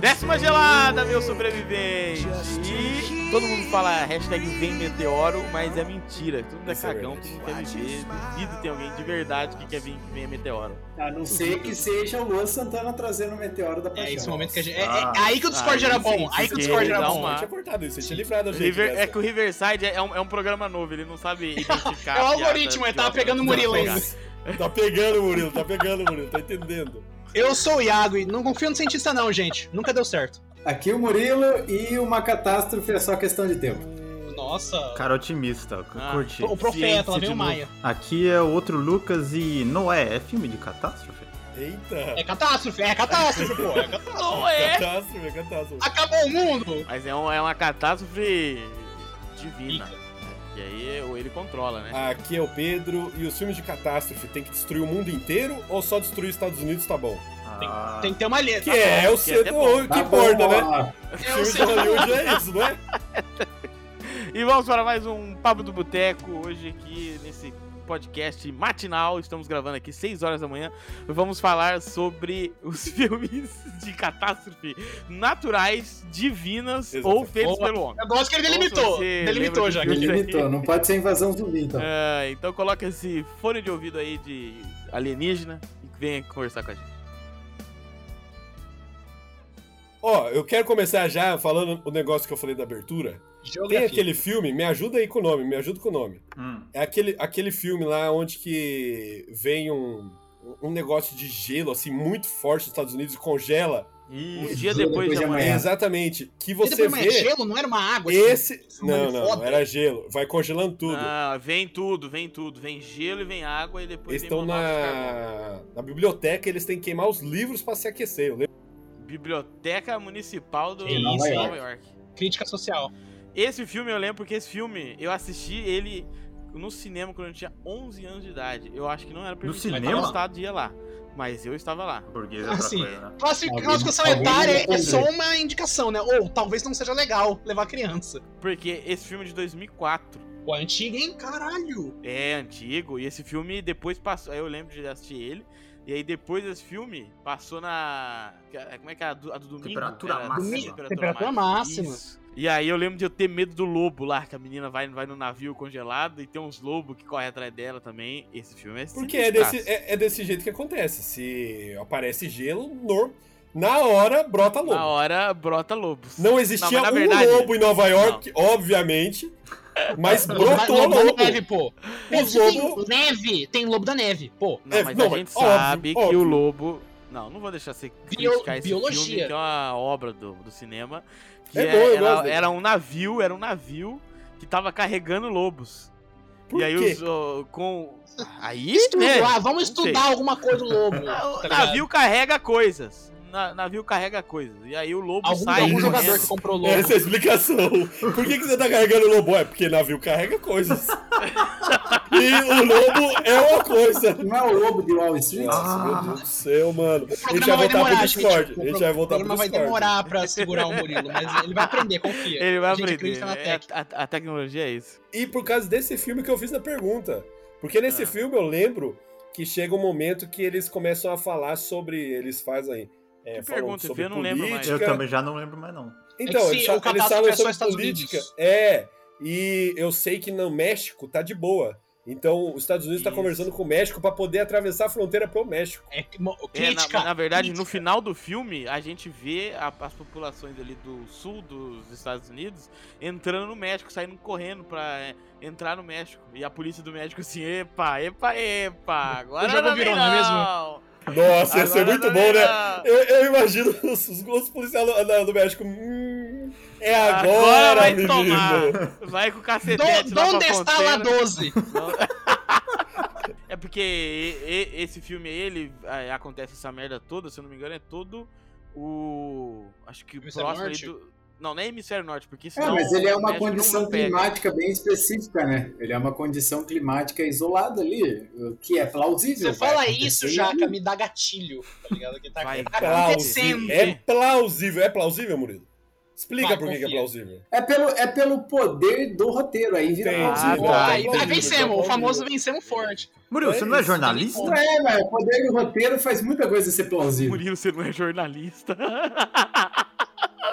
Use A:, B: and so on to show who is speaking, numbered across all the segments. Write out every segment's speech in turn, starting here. A: Décima gelada, meu sobrevivente! E todo mundo fala hashtag vem meteoro, mas é mentira. Todo mundo é cagão, todo mundo quer me ver. Duvido tem alguém de verdade que quer vir que venha meteoro.
B: A não ser que seja o Luan Santana trazendo o meteoro da paixão.
C: É esse momento que a gente. É, é- é aí que o Discord
A: Ah,
C: era bom. Aí que o Discord era
A: dá um
C: bom.
A: uma-
D: Tinha é cortado isso, você tinha livrado a gente.
A: River-
D: dessa.
A: é que o Riverside é é um, é um programa novo, ele não sabe identificar.
C: É o
A: a Tá piada
C: algoritmo, ele tava
A: idiota.
C: pegando o Murilo ainda.
D: Tá pegando, Murilo, tá pegando, Murilo, tá entendendo.
C: Eu sou o Iago e não confio no cientista, não, gente. Nunca deu certo.
B: Aqui o Murilo e uma catástrofe é só questão de tempo.
C: Nossa.
E: Cara otimista, c-
A: Ah.
E: curti.
C: O profeta, lá
A: Ciência
C: vem
A: de
C: o Maia.
E: Aqui é o outro Lucas e Noé. É filme de catástrofe?
D: Eita!
C: É catástrofe, é catástrofe, pô. É catástrofe.
A: Não é!
D: Catástrofe, catástrofe.
C: Acabou o mundo!
A: Mas é, um- é uma catástrofe divina. E aí ele controla, né?
D: Aqui é o Pedro e os filmes de catástrofe tem que destruir o mundo inteiro ou só destruir os Estados Unidos tá bom?
E: Ah,
C: Tem que ter uma
D: Que
C: letra.
D: é o
A: que
D: cedo
A: é bom.
B: Tá
D: que importa, né?
C: Eu
D: Filme de
C: sei.
D: Hollywood é isso, não é?
A: E vamos para mais um Papo do Boteco, hoje aqui nesse podcast matinal, estamos gravando aqui 6 horas da manhã, vamos falar sobre os filmes de catástrofe naturais, divinas
D: Exato.
A: ou feitos
C: Boa.
A: pelo homem.
C: Eu gosto É que ele delimitou.
A: Você lembra
C: Delimitou
D: Tá
C: já.
A: de-
C: aqui.
B: Limitou, não pode ser invasão zumbi, então.
A: Ah, então coloca esse fone de ouvido aí de alienígena e venha conversar com a gente.
D: Ó, eu quero começar já falando o negócio que eu falei da abertura. Tem
C: Geografia.
D: aquele filme, me ajuda aí com o nome, me ajuda com o nome.
E: hum.
D: É aquele, aquele filme lá onde que vem um, um negócio de gelo, assim, muito forte nos Estados Unidos e congela.
A: Um dia
B: Juro,
A: depois de amanhã.
D: É exatamente. Que
C: E
D: você
C: depois, mas é
D: vê
C: gelo, não era uma água.
D: esse...
C: Isso é
D: Não,
C: um
D: não,
C: foda.
D: era gelo. Vai congelando tudo.
A: Ah, vem tudo, vem tudo. Vem gelo e vem água e depois
D: Eles
A: vem
D: estão
A: monóxido de carbono.
D: na... na biblioteca, eles têm que queimar os livros pra se aquecer. Eu lembro.
A: Biblioteca Municipal do
C: Que
B: isso,
A: de
B: hein?
A: Nova York.
C: Crítica social.
A: Esse filme eu lembro porque esse filme eu assisti ele no cinema quando eu tinha 11 anos de idade. Eu acho que não era permitido
E: cinema?
A: mas o Estado ia lá. Mas eu estava lá.
E: Burguês é outra
C: Assim,
E: coisa, né?
C: Classi-
B: Alguém-
C: Classificação
B: alguém
C: etária é
B: defendeu.
C: só uma indicação, né? Ou talvez não seja legal levar criança.
A: Porque esse filme é de 2004
C: Pô, antiga, hein? Caralho!
A: é antigo e esse filme depois passou. aí Eu lembro de assistir ele. E aí depois desse filme passou na. Como é que é a do, a do domingo?
E: Temperatura
A: Era-
E: máxima.
A: Domingo,
C: Temperatura máxima.
A: Isso. E aí eu lembro de eu ter medo do lobo lá, que a menina vai, vai no navio congelado e tem uns lobos que correm atrás dela também. Esse filme é
D: Porque é
A: sinistraço.
D: desse, é, é desse jeito que acontece. Se aparece gelo, nor- na hora brota lobo.
A: Na hora brota lobos.
D: Não
A: Não,
D: existia
A: mas na
D: um
A: verdade-
D: lobo em Nova York, obviamente. Mas brotou
C: Lobo da
D: lobo.
C: neve, pô.
D: Os
C: Tem
D: lobo-
C: Neve! Tem lobo da neve, pô.
A: Não,
D: É,
A: mas
D: não,
A: a
D: mas
A: gente
D: óbvio,
A: sabe que
D: óbvio.
A: o lobo. Não, não vou deixar você
C: Bio-
A: criticar esse
C: biologia.
A: filme, que é uma obra do, do cinema. Que
D: É
A: é-
D: bom, eu gosto
A: era,
D: dele.
A: era um navio, era um navio que tava carregando lobos.
D: Por
A: e aí
D: quê?
A: os. ó, com. Aí, né?
C: Estudar,
A: Não
C: ah, vamos estudar
A: sei.
C: alguma coisa do lobo.
A: Ah, o
C: tá ligado?
A: navio carrega coisas. Na- navio carrega coisas. E aí o lobo
C: Algum,
A: sai.
C: algum
A: correndo.
C: jogador que comprou lobo.
D: Essa é a explicação. Por que, que você tá carregando o lobo? É porque navio carrega coisas. e o lobo é uma coisa.
B: Não é o lobo de Wall Street?
D: Nossa,
C: Ah.
D: meu Deus do céu, mano.
C: O
D: A gente vai voltar pro Discord.
C: gente.
D: A gente vai
C: O
D: voltar pro
C: programa vai
D: Discord.
C: demorar pra segurar o Murilo, mas ele vai aprender, confia.
A: Ele vai
C: A gente
A: aprender.
C: acredita na
A: né?
C: técnica.
A: a, a- a tecnologia é isso.
D: E por causa desse filme que eu fiz a pergunta. Porque nesse
A: Ah.
D: filme eu lembro que chega um momento que eles começam a falar sobre. Eles fazem. É,
A: Que
D: falam
A: pergunta,
D: sobre
A: eu não lembro mais.
E: Eu
D: política.
E: também já não lembro mais, não.
D: Então,
C: É que se
D: eles,
C: o
D: fa- eles
C: catástrofe
D: falam
C: é só
D: sobre
C: Estados
D: política.
C: Unidos.
D: É, e eu sei que no México tá de boa. Então, os Estados Unidos tá
A: Isso.
D: conversando com o México pra poder atravessar a fronteira pro México.
C: É, que- mo-
A: É, na-
C: crítica.
A: na, verdade, no
C: crítica.
A: final do filme, a gente vê a- as populações ali do sul dos Estados Unidos entrando no México, saindo correndo pra é, entrar no México. E a polícia do México assim, epa, epa, epa, agora
C: O jogo
A: não vem
C: virou,
A: não.
C: não é mesmo?
D: Nossa, ia
A: Agora
D: ser muito
A: não
D: bom,
A: vem
D: né?
A: não.
D: Eu, eu imagino os, os policiais do, da- do México. "Hum, é agora,
A: Agora vai
D: menino.
A: tomar. Vai com o cacetete
C: Do,
A: lá pra
C: onde está lá
A: fronteira.
C: 12?
A: Não. é porque e- e- esse filme, ele é, acontece essa merda toda, se eu não me engano, é todo o. Acho que o
C: Hemisfério
A: próximo ali
C: Norte?
A: do. Não, nem hemisfério norte, porque
B: É,
A: senão.
B: mas ele é
A: o
B: uma
A: México não
B: condição
A: pega.
B: climática bem específica, né? Ele é uma condição climática isolada ali, o que é plausível.
C: Você fala
B: vai
C: isso,
B: acontecer
C: Jaca,
B: ali.
C: me dá gatilho. Tá ligado? Que tá
A: Vai,
C: tá acontecendo.
D: Plausível. É plausível. É plausível, Murilo? Explica
C: Vai,
D: por que que é
C: confia.
D: plausível.
B: É pelo, é pelo poder do roteiro, aí vira
D: Entendi.
A: Ah,
B: plausível.
A: tá.
C: Aí,
D: Plausível,
C: aí vencemos, o
D: plausível.
C: famoso vencemos forte.
E: Murilo,
D: É
E: você não é
D: isso,
E: jornalista?
C: tem
B: Não é, velho. O poder do roteiro faz muita coisa ser plausível.
A: Murilo, você não é jornalista.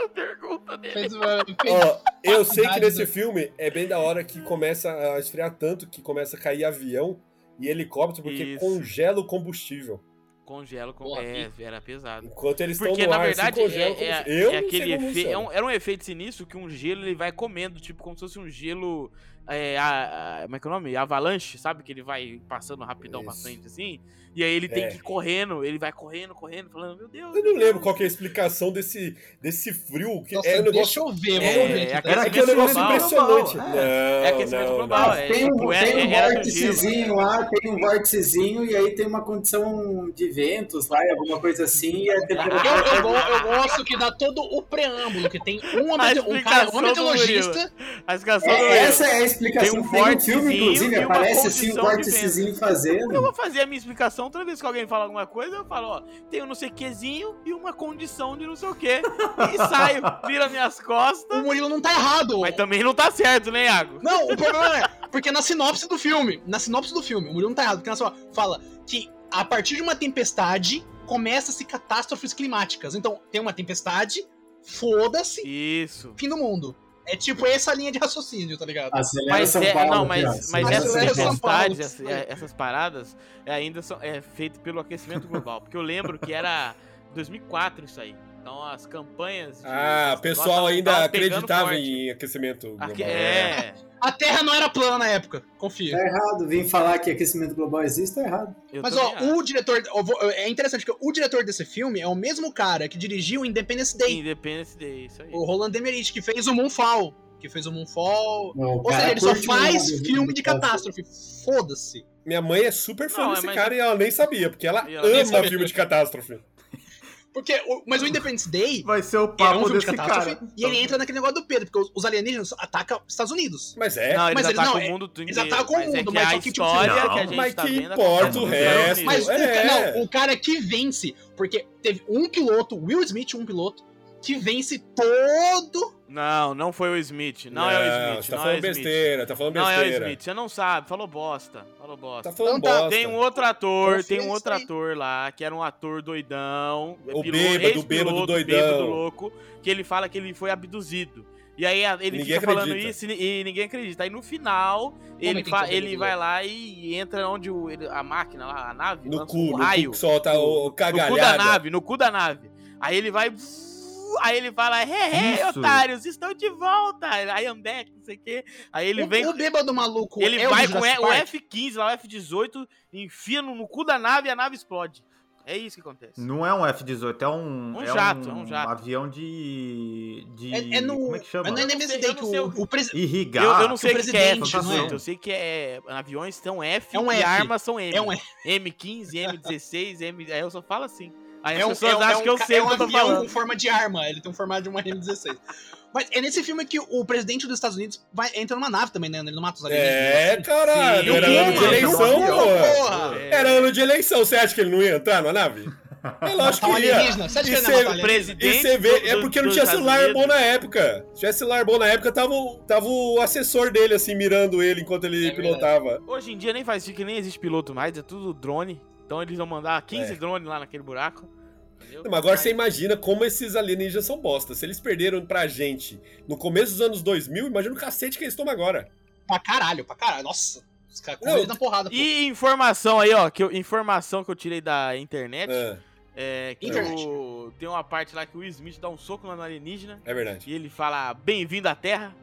A: dele.
C: Fez uma-
D: Ó, eu sei que
C: Saudade
D: nesse
C: do-
D: filme é bem da hora que começa a esfriar tanto que começa a cair avião e helicóptero porque
A: Isso.
D: congela o combustível.
A: Congelo com.
C: Porra,
A: É, era pesado.
D: Enquanto eles estão
A: Porque
D: no
A: na
D: ar,
A: verdade
D: se
A: é,
D: congela o
A: é-
D: combustível.
A: é
D: Eu não
A: aquele
D: sei como
A: efeito.
D: funciona.
A: É um, era um efeito sinistro que um gelo ele vai comendo, tipo, como se fosse um gelo. É, a, a- como é que é o nome? Avalanche, sabe? Que ele vai passando rapidão pra
D: Isso.
A: frente assim. E aí ele tem
D: É.
A: que ir correndo, ele vai correndo, correndo, falando, meu Deus.
D: Eu não lembro qual que é a explicação desse, desse frio. Que
C: Nossa,
D: é um negócio,
C: deixa eu ver,
A: É,
C: vamos ver. tá
A: é
C: aqui.
A: aquele-
D: é que é um negócio
A: global.
D: impressionante.
E: Global,
D: Não,
A: É aquecimento
D: não,
A: global,
D: não.
A: é,
B: tem um,
A: tipo, é-
B: tem um
A: era do
B: vórticezinho lá, tem um vórticezinho e aí tem uma condição de ventos lá, e alguma coisa assim, e a temperatura
C: Eu, eu go- eu gosto que dá todo o preâmbulo, que tem um,
A: A
C: amete- um cara,
A: explicação
C: um
A: do
C: meteorologista.
A: A explicação do
B: É,
A: erro.
B: essa é a explicação.
A: Tem
B: Tem
A: um
B: um,
A: vórticezinho
B: filme, inclusive,
A: e uma
B: aparece assim um
A: condição de
B: vórticezinho
A: Eu
B: fazendo.
A: vou fazer a minha explicação toda vez que alguém fala alguma coisa, eu falo, ó, tem um não sei quezinho e uma condição de não sei o quê. E saio, vira minhas costas.
C: O Murilo não tá errado.
A: Mas também não tá certo, né, Iago?
C: Não, o problema é, porque na sinopse do filme, na sinopse do filme, o Murilo não tá errado, porque na sua fala que a partir de uma tempestade começa-se catástrofes climáticas. Então, tem uma tempestade, foda-se,
A: Isso.
C: fim do mundo. É tipo essa linha de raciocínio, tá ligado?
B: Acelera
A: Mas,
B: São
A: é,
B: Paulo,
D: né,
A: não, mas,
B: criança.
A: mas
C: Acelera
A: essas
B: Acelera
C: é São Paulo,
A: tempestades,
C: que
A: essa-
C: foi.
A: é- essas paradas, é, ainda são é, feito pelo aquecimento global. Porque eu lembro que era 2004 isso aí. Então as campanhas. de-
D: Ah, o pessoal
A: Nossa,
D: ainda
A: tava pegando
D: acreditava
A: forte.
D: em né? aquecimento global.
A: Aque- É,
C: A Terra não era plana na época, confia.
B: Tá errado. Vim falar que aquecimento global existe, tá errado.
A: eu
C: Mas
A: também
C: ó, um
A: acho.
C: o diretor. eu vou- é interessante porque o diretor desse filme é o mesmo cara que dirigiu Independence Day,
A: Independence Day, isso aí.
C: o Roland Emmerich, que fez o Moonfall. Que fez o Moonfall.
B: Não, o
C: Ou seja,
B: cara
C: ele só
B: curte
C: faz
B: muito,
C: filme de
B: cara.
C: catástrofe. Foda-se.
D: Minha mãe é super fã
A: Não, é,
D: desse
A: mas-
D: cara e ela nem sabia, porque ela,
A: E ela nem
D: ama
C: sabia.
D: filme de catástrofe.
C: Porque. o- Mas o Independence Day.
E: Vai ser o
C: É
E: papo
C: um filme de
E: desse
C: catástrofe.
E: cara.
C: E
B: então.
C: ele entra naquele negócio do Pedro, porque os- os alienígenas atacam os Estados Unidos.
D: Mas é.
A: Não, eles
C: Mas eles-
A: atacam
C: não,
A: o mundo
C: eles
A: inteiro.
C: atacam tá o
A: mas é
C: mundo,
A: que
C: mas
A: a
C: só que, tipo,
A: história
E: não,
A: que a gente
D: mas
A: tá
D: que
A: vendo
D: importa
E: o
A: acontece nos
E: resto,
A: Estados Unidos.
C: Mas o,
D: É.
C: ca- não, o cara que vence, porque teve um piloto, Will Smith, um piloto, que vence todo.
A: Não, não foi o Smith. Não, é o Smith.
D: Você tá
A: não
D: falando
A: é o Smith.
D: besteira, tá falando
A: Não é o
D: besteira.
A: Smith. Você não sabe. Falou bosta. Falou bosta.
D: Tá falando
C: Então tá,
D: bosta.
A: Tem um outro ator,
C: Eu
A: tem
C: sei
A: um outro
C: isso aí.
A: ator lá, que era um ator doidão. é
D: O
A: piloto-
D: bêbado,
A: ex-piloto,
D: bêbado doidão.
A: bêbado louco, que ele fala que ele foi abduzido. E aí a- ele
D: Ninguém
A: fica falando
D: acredita.
A: isso e ni- e ninguém acredita. Aí no final, ele,
C: quem
A: fa-
C: tá bêbado
A: ele vai
C: louco?
A: lá e entra onde o- ele- a máquina lá, a nave,
D: No
A: lança
D: cu,
A: um
D: no
A: raio.
D: cu que solta o
A: No cu da
D: cagalhada.
A: nave, no cu da nave. Aí ele vai. Aí ele fala, hey, hey,
E: Isso.
A: otários, estão de volta. I am back, não sei o quê. Aí ele
C: o,
A: vem.
C: o bêbado maluco.
A: Ele
C: é
A: vai
C: o, do
A: com o
C: Jurassic
A: o
C: Park?
A: F-15, lá o F-18, enfia no, no cu da nave e a nave explode. É isso que acontece.
E: Não é um F-18, é um.
A: Um
E: é
A: jato,
E: um,
A: é um jato.
E: avião de. de
C: É, é no.
E: como é que chama?
C: É no Independence
A: sei, eu
C: Day
A: não
C: que
A: sei
C: o,
A: o-
C: o pres-
A: Eu,
E: Irrigar.
A: eu não sei o que que é
C: presidente, né?
A: F-18,
E: não é?
A: eu sei que é aviões são F,
C: É um
A: e
C: F.
A: armas são M.
C: É um, é,
A: M15, M16, M... Aí eu só falo assim. Aí
C: é
A: as
C: um,
A: pessoas
C: é um-
A: acham
C: é um
A: que eu
C: ca-
A: sei
C: é
A: o
C: um
A: que eu tô
C: avião
A: falando.
C: com forma de arma. Ele tem um formato de uma M16. Mas é nesse filme que o presidente dos Estados Unidos vai, entra numa nave também, né? Ele não mata os alienígenas.
D: É, caralho,
A: Sim,
D: era
A: eu
D: ano de
A: vi,
D: eleição,
E: mano.
D: pô.
C: Porra!
A: É.
D: Era ano de eleição, você acha que ele não ia entrar na nave? É lógico
C: Matar um
D: que ia.
C: alienígena. Você acha
D: E
C: que ele não
D: se-
C: mata um
A: O
C: alienígena?
A: presidente
D: E você vê,
A: do-
D: é
A: do-
D: porque não
A: dos
D: tinha
A: Estados
D: celular bom né?
A: Unidos.
D: na época. Se tivesse celular bom na época, tava, o- tava o assessor dele, assim, mirando ele enquanto ele
C: É verdade.
D: pilotava.
A: Hoje em dia nem faz isso, que nem existe piloto mais, é tudo drone. Então eles vão mandar 15
D: É.
A: drones lá naquele buraco. entendeu?
D: Não, Mas agora você imagina como esses alienígenas são bosta. Se eles perderam pra gente no começo dos anos 2000, imagina o cacete que eles tomam agora.
C: Pra caralho, pra caralho. Nossa, os caras com
D: Não,
C: ele na porrada. pô.
A: E informação aí, ó, que eu- informação que eu tirei da internet,
D: Ah,
A: é que
C: Internet.
A: o- tem uma parte lá que o Will Smith dá um soco lá no alienígena
D: é verdade.
A: e ele fala "Bem-vindo à Terra"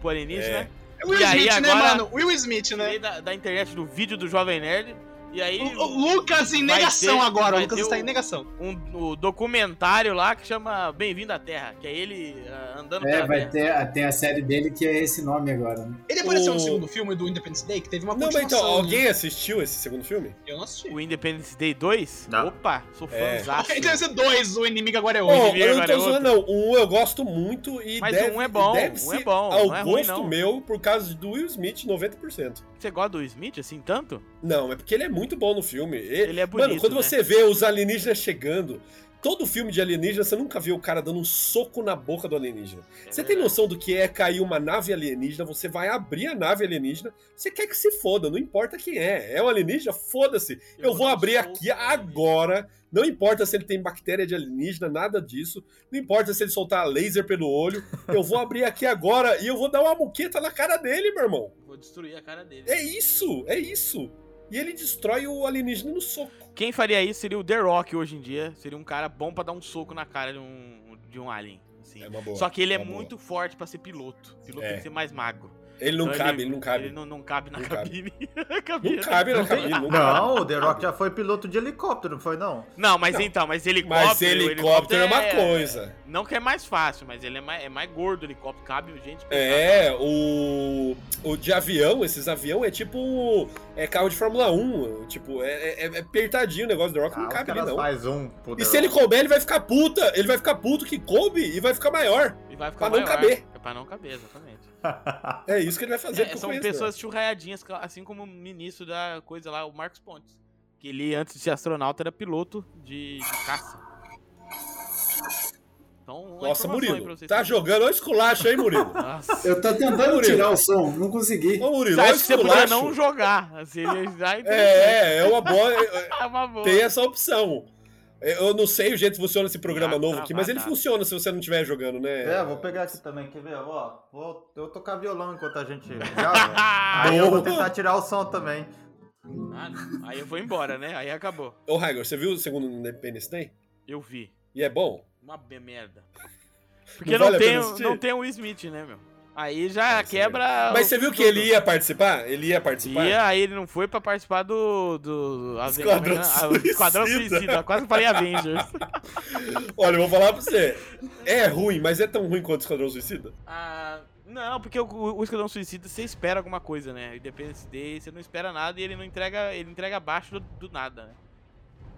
A: pro alienígena.
C: É Will
A: E aí,
C: Smith, né,
A: agora-
C: mano? Will Smith, né?
A: Tirei da, da internet do vídeo do Jovem Nerd e aí
C: O, o Lucas em
A: Vai
C: negação
A: ter-
C: agora. O
A: vai
C: Lucas
A: ter
C: está
A: o-
C: em negação.
A: um, o documentário lá que chama "Bem-vindo à Terra", que é ele ah, andando
B: É,
D: Tá
A: pela
B: vai
A: Terra.
B: ter, a- tem a série dele que é esse nome agora. né?
C: Ele apareceu
D: O-
C: no segundo filme do Independence Day, que teve uma
D: Não, mas então,
C: continuação, né?
D: alguém assistiu esse segundo filme?
C: Eu não assisti.
A: O Independence Day 2?
E: Não.
A: Opa, sou
D: É.
A: fãzaço.
C: Independence Day 2, o inimigo agora é
D: Bom,
A: Hoje
C: hoje.
A: vi
D: eu não
A: agora
D: tô zoando, não. O um eu gosto muito e
A: Mas
D: deve,
A: um é bom,
D: deve
A: um é
D: ser
A: bom,
D: ao
A: não é ruim,
D: gosto
A: não.
D: meu por causa do Will Smith, 90%.
A: Você gosta do Smith assim tanto?
D: Não, é porque ele é muito bom no filme. E-
A: Ele é bonito,
D: Mano, quando
A: né?
D: você vê os alienígenas chegando, todo filme de alienígena, você nunca vê o cara dando um soco na boca do alienígena.
A: né?
D: Você tem noção do que é cair uma nave alienígena? Você vai abrir a nave alienígena, você quer que se foda, não importa quem é. É um alienígena? Foda-se. Eu vou um abrir aqui agora. Não importa se ele tem bactéria de alienígena, nada disso. Não importa se ele soltar laser pelo olho. Eu vou abrir aqui agora e eu vou dar uma muqueta na cara dele, meu irmão.
A: Vou destruir a cara dele.
D: É isso, é isso. E ele destrói o alienígena no soco.
A: Quem faria isso seria o The Rock hoje em dia. Seria um cara bom pra dar um soco na cara de um, de um alien. assim.
D: uma boa.
A: Só que ele é
D: uma boa.
A: muito forte pra ser piloto. Piloto
D: É.
A: tem que ser mais magro.
D: Ele não
A: Então
D: cabe, ele não cabe.
A: Ele não, não cabe na
D: Não
A: cabine.
D: cabe.
A: A cabine
D: Não cabe na cabine, não cabe.
E: Não, o The Rock já foi piloto de helicóptero, não foi não?
A: Não, mas então, mas helicóptero.
D: Mas helicóptero é uma coisa.
A: Não que é mais fácil, mas ele é mais, é mais gordo o helicóptero. Cabe gente.
D: É, o. O de avião, esses avião é tipo. É carro de Fórmula 1. Tipo, é, é- é apertadinho o negócio do Rock, não
E: Ah, os
D: cabe ali,
E: caras
D: não.
E: faz um pro The
D: E se ele
E: Rock.
D: couber, ele vai ficar puta. Ele vai ficar puto que coube e vai ficar maior.
A: E vai ficar
D: pra não
A: maior.
D: caber.
A: É pra não caber, exatamente.
D: É isso né? que ele vai fazer.
A: É,
D: porque eu
A: são
D: conheço,
A: pessoas churraiadinhas, assim como o ministro da coisa lá, o Marcos Pontes. Que ele, antes de ser astronauta, era piloto de, de caça. Então, uma
D: né? Nossa,
A: informação aí pra
D: Murilo.
A: vocês
D: Tá
A: também.
D: jogando olha o esculacho, hein, Murilo?
A: Nossa.
B: Eu tô tentando
D: Murilo.
B: tirar o som, não consegui.
D: Ô, Murilo,
A: Você
D: olha o
A: acha que você podia
D: esculacho.
A: não jogar? né? Assim, ele já entendeu.
D: É, é uma boa.
A: É uma boa.
D: Tem essa opção. É, Eu não sei o jeito que funciona esse programa
A: Ah,
D: novo
A: tá,
D: aqui, mas
A: vai,
D: ele
A: tá.
D: funciona se você não estiver jogando, né?
E: É, vou pegar aqui também, quer ver? Ó, vou eu tocar violão enquanto a gente grava. Aí
D: Boa.
E: eu vou tentar tirar o som também.
A: Ah, não. aí eu vou embora, né? Aí acabou.
D: Ô, Raigor, você viu o segundo Independence Day?
A: Eu vi.
D: E é bom?
A: Uma be- merda. Porque não,
D: vale a
A: tem,
D: pena
A: o-
D: assistir?
A: não tem o Smith, né, meu? Aí já
D: É, isso
A: quebra.
D: Mas
A: o-
D: você viu que
A: tudo.
D: ele ia participar? Ele ia participar?
A: Ia, aí ele não foi pra participar do. do as- como
D: Esquadrão
A: é que é? Ah, o Esquadrão
D: Suicida.
A: Suicida. Quase falei Avengers.
D: Olha, eu vou falar pra você. É ruim, mas é tão ruim quanto o Esquadrão Suicida?
A: Ah, não, porque o, o Esquadrão Suicida você espera alguma coisa, né? Independence Day, você não espera nada e ele não entrega. Ele entrega abaixo do, do nada, né?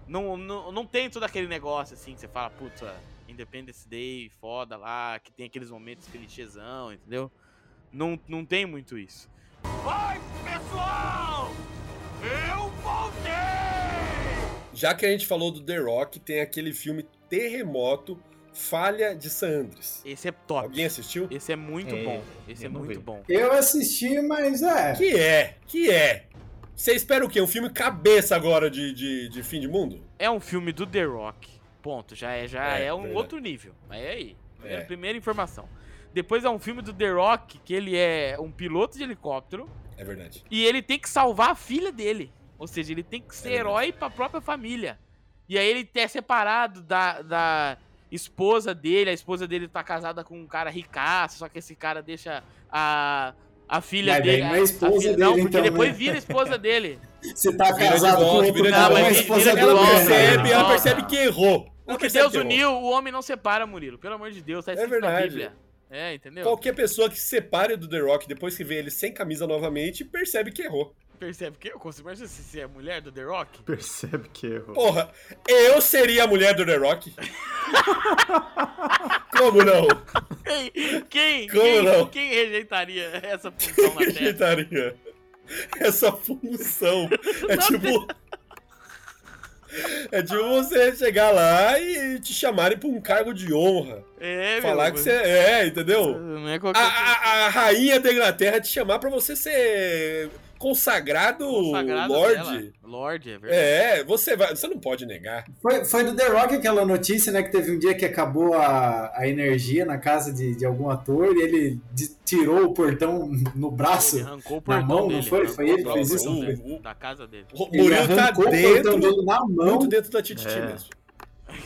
A: Não, não, não tem todo aquele negócio assim que você fala, puta, Independence Day, foda lá, que tem aqueles momentos clichêzão, entendeu? Não, não tem muito isso. Mas, pessoal! Eu voltei!
D: Já que a gente falou do The Rock, tem aquele filme Terremoto Falha de San Andres.
A: Esse é top.
D: Alguém assistiu?
A: Esse é muito
E: É,
A: bom. Esse é
E: eu não
A: muito
E: vi.
A: bom.
B: Eu assisti, mas é.
D: Que é? Que é? Você espera o quê? Um filme cabeça agora de, de, de fim de mundo?
A: É um filme do The Rock. Ponto. Já é, já é,
D: É,
A: um
D: verdade.
A: outro nível. Mas é aí. Primeira,
D: É.
A: primeira informação. Depois é um filme do The Rock que ele é um piloto de helicóptero
D: É verdade.
A: e ele tem que salvar a filha dele. Ou seja, ele tem que ser
D: verdade.
A: herói pra própria família. E aí ele é separado da, da esposa dele. A esposa dele tá casada com um cara ricaço, só que esse cara deixa a, a filha
B: Mas daí
A: dele.
B: não é
A: a- a
B: esposa
A: filha-
B: dele,
A: não, porque
B: então,
A: depois
B: né?
A: vira a esposa dele.
B: Você tá
D: Vira de
B: casado com
D: volta,
B: outro
D: vira de
B: cara,
D: volta.
B: mas
D: Vira
B: esposa
A: de
B: dele
D: Ela
A: volta,
B: é
D: percebe,
A: né?
D: ela
A: Nossa.
D: percebe que errou. Ela
A: Porque
D: percebe
A: Deus
D: que errou.
A: uniu, o homem não separa, Murilo. Pelo amor de Deus, tá
D: É
A: escrito na
D: verdade.
A: Bíblia. É, entendeu?
D: Qualquer pessoa que se separe do The Rock depois que vê ele sem camisa novamente, percebe que errou.
A: Percebe que eu consigo imaginar se você é mulher do The Rock.
E: Percebe que errou.
D: Porra, eu seria a mulher do The Rock? Como não?
A: Quem, quem,
D: Como
A: quem,
D: não?
A: quem rejeitaria essa função na
D: Que
A: Terra?
D: ajeitaria? Essa função é tipo. É tipo você chegar lá e te chamarem pra um cargo de honra.
A: É, meu,
D: falar que você é, Ah, entendeu?
A: Não é
D: A,
A: qualquer
D: a- a rainha da Inglaterra te chamar pra você ser consagrado,
A: consagrada
D: ah, lorde.
A: dela. Lorde, é verdade.
D: É, você vai. Você não pode negar.
B: Foi, foi do The Rock aquela notícia, né? Que teve um dia que acabou a, a energia na casa de, de algum ator e ele de- tirou o portão no
A: Ele
B: braço.
A: arrancou o
B: Na
A: portão
B: mão, não
A: dele.
B: foi?
A: arrancou
B: Foi ele que
A: o
D: fez
A: portão
D: isso?
A: dele, Da casa dele.
D: O
B: Ele
D: Murilo tá
B: arrancou o portão
D: dentro,
B: dele na mão.
D: muito dentro da Tititi
E: É.
D: mesmo.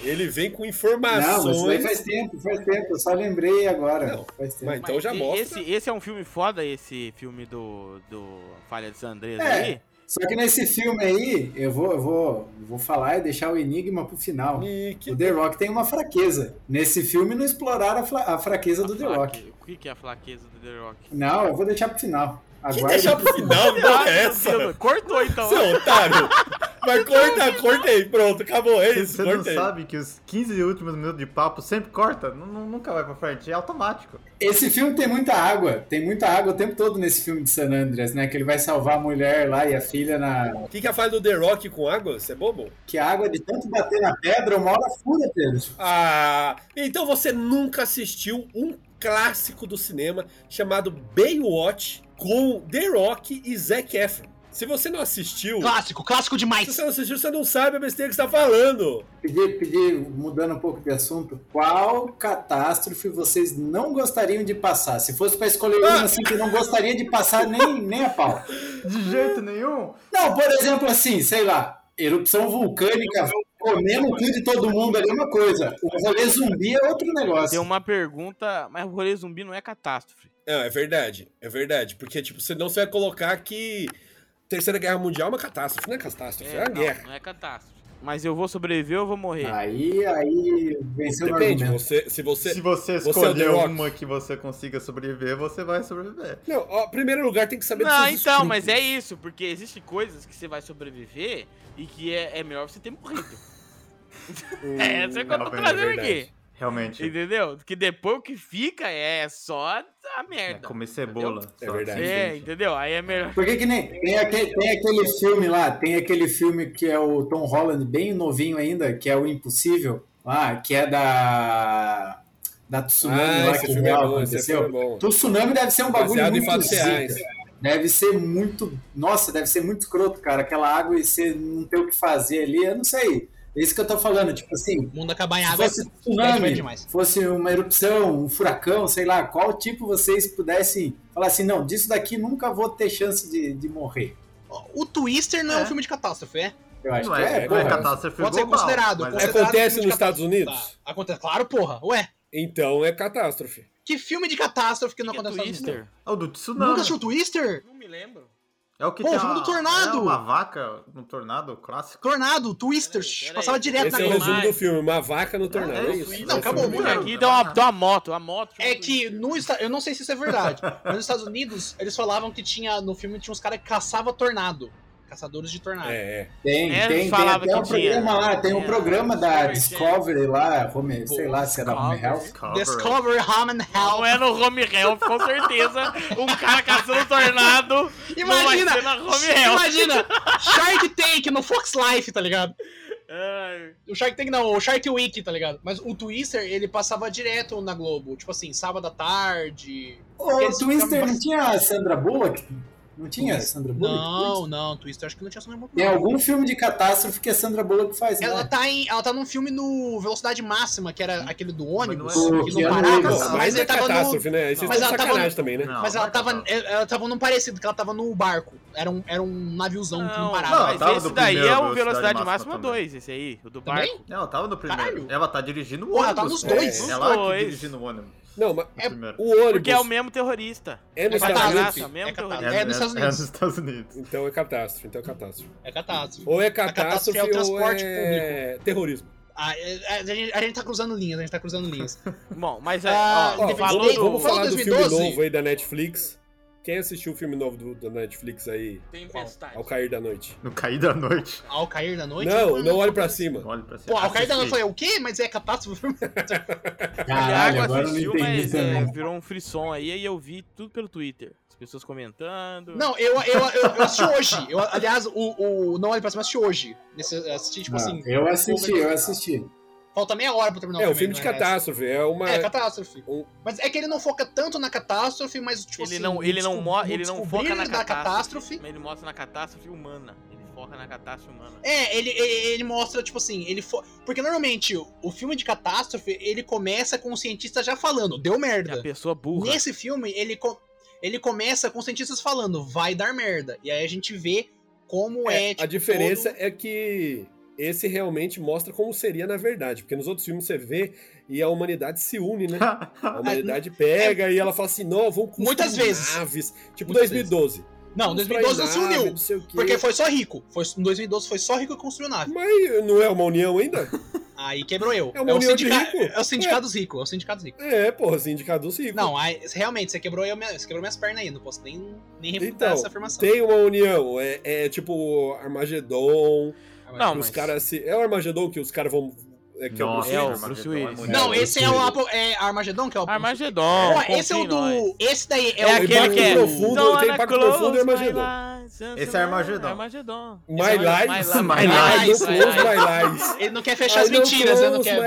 D: Ele vem com
B: Não, mas isso aí
D: informações.
B: faz tempo, faz tempo. Eu só lembrei agora.
D: Não,
B: faz tempo.
D: mas- Então já
A: e-
D: mostra.
A: Esse, esse é um filme foda, esse filme do, do Falha de San Andreas
B: É.
A: aí.
B: Só que nesse filme aí, eu vou, eu vou, vou falar e deixar o enigma pro final.
D: E que-
B: O The Rock tem uma fraqueza. Nesse filme não exploraram a, fla- a fraqueza do The
A: Flaque-
B: Rock.
A: O que que é a flaqueza do The Rock?
B: Não, eu vou deixar pro final.
D: que
B: Aguarde
D: deixar pro final, não
A: Ai,
D: é
A: meu
D: essa?
A: Deus, Cortou então.
D: Seu otário! Mas corta, corta aí, pronto, acabou, é isso,
E: Você não
D: corta aí.
E: sabe que os 15 últimos minutos de papo sempre corta? Nu- nu- Nunca vai pra frente, é automático.
B: Esse filme tem muita água, tem muita água o tempo todo nesse filme de San Andreas, né? Que ele vai salvar a mulher lá e a filha na.
D: O que, que é a falha do The Rock com água? Você é bobo?
B: Que a água de tanto bater na pedra, uma hora fura, Pedro.
D: Ah, então você nunca assistiu um clássico do cinema chamado Baywatch com The Rock e Zac Efron. Se você não
A: Oh.
D: assistiu,
C: Clássico, clássico
D: se
C: demais.
D: você não assistiu, você não sabe a besteira que você tá falando.
B: Pedir, pedir, mudando um pouco de assunto, qual catástrofe vocês não gostariam de passar? Se fosse pra escolher uma assim que não gostaria de passar nem, nem a pau.
E: De
C: É.
E: jeito nenhum.
B: Não, por exemplo, assim, sei lá, erupção vulcânica, comendo tudo de todo mundo ali é uma coisa. O rolê zumbi é outro
A: Tem
B: negócio.
A: uma pergunta, mas o rolê zumbi não é catástrofe.
D: Não, é verdade, é verdade. Porque, tipo, senão você vai colocar que Terceira Guerra Mundial é uma catástrofe, não é catástrofe, é, uma
A: não,
D: guerra.
A: não é catástrofe. Mas eu vou sobreviver ou vou morrer?
B: Ah, Aí, aí, venceu é o
D: Depende,
B: argumento.
D: você, se você...
E: Se você
D: você é o
E: escolher
D: The Rock.
E: uma que você consiga sobreviver, você vai sobreviver.
D: Não, ó, primeiro lugar tem que saber
A: não,
D: dos seus
A: então, mas é
D: escrúpulos.
A: isso, porque existem coisas que você vai sobreviver e que é, é melhor você ter morrido. é, essa é o que eu tô
E: Não, é
A: trazendo aqui.
D: verdade.
C: É
E: Realmente. é
A: Entendeu? Que depois o que fica é só a
E: É
A: merda.
E: comer cebola.
D: É
E: só.
D: verdade.
A: É, entendeu? Aí é melhor.
B: Por que que nem. Tem aquele, tem aquele filme lá, tem aquele filme que é o Tom Holland, bem novinho ainda, que é o Impossível, lá, que é da. Da Tsunami
D: Ah,
B: lá
D: esse
B: que
D: filme é
B: real
D: bom, esse filme é
B: aconteceu.
D: bom.
B: Tsunami deve ser um bagulho
D: Baseado em
B: muito
D: fatos
B: zica.
D: reais.
B: Deve ser muito. Nossa, deve ser muito escroto, cara. Aquela água e você não ter o que fazer ali, eu não sei. É isso que eu tô falando. Tipo assim,
C: O mundo acabar em
A: É,
B: se
C: água.
A: tá
B: fosse
C: vai
B: tsunami,
C: demais.
B: fosse uma erupção, um furacão, sei lá, qual tipo vocês pudessem falar assim, não, disso daqui nunca vou ter chance de, de morrer.
C: O Twister não é, um
E: É.
C: filme de catástrofe, é?
B: Eu acho
E: Não
B: que é,
E: é, não
B: porra.
E: é catástrofe
C: Pode ser
E: global,
C: considerado,
E: mas
C: pode
E: é-
C: ser-
D: Acontece nos
C: Tá.
D: Estados Unidos?
C: Tá. Acontece. Claro, porra. Ué.
D: Então é catástrofe.
C: Que filme de catástrofe que não
A: Que é
C: acontece nos Estados Unidos?
A: Twister?
E: É o do
C: Nunca
E: tsunami.
C: assistiu Twister?
A: Não me lembro.
E: É o que
C: Pô,
E: tem
C: o filme
E: uma-
C: do tornado.
E: É uma vaca no tornado clássico.
C: Tornado, Twister.
A: Peraí, peraí.
C: Passava direto
D: Esse é o
A: Não,
C: na
D: resumo
A: mas-
D: do filme, uma vaca no tornado,
E: é
D: é
E: isso,
D: isso?
C: não,
D: Esse
C: acabou
D: é o
C: muito.
D: filme.
A: Aqui tem uma, tem uma moto, a moto.
C: É que no Esta- eu não sei se isso é verdade, mas nos Estados Unidos eles falavam que tinha no filme tinha uns caras que caçavam tornado, caçadores de tornado.
D: É, é.
B: Tem,
A: É,
B: tem, tem
A: falava
B: até um
A: que tinha.
B: programa lá, tem um
A: É,
B: programa da
A: Discovery
B: Discovery lá, Home- sei lá se é da Home
A: Discovery.
B: Health.
E: Discovery.
C: Discover Ham and Hell.
A: Não é no Home Health, com certeza. Um cara caçando tornado.
C: Imagina!
A: Não vai ser Hum na Home Health.
C: Imagina! Shark Tank no Fox Life, tá ligado?
A: Ai,
C: O Shark Tank não, o Shark Week, tá ligado? Mas o Twister, ele passava direto na Globo, tipo assim, sábado à tarde.
B: Ô,
C: Esse
B: Twister
A: é
C: programa-
B: não tinha a Sandra Bullock? Não tinha a Sandra Bullock?
C: Não, não, Twister acho que não tinha sonho muito.
B: Tem algum filme de catástrofe que a Sandra Bullock faz, né?
C: Ela tá, em, ela tá num filme no Velocidade Máxima, que era aquele do ônibus,
E: não é-
C: que
B: Pô,
C: não
B: Keanu
C: parava,
B: Reeves.
D: Pô,
C: mas,
D: mas é
C: ele tava no,
D: catástrofe, né? Aí vocês
C: Mas
D: estão de
C: ela tava-
D: sacanagem também, né?
E: Não,
C: Mas ela
E: não é
C: tava,
E: catástrofe.
C: ela ela tava num parecido, que ela tava no barco. Era um, era um naviozão que não
A: Não,
C: parava.
E: Não,
A: mas
E: tava
A: esse
E: do
A: daí é o
E: primeiro
A: Velocidade Máxima
E: também.
A: 2, esse aí, o do
C: Também?
A: barco.
E: Ela tava no primeiro.
C: Caralho.
E: Ela tá dirigindo o
C: Porra,
E: ônibus.
C: ela tá nos
E: pô.
C: dois.
E: É
A: Nos
E: Ela que
A: dois.
E: dirigindo o ônibus.
D: Não, mas
E: no primeiro.
D: o ônibus
A: Porque é o mesmo terrorista.
D: é nos
C: É
D: Estados
C: catástrofe.
D: Unidos.
A: mesmo
C: É catástrofe.
A: terrorista.
C: É nos Estados Unidos.
E: É nos Estados Unidos.
D: Então é catástrofe, então é catástrofe.
C: É catástrofe.
D: Ou é
C: catástrofe
D: catástrofe
C: é o
D: ou
C: transporte
D: é terrorismo.
C: Ah, é- é- a, gente, a gente tá cruzando linhas, a gente tá cruzando linhas.
A: Bom, mas é,
C: Ah,
A: ó,
D: Ó,
A: tu
C: independente-
A: falou
D: vamos,
A: do...
D: vamos falar do filme
C: 2012.
D: novo aí da Netflix. Quem assistiu o filme novo do- da Netflix aí
A: Tempestade.
D: ao cair da noite?
E: No cair da noite.
C: Ao cair da noite.
D: Não, não olhe pra cima.
E: Olha pra cima.
C: Pô, ao cair da noite eu
E: Assisti.
C: falei, o quê? Mas é catástrofe?
B: Caralho,
A: Thiago
B: agora eu não
A: assistiu,
B: entendi
A: mas é,
B: também.
A: virou um frisson aí, aí eu vi tudo pelo Twitter. As pessoas comentando.
C: Não, eu, eu, eu, eu assisti hoje. Eu, aliás, o, o Não Olhe Pra Cima eu assisti hoje. Nesse, eu assisti, tipo
D: Ah,
B: Não,
C: assim,
B: Ah, eu assisti, eu assisti.
C: falta meia hora pra terminar
D: É
C: o
D: um filme de
C: não essa?
D: catástrofe, é uma...
C: É, catástrofe.
D: Um-
C: Mas é que ele não foca tanto na catástrofe, mas tipo
A: ele
C: assim,
A: não, ele não,
C: desco-
A: mo-
C: no
A: ele não
C: descobrir
A: foca na
C: da
A: catástrofe, mas ele mostra na catástrofe humana. Ele foca na catástrofe humana.
C: É, ele, ele, ele mostra, tipo assim, ele fo... Porque normalmente o o filme de catástrofe, ele começa com o cientista já falando, deu
A: E a
C: merda.
A: pessoa burra.
C: Nesse filme, ele, co- ele começa com os cientistas falando, vai dar merda. E aí a gente vê como é,
D: É,
C: tipo,
D: a diferença
C: todo-
D: é que esse realmente mostra como seria na verdade, porque nos outros filmes você vê e a humanidade se une, né? A humanidade pega e ela fala assim: não, vamos construir
C: É. Muitas vezes.
D: naves. Tipo
C: Muitas
D: 2012.
C: Não,
D: Vamos
C: 2012 não
D: construir
C: se
D: nave,
C: uniu.
D: não sei o quê.
C: Porque foi só rico. Foi, em 2012 foi só rico que construiu nave.
D: Mas não é uma união ainda?
C: Aí quebrou eu.
D: É uma
C: o
D: união de
C: sindica-
D: rico.
C: É o sindicato dos ricos, é o sindicato dos ricos.
D: É, porra, sindicato do ciclo.
C: Não, aí, realmente, você quebrou, eu, você quebrou minhas pernas aí, não posso nem, nem refutar
D: Então,
C: essa afirmação.
D: Tem uma união, é, é tipo Armagedon,
A: Não,
D: Os
A: mas...
D: caras se. É o Armagedon que os caras vão. É, que
E: Nossa,
D: é o
A: é o
D: Bruce Willis.
A: Bruce
E: Armagedon
A: Willis.
E: muito
C: Não,
E: bom.
C: esse é o Apple, é Armagedon, que é o
A: Armagedon.
C: Ó, esse é
A: confia
C: o
A: em nós.
C: do. Esse daí é,
A: É
C: o
A: aquele
D: Impacto
A: que é. Don't
D: Profundo, tem
A: wanna
D: Impacto
A: close
D: Profundo e
A: my
D: Armagedon.
A: lies.
E: Esse é Armagedon.
A: Armagedon.
D: My
A: Esse é
D: Lies.
A: My
E: My
D: Ai,
A: Lies.
D: não
A: My Lies.
D: close my lies.
C: Ele não quer fechar é. as
D: I don't
C: mentiras, ele não
D: close
C: quer.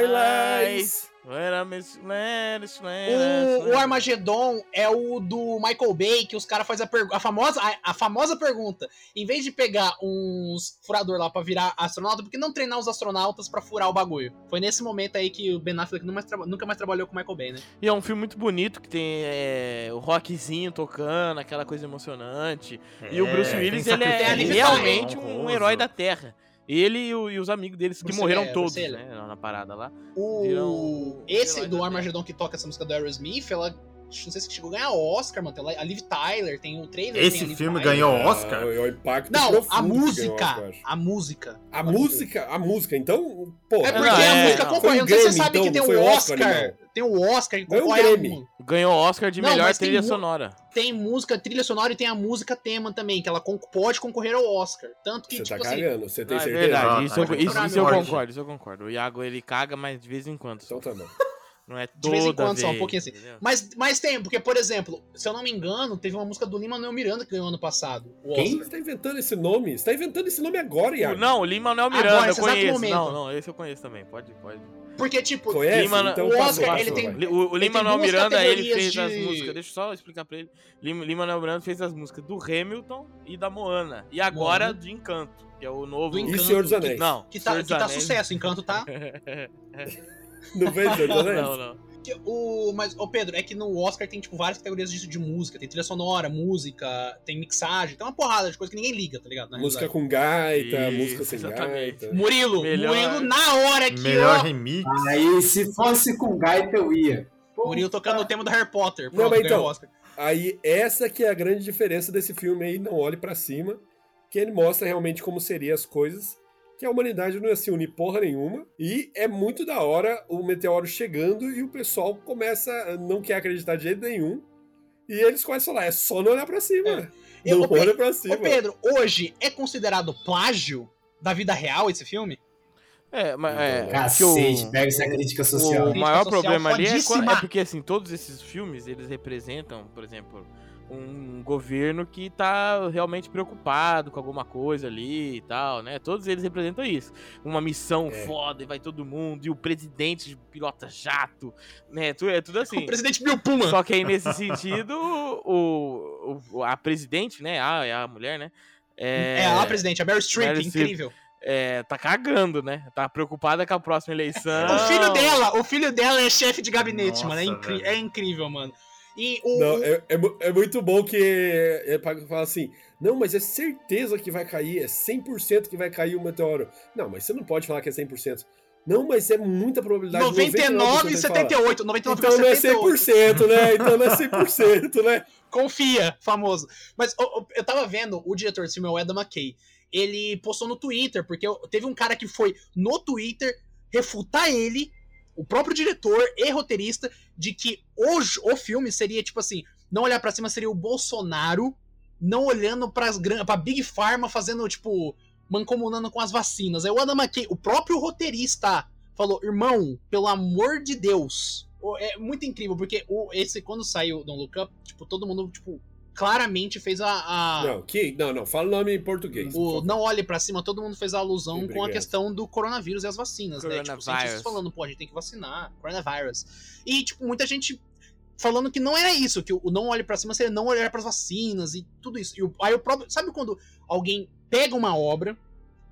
D: my lies.
A: When I miss- when it's- when
C: O, o
A: it's-
C: Armagedon é o do Michael Bay, que os caras fazem a, pergu- a, famosa, a, a famosa pergunta. Em vez de pegar uns furador lá pra virar astronauta, por que não treinar os astronautas pra furar o bagulho? Foi nesse momento aí que o Ben Affleck nunca mais, traba- nunca mais trabalhou com o Michael Bay, né?
A: E é um filme muito bonito que tem é, o rockzinho tocando, aquela coisa emocionante. E o Bruce
E: É, tem
A: Willis, ele é
E: sacrifício,
A: realmente
E: é
A: um
E: honroso.
A: herói da Terra. Ele e, o- e os amigos deles que
C: Bruce
A: morreram
C: Lee, é,
A: todos,
C: Bruce Lee.
A: né? Na parada lá.
C: O...
A: Viram
C: Esse
A: heróis
C: do
A: da
C: Armagedon que toca essa música do Aerosmith, ela. Não sei se chegou a ganhar Oscar, mano. Tem lá- A Liv Tyler tem o trailer. tem
E: Esse
C: a Liv
E: filme
C: Tyler.
E: ganhou Oscar?
D: Ah, é o impacto
C: Não,
D: profundo
C: a
D: que ganhou
C: música.
D: Oscar, eu acho.
C: A música.
D: A música, a música, então, pô.
C: É porque
A: não,
C: a
A: é,
C: música
A: não.
C: concorre.
D: Foi
C: Eu
D: um
C: não sei se você
D: Grammy,
C: sabe que
D: então,
C: tem
D: foi
C: o
D: Oscar,
C: Oscar.
D: animal.
C: tem o Oscar que
D: Ganhou um
C: concorre. a
D: Grammy.
C: mu-
A: Ganhou o Oscar de
C: Não,
A: melhor
C: mas tem
A: trilha
C: mu-
A: sonora.
C: Tem música, trilha sonora e tem a música tema também, que ela con- pode concorrer ao Oscar. Tanto que,
D: Você
C: tipo
D: tá
C: assim.
D: cagando, você tem
A: Ah, é
D: certeza? Então
A: verdade,
E: Ah,
A: isso, eu,
E: tá.
A: isso- isso eu
E: Jorge.
A: concordo, isso eu concordo. O Iago ele caga, mas de vez em quando. só.
D: Então tá bom.
A: Não é toda
C: De vez em quando,
A: vez,
C: só um pouquinho assim.
A: entendeu?
C: Mas, mas tem, porque, por exemplo, se eu não me engano, teve uma música do Lima Manuel Miranda que ganhou ano passado. O Oscar.
B: Quem?
D: Você tá inventando esse nome? Você tá inventando esse nome agora,
A: O-
D: Iago?
A: Não, o Lima Manuel
C: Agora,
A: Miranda, eu
C: Ah, esse é exato
A: conheço.
C: momento.
A: Não, não, esse eu conheço também. Pode, pode.
C: Porque, tipo,
D: Conhece?
A: Lima-
D: então
C: o
D: passa,
C: Oscar,
D: passa,
C: ele tem-
D: vai.
A: Li- O, o
C: Ele
A: Lima
C: tem
A: Manuel
C: duas
A: Miranda, ele
C: categorias
A: fez as
C: de-
A: músicas. Deixa eu só explicar pra ele. Lima Lima Manuel Miranda fez as músicas do Hamilton e da Moana. E agora
C: Moana.
A: do Encanto, que é o novo.
C: Do
D: E
C: Encanto.
D: Senhor dos Anéis?
A: Não,
C: que tá,
A: Senhor
C: que
A: dos
C: tá
A: Anéis. É.
C: sucesso, Encanto tá.
D: Não veio Senhor dos Anéis?
A: não, não.
C: Que O, mas, ô Pedro, é que no Oscar tem, tipo, várias categorias disso de música. Tem trilha sonora, música, tem mixagem, tem uma porrada de coisa que ninguém liga, tá ligado? Na
D: Música
C: realidade.
D: com gaita,
A: Isso,
D: música sem
A: exatamente.
D: gaita.
C: Murilo,
A: Melhor-
C: Murilo na hora que
E: Melhor
C: ó,
E: remix.
B: Aí se fosse com gaita eu ia.
C: Murilo tocando o tema do Harry Potter.
D: Não, mas
C: ganhou
D: então-
C: o Oscar.
D: Aí essa que é a grande diferença desse filme aí, Não Olhe Pra Cima, que ele mostra realmente como seriam as coisas, que a humanidade não ia se unir porra nenhuma, e é muito da hora o meteoro chegando e o pessoal começa, a não quer acreditar de jeito nenhum, e eles começam a falar, é só não olhar pra cima.
C: É. Eu-
D: Não
C: ô, Pe-
D: olha pra
C: Ô
D: cima.
C: Pedro, hoje é considerado plágio da vida real esse filme?
A: É, mas é. que o-
B: Cacete, pega essa crítica social.
A: O maior
C: Crítica social
A: problema ali é,
C: fodíssima.
A: quando- é porque, assim, todos esses filmes, eles representam, por exemplo, um governo que tá realmente preocupado com alguma coisa ali e tal, né? Todos eles representam isso. Uma missão
D: É.
A: foda e vai todo mundo, e o presidente pilota jato, né? Tu- É tudo assim.
C: O presidente Bill Puma.
A: Só que aí, nesse sentido, o, o- a presidente, né? A, é a mulher, né?
C: É, a presidente, a Meryl Streep,
A: Meryl Streep.
C: incrível.
A: é, tá cagando, né? Tá preocupada com a próxima eleição.
C: O filho dela, o filho dela é chefe de gabinete,
E: Nossa,
C: mano. É, incri-
E: velho.
C: é incrível, mano. E o.
D: Não, é, é mu- é muito bom que é, pra- fala assim, não, mas é certeza que vai cair, é 100% que vai cair o meteoro. Não, mas você não pode falar que é 100%. Não, mas é muita probabilidade.
C: 99 e
D: 99% fala.
C: 78. 99
D: Então não é 100%, né? Então não é 100%, né?
C: Confia, famoso. Mas ô, ô, eu tava vendo o diretor desse filme, é o Adam McKay. Ele postou no Twitter, porque eu- teve um cara que foi no Twitter refutar ele, o próprio diretor e roteirista, de que hoje o filme seria tipo assim: não olhar pra cima seria o Bolsonaro não olhando pras gran- pra Big Pharma fazendo, tipo, mancomunando com as vacinas. Aí o Adam McKay, o próprio roteirista, falou: irmão, pelo amor de Deus. O- É muito incrível, porque o, esse, quando saiu Don't Look Up, tipo, todo mundo, tipo, claramente fez a. a-
D: Não, que, não, não, fala o nome em português. por
C: Ah. o
D: favor.
C: não olhe pra cima, todo mundo fez a alusão com a
D: Obrigado.
C: questão do coronavírus e as vacinas, né? Tipo, os cientistas
A: Coronavírus.
C: falando, pô, a gente tem que vacinar, coronavírus. E, tipo, muita gente falando que não era isso, que o não olhe pra cima seria não olhar pras vacinas e tudo isso. E o, aí o próprio. Sabe quando alguém pega uma obra,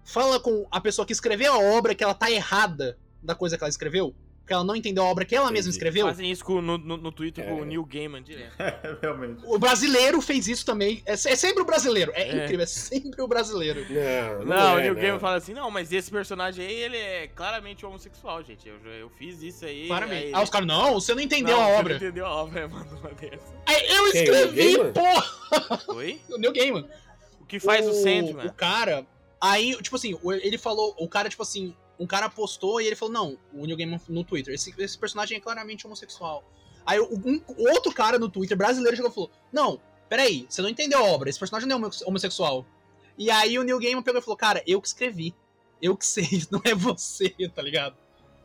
C: fala com a pessoa que escreveu a obra que ela tá errada da coisa que ela escreveu? Que ela não entendeu a obra que ela mesma
D: Entendi.
C: escreveu?
A: Fazem isso com- no, no, no Twitter com o
D: É.
A: Neil Gaiman direto.
E: É, realmente.
C: O brasileiro fez isso também. É, se- é sempre o brasileiro. É,
A: É.
C: incrível, é sempre o brasileiro.
D: Não, não,
A: Não, o
D: é,
A: Neil
D: não.
A: Gaiman fala assim, não, mas esse personagem aí, ele é claramente homossexual, gente. Eu, eu fiz isso aí.
C: Claramente.
A: aí-
C: Ah, os caras, não, você não
A: Não,
C: entendeu a
A: você não
C: obra.
A: Entendeu a obra, mano, uma dessa.
C: Aí eu
D: Quem, o
C: escrevi,
D: Gaiman?
C: porra!
A: Oi?
C: O Neil Gaiman.
A: O que faz o, Sandman?
C: O cara, aí, tipo assim, o- ele falou, o cara, tipo assim, um cara postou e ele falou, não, o Neil Gaiman no Twitter, esse, esse personagem é claramente homossexual. Aí o- um outro cara no Twitter, brasileiro, chegou e falou, não, peraí, você não entendeu a obra, esse personagem não é homo- homossexual. E aí o Neil Gaiman pegou e falou, cara, eu que escrevi. Eu que sei, não é você, tá ligado?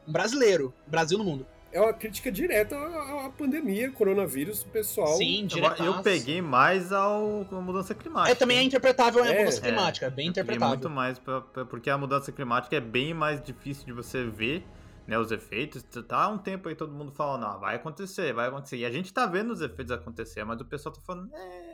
C: Um brasileiro, Brasil no mundo.
D: É uma crítica direta à à pandemia, coronavírus, o pessoal.
C: Sim,
E: Eu,
C: direto.
E: eu peguei mais ao a mudança climática.
C: É, tá também é interpretável a
D: É,
C: mudança
D: é.
C: climática, é bem
E: Eu peguei
C: interpretável.
E: muito mais, pra- pra- porque a mudança climática é bem mais difícil de você ver, né, os efeitos. Tá há um tempo aí todo mundo falando, ah, vai acontecer, vai acontecer. E a gente tá vendo os efeitos acontecer, mas o pessoal tá falando, é,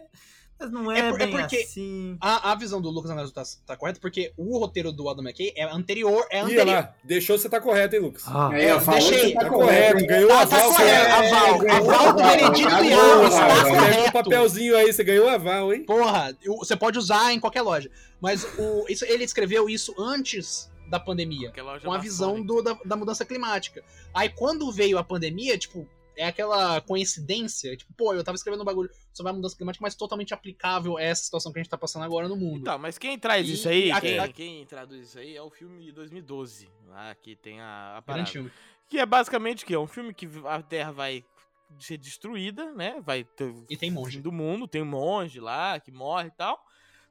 E: mas não é,
C: É por- é
E: bem
C: porque-
E: assim.
C: A, a visão do Lucas Andrade tá, tá correta, porque o roteiro do Adam McKay é anterior, é
D: Ih, olha
C: anterior.
D: lá, deixou você tá correto, hein, Lucas?
E: Ah,
B: Aí, ó, falou
C: Deixei.
B: que tá
D: Tá correto,
B: correto.
D: ganhou
C: Tá-
D: a
C: tá
D: val.
C: correto, a val, a val do Benedito
B: Ganhou, cara,
C: Iago, tá
B: ganhou.
D: Pega um
C: correto.
D: papelzinho aí, você ganhou a val, hein?
C: Porra, eu- você pode usar em qualquer loja. Mas o, isso, ele escreveu isso antes da pandemia,
A: Aquela loja
C: com a
A: da
C: visão
A: Sony.
C: do- da, da mudança climática. Aí quando veio a pandemia, tipo, é aquela coincidência, tipo, pô, eu tava escrevendo um bagulho sobre a mudança climática, mas totalmente aplicável a essa situação que a gente tá passando agora no mundo.
A: Então, mas quem traz
C: E-
A: isso aí,
C: e a-
A: quem,
C: a-
A: quem traduz isso aí é o filme de 2012, lá que tem a, a
C: Grande
A: parada.
C: filme.
A: Que é basicamente o quê? É um filme que a Terra vai ser destruída, né? Vai ter
C: E tem
A: o
C: monge.
A: fim do mundo, tem um monge lá que morre e tal.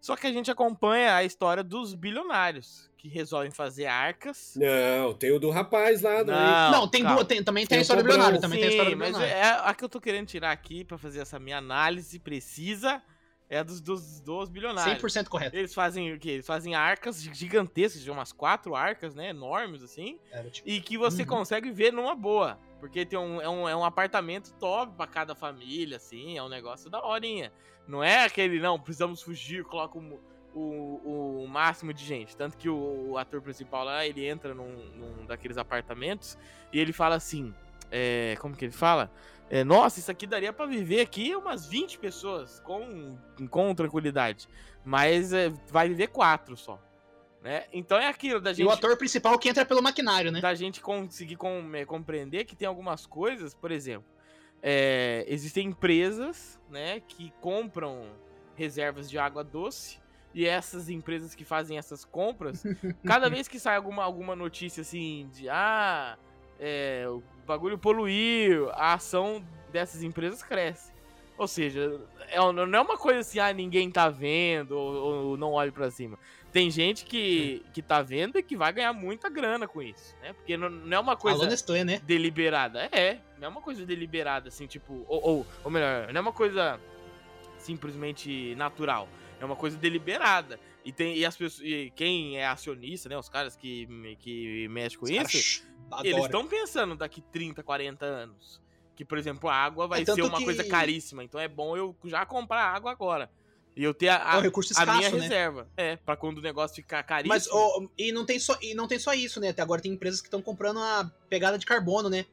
A: Só que a gente acompanha a história dos bilionários, que resolvem fazer arcas.
D: Não, tem o do rapaz lá, né? do
C: Não, tem
A: calma. um
C: duas, tem- também tem,
D: Tem
C: a
D: o
C: história do
D: Cobrão,
C: Leonardo, também tem a história
A: Sim,
C: do
A: mas
C: Leonardo.
A: é a que eu tô querendo tirar aqui pra fazer essa minha análise precisa é a dos, dos, dos bilionários.
C: 100% correto.
A: Eles fazem o quê? Eles fazem arcas gi- gigantescas, de umas quatro arcas, né? Enormes, assim.
C: Era, tipo,
A: E que você
C: Uhum.
A: consegue ver numa boa. Porque tem um, é, um, é um apartamento top pra cada família, assim. É um negócio da horinha. Não é aquele, não, precisamos fugir, coloca o, mu- o, o máximo de gente. Tanto que o, o ator principal lá, ele entra num, num daqueles apartamentos e ele fala assim. é, como que ele fala? É, Nossa, isso aqui daria pra viver aqui umas 20 pessoas com, com tranquilidade. Mas é, vai viver quatro só. Né? Então é aquilo da
C: E
A: gente
C: o ator principal que entra pelo maquinário, né?
A: da gente conseguir com- eh, compreender que tem algumas coisas, por exemplo, eh, existem empresas né, que compram reservas de água doce. E essas empresas que fazem essas compras, cada vez que sai alguma, alguma notícia assim de ah, eh, o bagulho poluiu, a ação dessas empresas cresce. Ou seja, é, um- não é uma coisa assim, ah, ninguém tá vendo, ou, ou não olhe pra cima. Tem gente que, que tá vendo e que vai ganhar muita grana com isso, né? Porque não, não é uma coisa
C: Alô Nestlé, né?
A: deliberada. É, não é uma coisa deliberada, assim, tipo. Ou, ou, ou melhor, não é uma coisa simplesmente natural. É uma coisa deliberada. E tem. E as pessoas. E quem é acionista, né? Os caras que, que mexem com
C: Os caras,
A: isso.
C: shh,
A: Eles
C: adora.
A: estão pensando daqui 30, 40 anos. Que, por exemplo, a água vai
C: É, tanto
A: ser uma
C: que-
A: coisa caríssima. Então é bom eu já comprar água agora. E eu ter a, a-
C: É um recurso
A: a
C: escasso,
A: minha
C: né?
A: reserva. É, pra quando o negócio ficar caríssimo.
C: Mas, ó, e, não tem só, e não tem só isso, né? Até agora tem empresas que estão comprando a pegada de carbono, né?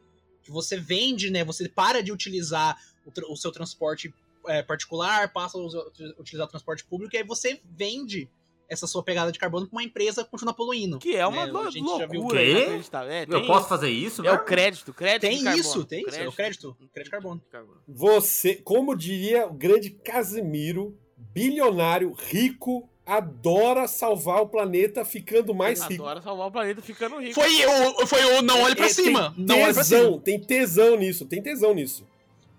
C: Que você vende, né? Você para de utilizar o, tra- o seu transporte é, particular, passa a usar- utilizar o transporte público, e aí você vende essa sua pegada de carbono pra uma empresa que continua poluindo.
A: que é uma
C: né,
A: lo-
C: a gente já viu
A: loucura.
E: que-
A: inacreditável. É,
E: Eu
A: tem
E: posso fazer isso?
A: É o
E: mesmo?
A: crédito, crédito.
C: Tem
A: de carbono.
C: isso, tem isso, é o crédito, crédito de carbono.
D: Você, como diria o grande Casimiro, bilionário, rico, adora salvar o planeta ficando mais rico.
A: Adora salvar o planeta ficando rico.
C: Foi o, foi o não olhe pra
D: É,
C: cima!
D: Tem
C: Não olhe pra cima!
D: tesão, tem tesão nisso, tem tesão nisso.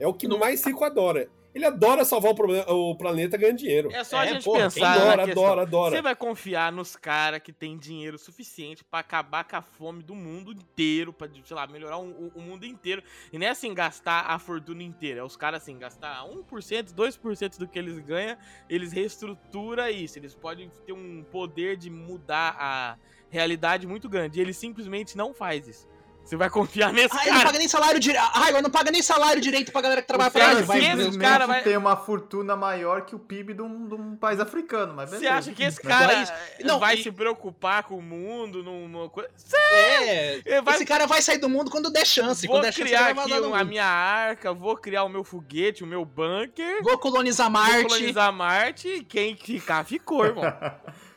D: É o que
C: Não.
D: mais rico adora. Ele adora salvar o, problema- o planeta ganhando dinheiro.
A: É só a
C: É,
A: gente
C: porra, quem
A: pensar.
D: adora,
A: na questão.
D: adora, adora.
A: Você vai confiar nos caras que tem dinheiro suficiente pra acabar com a fome do mundo inteiro, pra, sei lá, melhorar o, o- o mundo inteiro. E não é assim gastar a fortuna inteira. É os caras assim, gastar 1%, 2% do que eles ganham, eles reestrutura isso. Eles podem ter um poder de mudar a realidade muito grande. E eles simplesmente não faz isso. Você vai confiar nesse
C: Ah, ele não
A: cara.
C: paga nem salário direito. Ah, agora não paga nem salário direito pra galera que trabalha
A: cara
C: pra
A: Cara,
C: ele.
A: se
C: Vai,
A: esses
C: Deus,
A: esse cara vai-
E: tem uma fortuna maior que o PIB de um, de um país africano,
C: "Ah,
E: mas
A: Você
E: beleza.
A: acha que esse
E: Mas
A: cara
C: é isso. Não,
A: vai
C: e-
A: se preocupar com o mundo numa coisa?
C: É,
A: Ele vai-
C: Esse cara vai sair do mundo quando der chance.
A: vou
C: quando der chance,
A: criar
C: ele vai
A: aqui um,
C: vazar do
A: a
C: mundo.
A: minha arca, vou criar o meu foguete, o meu bunker,
C: Vou colonizar
A: vou
C: Marte.
A: colonizar Marte e quem ficar ficou, irmão.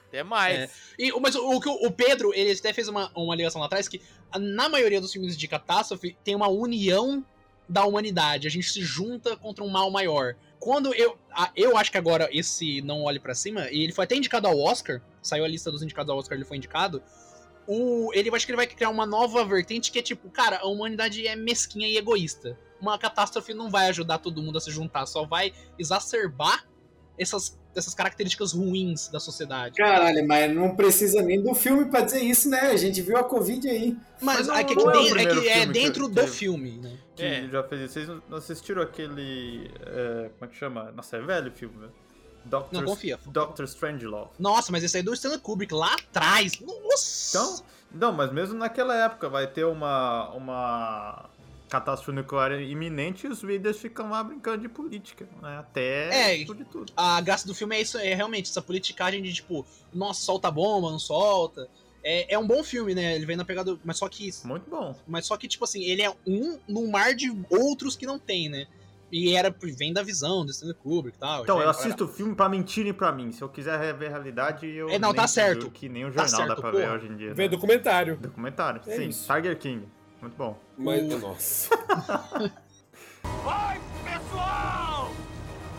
A: Até mais.
C: E, mas o, o que o- o Pedro, ele até fez uma, uma ligação lá atrás que a- na maioria dos filmes de catástrofe tem uma união da humanidade. A gente se junta contra um mal maior. Quando eu. a- eu acho que agora esse Não Olhe Pra Cima, e ele foi até indicado ao Oscar, saiu a lista dos indicados ao Oscar, ele foi indicado. O, ele eu acho que ele vai criar uma nova vertente que é tipo, cara, a humanidade é mesquinha e egoísta. Uma catástrofe não vai ajudar todo mundo a se juntar, só vai exacerbar essas, essas características ruins da sociedade.
B: Caralho, mas não precisa nem do filme pra dizer isso, né? A gente viu a Covid aí.
C: Mas,
E: Mas não-
C: é que é,
E: não é o
C: que den- é,
E: primeiro
C: que é
E: filme que-
C: dentro
E: que-
C: do filme, né?
E: que
A: É.
E: já fez isso. Vocês não assistiram aquele. é, como é que chama? Nossa, é velho o filme, né? Doctor,
C: Não confia.
E: Doctor Strangelove.
C: Nossa, mas esse aí é do Stanley Kubrick, lá atrás. Nossa!
E: Então, não, mas mesmo naquela época vai ter uma, uma catástrofe nuclear iminente e os líderes ficam lá brincando de política, né? Até
C: É,
E: explodir tudo.
C: a graça do filme é isso, é realmente essa politicagem de tipo, nossa, solta bomba, não solta. É, é um bom filme, né? Ele vem na pegada. Mas só que.
E: Muito bom.
C: Mas só que, tipo assim, ele é um no mar de outros que não tem, né? E era, vem da visão do Stanley Kubrick e tal.
E: Então,
C: já
E: eu
C: era-
E: assisto o filme pra mentirem pra mim. Se eu quiser rever a realidade, eu.
C: É, não,
E: nem
C: tá certo.
E: juro Que nem o
C: Tá
E: jornal dá
C: certo,
E: pra ver
C: porra.
E: hoje em dia.
D: Vê
E: né?
D: documentário.
E: Documentário,
D: É
E: sim.
D: isso.
E: Tiger King. Muito bom.
D: Mas,
C: O-
D: nossa.
A: Oi, pessoal!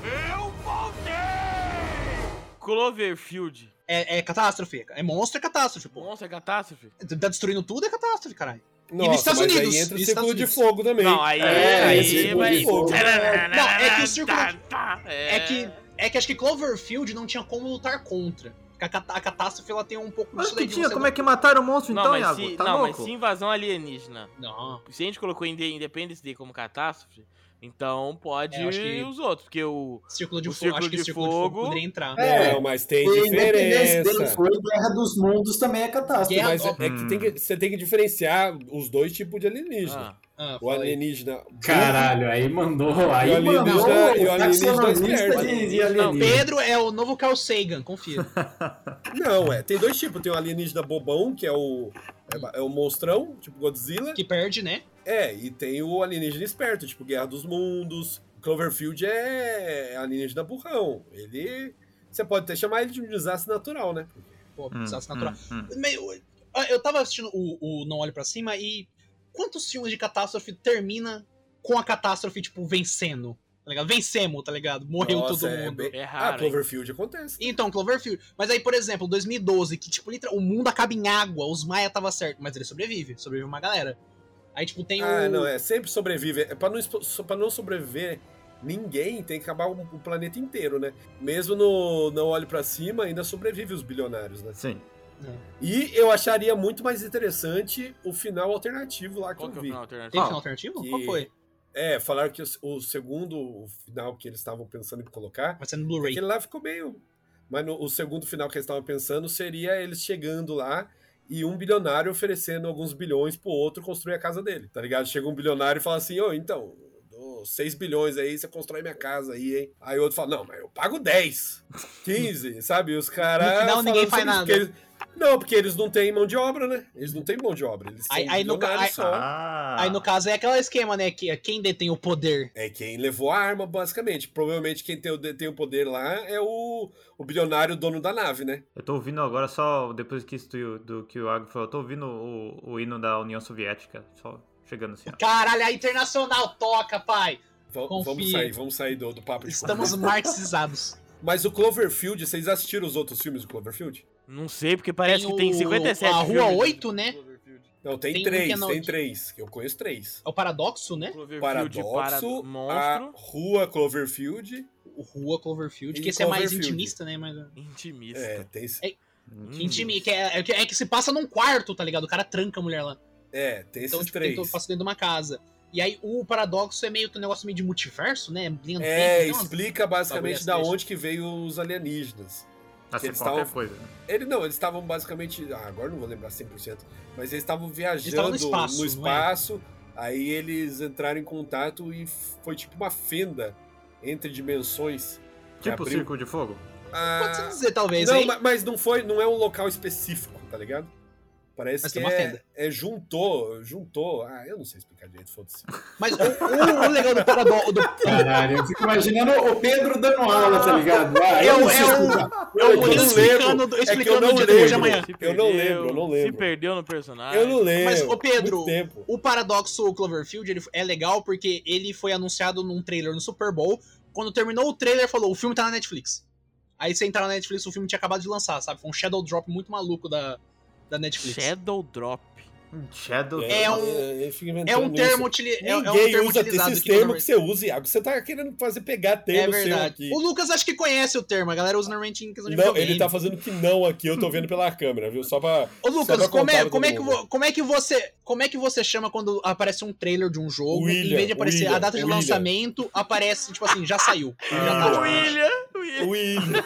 A: Eu voltei! Cloverfield.
C: É, é catástrofe. É monstro, é catástrofe, pô.
A: Monstro é catástrofe?
C: Tá destruindo tudo, é catástrofe, caralho.
D: Nossa,
C: Estados
D: mas
C: Unidos?
D: aí entra o
C: E Estados
D: Círculo de
C: Unidos?
D: Fogo também.
A: Não, aí,
D: É,
A: aí,
D: esse tipo
A: vai-
D: de fogo.
C: Não, é que o círculo-
A: Tá, tá, é...
C: É que, é que acho que Cloverfield não tinha como lutar contra. Porque A, cata- a catástrofe ela tem um pouco
E: Mas
C: disso
E: que
C: de
E: tinha?
C: você
E: Como é que mataram o monstro
A: Não,
E: então,
A: mas,
E: Iago?
A: se,
E: tá
A: não mas
E: louco?
A: se invasão alienígena,
C: Não.
A: se a gente colocou em The Independence Day como catástrofe, então pode
C: É, eu acho que-
A: os outros, porque o...
C: Círculo de
A: O
C: Fogo,
A: Círculo
C: acho que
A: de
C: Círculo de
A: Fogo-
C: Fogo poderia entrar.
B: É.
D: Não, mas tem
B: E independência dele
D: diferença.
B: foi Guerra dos Mundos também é catástrofe.
C: Guerra-
D: Mas é, é
E: Hum.
D: que, tem que você tem que diferenciar os dois tipos de alienígena.
A: Ah.
C: Ah,
D: O
C: fala aí.
D: alienígena.
B: Caralho, aí mandou, aí
D: E o alienígena-
B: mandou
D: e o
B: o
D: alienígena
B: taxonomista
D: esperto.
B: de, de
A: Não,
B: alienígena.
C: Pedro é o novo Carl Sagan, confia.
D: Não, é. Tem dois tipos. Tem o alienígena bobão, que é o. é ba- É o monstrão, tipo Godzilla.
C: que perde, né?
D: É, e tem o alienígena esperto, tipo Guerra dos Mundos. Cloverfield é alienígena burrão. Ele. Você pode até chamar ele de um desastre natural, né?
C: Pô,
E: Hum,
C: desastre
E: hum,
C: natural.
E: hum.
C: Meio- ah, eu tava assistindo o, o Não Olhe Pra Cima e quantos filmes de catástrofe termina com a catástrofe, tipo, vencendo? Tá ligado? Vencemos, tá ligado? Morreu todo
D: Nossa, é
C: mundo.
D: bem-
A: É
D: Ah,
A: raro, hein?
D: Cloverfield acontece.
C: Então, Cloverfield. Mas aí, por exemplo, 2012, que, tipo, literal, o mundo acaba em água, os Maia tava certo, mas ele sobrevive, sobrevive uma galera. Aí, tipo, tem
D: Ah,
C: o.
D: não, é. Sempre sobrevive. É pra, não, expo- so- pra não sobreviver ninguém, tem que acabar o, o planeta inteiro, né? Mesmo no Não Olhe Pra Cima, ainda sobrevive os bilionários, né?
E: Sim.
D: E eu acharia muito mais interessante o final alternativo lá que
A: Qual que é
D: eu
A: o
D: vi.
A: final
C: Tem
A: alternativo?
C: final alternativo?
D: que-
C: Qual foi?
D: É, falaram que o, o segundo final que eles estavam pensando em colocar,
C: Vai ser no Blu-ray.
D: aquele lá ficou meio. Mas no- o segundo final que eles estavam pensando seria eles chegando lá e um bilionário oferecendo alguns bilhões pro outro construir a casa dele, tá ligado? Chega um bilionário e fala assim: ô, então, dou 6 bilhões aí, você constrói minha casa aí, hein? Aí o outro fala: não, mas eu pago 10, 15, sabe? E os caras.
C: No final, ninguém
D: falando
C: faz
D: sobre isso,
C: nada.
D: porque eles- não, porque eles não têm mão de obra, né? Eles não têm mão de obra. Eles são
C: Aí- aí no ca-
D: bilionários só.
E: Ah.
C: Tá. Aí, no caso, é aquele esquema, né? Que é quem detém o poder.
D: É quem levou a arma, basicamente. Provavelmente quem tem o, tem o poder lá é o, o bilionário dono da nave, né?
E: Eu tô ouvindo agora só, depois que isso do, do que o Iago falou, eu tô ouvindo o, o hino da União Soviética, só chegando assim, ó.
C: Caralho, a internacional toca, pai!
D: V-
C: Confia.
D: vamos sair, vamos sair do, do papo de
C: Estamos marxizados.
D: Mas o Cloverfield, vocês assistiram os outros filmes do Cloverfield?
A: Não sei, porque parece
C: Tem
A: que tem
C: o-
A: 57
C: a Rua
A: filmes do
C: 8, né?
A: Cloverfield.
D: Não, tem,
C: Tem um que é
D: três,
C: não-
D: tem três. Eu conheço três.
C: É o paradoxo, né?
A: Cloverfield para
D: Paradoxo, é a
A: monstro,
D: Rua Cloverfield.
C: O Rua Cloverfield,
D: E
C: que esse é mais
D: Cloverfield.
C: intimista, né? Mas...
A: Hum. intimista.
D: É, tem, esse-
E: Hum.
C: Intimi, que é, é que- é que se passa num quarto, tá ligado? O cara tranca a mulher lá.
D: é, tem esses
C: Então, tipo,
D: três.
C: tentou- passa dentro de uma casa. E aí o paradoxo é meio que um negócio meio de multiverso, né? Linha do
D: É,
C: tempo, então,
D: explica basicamente
C: bagulho
D: da
C: assim.
D: onde que veio os alienígenas.
E: Assim,
D: eles
E: qualquer
D: tavam-
E: coisa.
D: Ele não, eles estavam basicamente. Ah, agora não vou lembrar 100%, mas eles estavam viajando
C: estavam no espaço,
D: no
C: não é?
D: espaço, aí eles entraram em contato e foi tipo uma fenda entre dimensões. que
E: Tipo o
D: É, abriu.
E: Círculo de Fogo?
D: Ah,
C: Pode se dizer, talvez,
D: não,
C: hein?
D: ma- mas não foi, não é um local específico, tá ligado? Parece
C: Mas
D: que
C: tem uma
D: é,
C: fenda.
D: é juntou, juntou. Ah, eu não sei explicar direito, foda-se.
C: Mas o, o- o legal do paradoxo. Do...
D: É
B: Caralho, eu fico imaginando o Pedro dando aula, tá ligado? Ah, eu
C: É o-
B: não sei
C: é o-
B: explicar.
C: É o
D: não
C: Murilo
D: lembro.
C: explicando, do-
D: que eu
C: explicando
D: não
C: o dia de hoje
D: lembro.
C: amanhã.
A: Se
D: Eu não lembro, eu não
A: Se
D: lembro.
A: perdeu no personagem.
D: Eu não lembro.
C: Mas, ô, Pedro,
D: muito tempo.
C: O paradoxo Cloverfield ele é legal porque ele foi anunciado num trailer no Super Bowl. Quando terminou o trailer, falou: o filme tá na Netflix. Aí você entrar na Netflix, o filme tinha acabado de lançar, sabe? Foi um Shadow Drop muito maluco da, da Netflix.
A: Shadow Drop.
E: Shadow.
C: É um-
D: eu fico inventando
C: É um termo,
D: Então, isso.
C: utili- é, é um
D: Ninguém
C: termo
D: usa
C: utilizado
D: esses
C: aqui no
D: termos que você usa, Iago. Você tá querendo fazer pegar
C: É
D: termo seu
C: verdade.
D: aqui.
C: O Lucas acho que conhece o termo, a galera usa normalmente em questão de
D: Não,
C: videogame.
D: ele tá fazendo que não aqui, eu tô vendo pela câmera, viu? Só pra.
C: Ô
D: só
C: Lucas,
D: pra
C: como
D: contar
C: é,
D: pra
C: como, é
D: todo
C: que,
D: mundo.
C: vo- como é que você como é que você chama quando aparece um trailer de um jogo, em
D: William,
C: vez de aparecer
D: William,
C: a data de
D: William.
C: lançamento, aparece tipo assim, já tá. saiu.
E: Ah.
A: O William, o William,
D: William.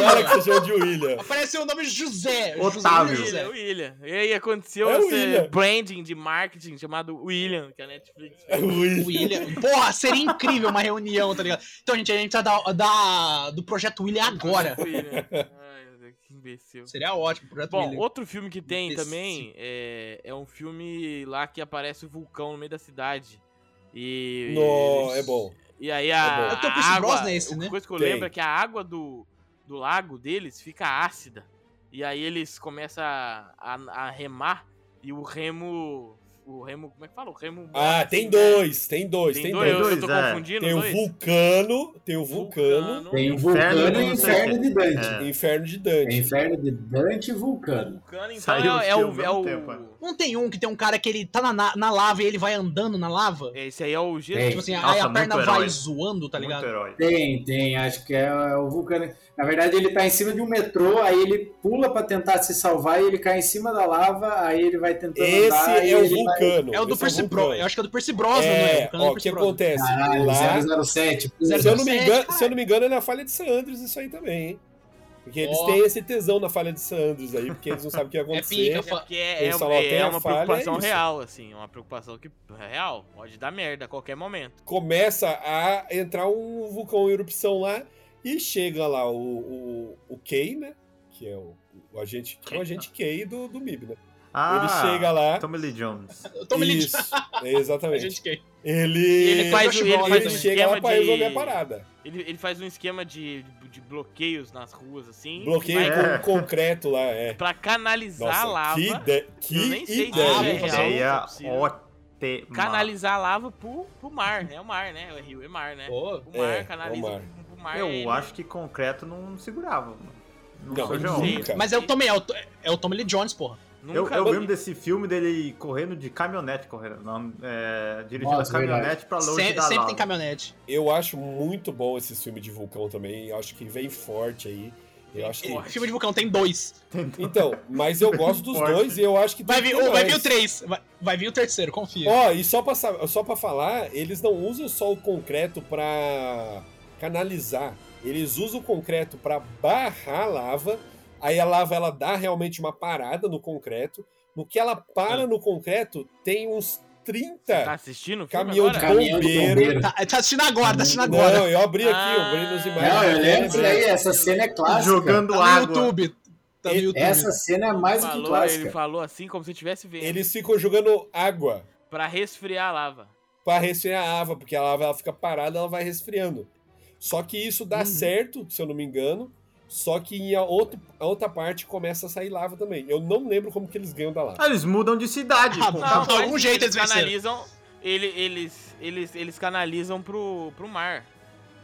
D: Cara que você chama de William.
C: Aparece o nome José.
A: o
E: Otávio.
A: William,
C: José, José.
A: o William. E aí aconteceu
D: É o
A: esse
D: William.
A: branding de marketing chamado William, que a Netflix
D: É
A: fez.
D: William.
C: William. Porra, seria incrível uma reunião, tá ligado? Então, gente, a gente precisa da, da- do projeto William agora.
A: William. Ai, meu Deus, que imbecil.
C: Seria ótimo, projeto
A: Bom,
C: William.
A: outro filme que tem
C: Imbecil.
A: também é, é um filme lá que aparece o vulcão no meio da cidade. E.
D: Não,
A: e-
D: é bom.
A: E aí a.
D: É bom.
C: Eu tô com
A: a
C: esse
A: água,
C: Brosnan esse,
A: a
C: né?
A: coisa que eu
D: Tem.
A: lembro é que a água do, do lago deles fica ácida. E aí eles começam a, a- a remar e o remo. O remo. Como é que fala? O remo. assim, né?
D: Ah,
C: né?
D: tem dois, tem dois,
A: Tem,
D: tem,
A: dois, eu-
D: dois.
A: Eu tô
E: Dois, é.
A: confundindo.
D: Tem o
A: dois.
D: Vulcano, tem o Vulcano,
B: Tem o
E: Inferno
B: Vulcano
E: de
B: e um Inferno de Dante.
E: É.
D: Inferno de
B: Tem
D: Dante.
B: Inferno de Dante e Vulcano.
A: Vulcano, então
E: Saiu
A: é,
E: o
A: é o.
E: filme
A: É
E: há um
A: o
E: tempo, é.
C: Não tem um que tem um cara que ele tá na, na, na lava e ele vai andando na lava?
A: esse aí é o Giro.
B: Tem.
C: Tipo assim,
E: Nossa,
C: aí a
E: muito
C: perna vai
E: herói.
C: zoando, tá ligado?
E: Muito herói.
B: Tem, tem, acho que é, o Vulcano. Na verdade, ele tá em cima de um metrô, aí ele pula pra tentar se salvar e ele cai em cima da lava, aí ele vai tentando
D: Esse
B: andar. aí
D: é o
B: ele vai-
D: Vulcano.
C: É o do
D: esse
C: Percy Bro.
D: Vulcano.
C: Eu acho que é do Percy Bros, não é?
D: É,
C: Vulcano do
D: ó, o
C: Percy
D: que
C: Bros.
D: acontece? Lá,
B: Caralho, é 007. pô.
D: se, eu não
C: 007,
D: me engano,
C: caralho.
D: se eu não me engano, é na Falha de San Andreas isso aí também, hein? Porque eles
C: Ó.
D: têm esse tesão na Falha de San Andreas aí, porque eles não sabem o que vai
C: É
D: acontecer.
C: pica,
A: É porque é,
D: Ele
A: é-
D: só
A: é
D: tem a
A: uma
D: falha, é
A: preocupação
D: isso.
A: real, assim. Uma preocupação que é real. Pode dar merda a qualquer momento.
D: começa a entrar um vulcão em erupção lá e chega lá o, o, o Kay, né? Que é o, o agente, que é o agente Kay do, do MIB, né?
E: Ah,
D: ele chega lá.
E: Tommy Lee Jones.
C: Eu tô me ligando.
D: Isso, é
C: A
D: exatamente.
C: gente quer.
D: Ele,
A: E ele faz-
C: ele
D: ele
C: faz um
D: chega lá
A: esquema
D: pra
A: de-
D: resolver a parada.
A: Ele, ele faz um esquema de, de bloqueios nas ruas, assim.
D: Bloqueio
A: que vai
E: É.
D: com um concreto lá, é.
A: Pra canalizar
D: Nossa,
A: a lava.
D: que, ide-
A: Eu
D: que
A: nem sei se
D: ideia.
C: é
D: hein?
C: real.
A: não é
E: Ideia
A: possível.
E: ótima.
A: Canalizar a lava pro, pro mar. É o mar, né? O rio é mar, né?
C: Pô,
A: O mar
D: é,
A: canaliza
D: o mar.
A: Pro, pro mar. é, ele-
E: Eu acho que concreto não segurava. mano.
D: Não,
E: sou
A: não
E: João.
A: sei.
D: nunca.
C: Mas é o Tommy, é o, é o Tommy Lee Jones, porra.
E: Eu,
A: Nunca
E: eu
A: vi.
E: lembro desse filme dele correndo de caminhonete, correndo. Não, é, dirigindo
B: Nossa,
E: a caminhonete
B: verdade.
E: pra longe
C: Se-
E: da
C: sempre
E: lava.
C: tem caminhonete.
D: Eu acho muito bom esse filme de vulcão também. Eu acho que vem forte aí. Eu acho que...
A: Forte.
C: Filme de vulcão tem dois.
D: Então, mas eu gosto dos
E: Forte.
D: dois e eu acho que
C: Vai
D: tem
C: vir,
D: que ter
C: oh, vai
D: mais.
C: vir o três. Vai, vai vir o terceiro, confia.
D: Ó, e só pra, sa- só pra falar, eles não usam só o concreto pra canalizar. Eles usam o concreto pra barrar a lava. Aí a lava ela dá realmente uma parada no concreto. No que ela para no concreto, tem
A: É.
D: uns
A: Tá
D: 30.
A: assistindo o filme
D: Caminhão de
A: agora?
B: Caminhão de
D: bombeiro.
B: bombeiro.
C: Tá, tá assistindo agora, tá assistindo agora.
D: Não, eu abri aqui, eu
A: Ah.
D: abri nas imagens.
B: Não, eu lembro
A: Mas-
B: disso aí, essa cena é clássica.
E: Jogando
C: Tá no
E: água.
C: YouTube. Tá no
D: E-
C: YouTube.
B: Essa cena é mais do que
A: falou, ele
B: clássica.
A: falou assim como se eu estivesse vendo.
D: Eles ficam jogando água
A: Pra resfriar a lava.
D: para resfriar a lava, porque a lava ela fica parada, ela vai resfriando. Só que isso dá certo, se eu não me engano. Só que em a, outro, a outra parte começa a sair lava também. Eu não lembro como que eles ganham da lava.
E: Ah, eles mudam de cidade,
C: Ah,
E: pô.
C: não. de algum
A: Tá, mas
C: jeito eles venceram.
A: canalizam. Ele, eles, eles, eles canalizam pro, pro mar.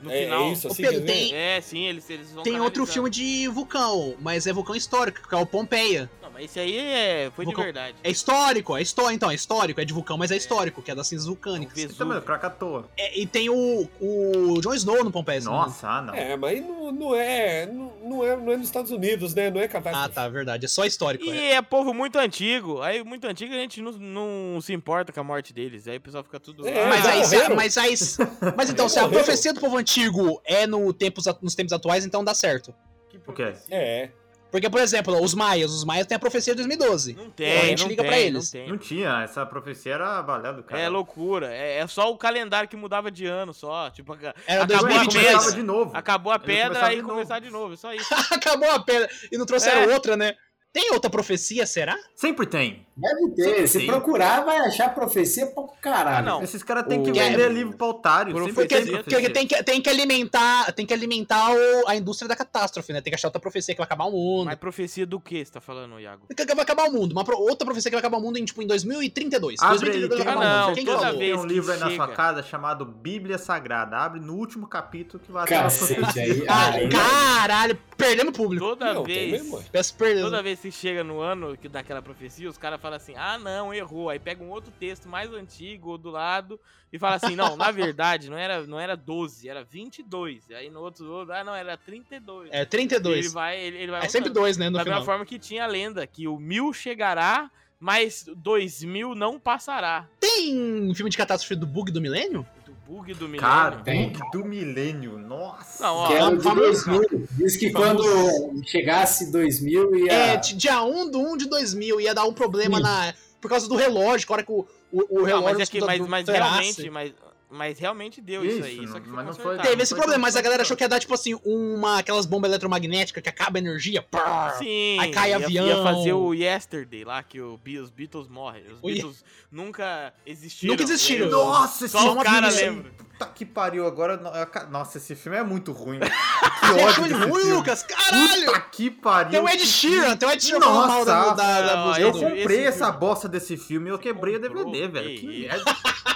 A: No
D: é,
A: final.
D: é isso,
C: Ô,
D: assim
C: Pedro,
D: que eles
C: tem-
D: ganham?
A: É, sim, eles, eles vão
C: Tem outro
A: canalizar.
C: filme de vulcão, mas é vulcão histórico, que é o Pompeia.
A: Não, mas esse aí é, foi
C: Vulcão-
A: de verdade.
C: É histórico, é histórico, então, é histórico, é de vulcão, mas é histórico, que é das cinzas vulcânicas.
A: Vesúvio.
E: Isso também, Krakatoa.
C: É, e tem o, o Jon Snow no né? Pompeia. se não me engano.
E: Nossa, ah, não.
D: É, mas não, não é, não, não é. Não é nos Estados Unidos, né? Não é
C: Ah,
D: catástrofe.
C: tá, verdade. É só histórico.
A: E
C: é.
A: é povo muito antigo. Aí, muito antigo, a gente não, não se importa com a morte deles. Aí o pessoal fica tudo. "Ah,
D: É,
C: Mas
D: já
C: aí, se a-
D: morreram.
C: mas aí. se- Mas então, se a
D: morreram.
C: profecia do povo antigo é no tempos, at- nos tempos atuais, então dá certo.
A: que
E: O quê?
A: profecia.
D: É.
C: Porque, por exemplo, os maias. Os maias têm a profecia de 2012.
A: Não
C: Então, a
A: tem,
C: gente
A: não
C: liga
A: tem,
C: pra
A: não
C: eles.
A: tem.
E: Não tinha, essa profecia era balé do cara.
A: É loucura. É, é só o calendário que mudava de ano só. Tipo, aca-
C: Era
A: Acabou a
E: Agora
C: 2022.
E: começava de novo.
A: acabou a
E: Eles
A: pedra
E: começavam
A: aí
E: de novo.
A: começar de novo. É só isso.
C: Acabou a pedra. E não trouxeram
A: É.
C: outra, né? Tem outra profecia, será?
E: Sempre tem.
B: Deve ter. Se
E: Sim.
B: procurar, vai achar profecia pra caralho.
A: Ah, não.
E: Esses caras têm
A: O- um
E: que
A: É.
E: vender livro pra otário. Sempre
A: Profecia.
E: tem
A: Porque-
E: profecia.
C: Porque tem que, tem que alimentar, tem que alimentar o- a indústria da catástrofe, né? Tem que achar outra profecia que vai acabar o mundo.
A: Mas profecia do que você tá falando, Iago?
C: Que vai acabar o mundo. Uma pro- outra profecia que vai acabar o mundo em, tipo, em 2032.
E: Abre
C: 2032
E: aí,
C: vai
A: Ah,
C: acabar o
A: não,
C: mundo. Quem que
A: toda
C: falou?
A: vez
E: tem um
A: que
E: livro aí na sua
A: chega.
E: casa chamado Bíblia Sagrada. Abre no último capítulo que vai ter uma
B: Cacete, aí.
C: Ah,
B: aí-
C: caralho, perdemos o público.
A: Toda
D: não,
A: vez.
D: tem mesmo, é.
C: Peço perdão.
A: Toda vez se chega no ano que daquela profecia, os caras falam assim: ah, não, errou. Aí pega um outro texto mais antigo ou do lado e fala assim: não, na verdade não era, não era 12, era 22. Aí no outro, outro ah, não, era 32.
C: É
A: Ele
C: 32.
A: vai, ele, ele vai
C: É sempre
A: mudando.
C: dois, né? No
A: Da mesma
C: final.
A: forma que tinha a lenda, que o mil chegará, mas dois mil não passará.
C: Tem um filme de catástrofe do bug do milênio?
A: Do bug do milênio.
E: Cara,
B: Tem.
E: Bug do milênio, nossa.
A: Não, ó,
B: Que é o de
A: vamos-
B: 2000. Diz que
A: Vamos.
B: quando chegasse 2000 ia.
C: É, de- dia 1 do 1 de 2000, ia dar um problema
B: Sim.
C: na. Por causa do relógio, que a hora que o, o, o relógio.
A: Não, mas é
C: do
A: que,
C: computador
A: mas, mas
C: ferrasse.
A: realmente, mas, mas realmente deu isso,
E: Isso,
A: aí. Só que foi
E: mas não foi-
A: consertado.
C: Teve esse
E: Foi
C: problema, mas a
E: tudo
C: galera
E: certo.
C: achou que ia dar, tipo assim, uma aquelas bombas eletromagnéticas que acaba a energia. Prrr.
A: Sim,
C: Aí cai
A: ia,
C: avião.
A: ia fazer o Yesterday lá, que o, Be- os Beatles morrem. Os
C: O Ye-
A: Beatles nunca existiram. é um
C: Nunca existiram.
A: E aí,
E: Nossa, esse
A: Só o
E: filme-
A: cara
E: esse-
A: lembra.
E: Puta que pariu, agora. no- eu ca- Nossa, esse filme é muito ruim. Que
A: É
C: Você
E: ódio
C: achou ele
E: desse
C: ruim,
E: filme.
C: Lucas? Caralho!
E: Puta que pariu.
C: Tem o Ed Sheeran, tem o Ed Sheeran falando mal da,
E: Nossa,
C: da, da
A: não,
C: música
E: Eu
A: um esse-
C: do-
E: comprei
A: esse
E: essa
A: filme-
E: bosta desse filme e eu quebrei o DVD,
A: comprou?
E: velho.
A: Que
E: Que
A: isso?
E: merda.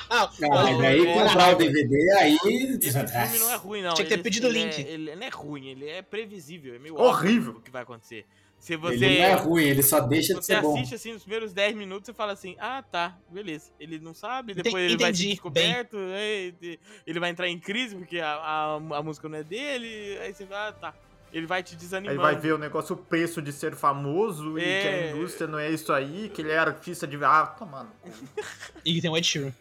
B: Ah, e daí
A: É.
D: tipo,
B: comprar o DVD, aí.
A: Esse filme não é ruim, não.
C: Tinha que ter
A: Ele-
C: pedido o
A: ele
C: link.
A: É, ele não é ruim, ele é previsível. É meio
E: Horrível.
A: óbvio o que vai acontecer. Se você,
B: Ele não é ruim, ele só deixa de
A: você
B: ser bom.
A: assiste assim nos primeiros 10 minutos, você fala assim: ah, tá, beleza. Ele não sabe, depois
C: Enten-
A: ele vai ser
C: entendi,
A: descoberto, aí ele- ele vai entrar em crise porque a, a, a música não é dele. Aí você fala: ah, tá. Ele vai te
E: Aí
A: desanimando.
E: vai ver o negócio, o preço de ser famoso e que
A: É.
E: a indústria não é isso aí, que ele é artista de. Ah, tomando.
C: E tem o Ed Sheeran.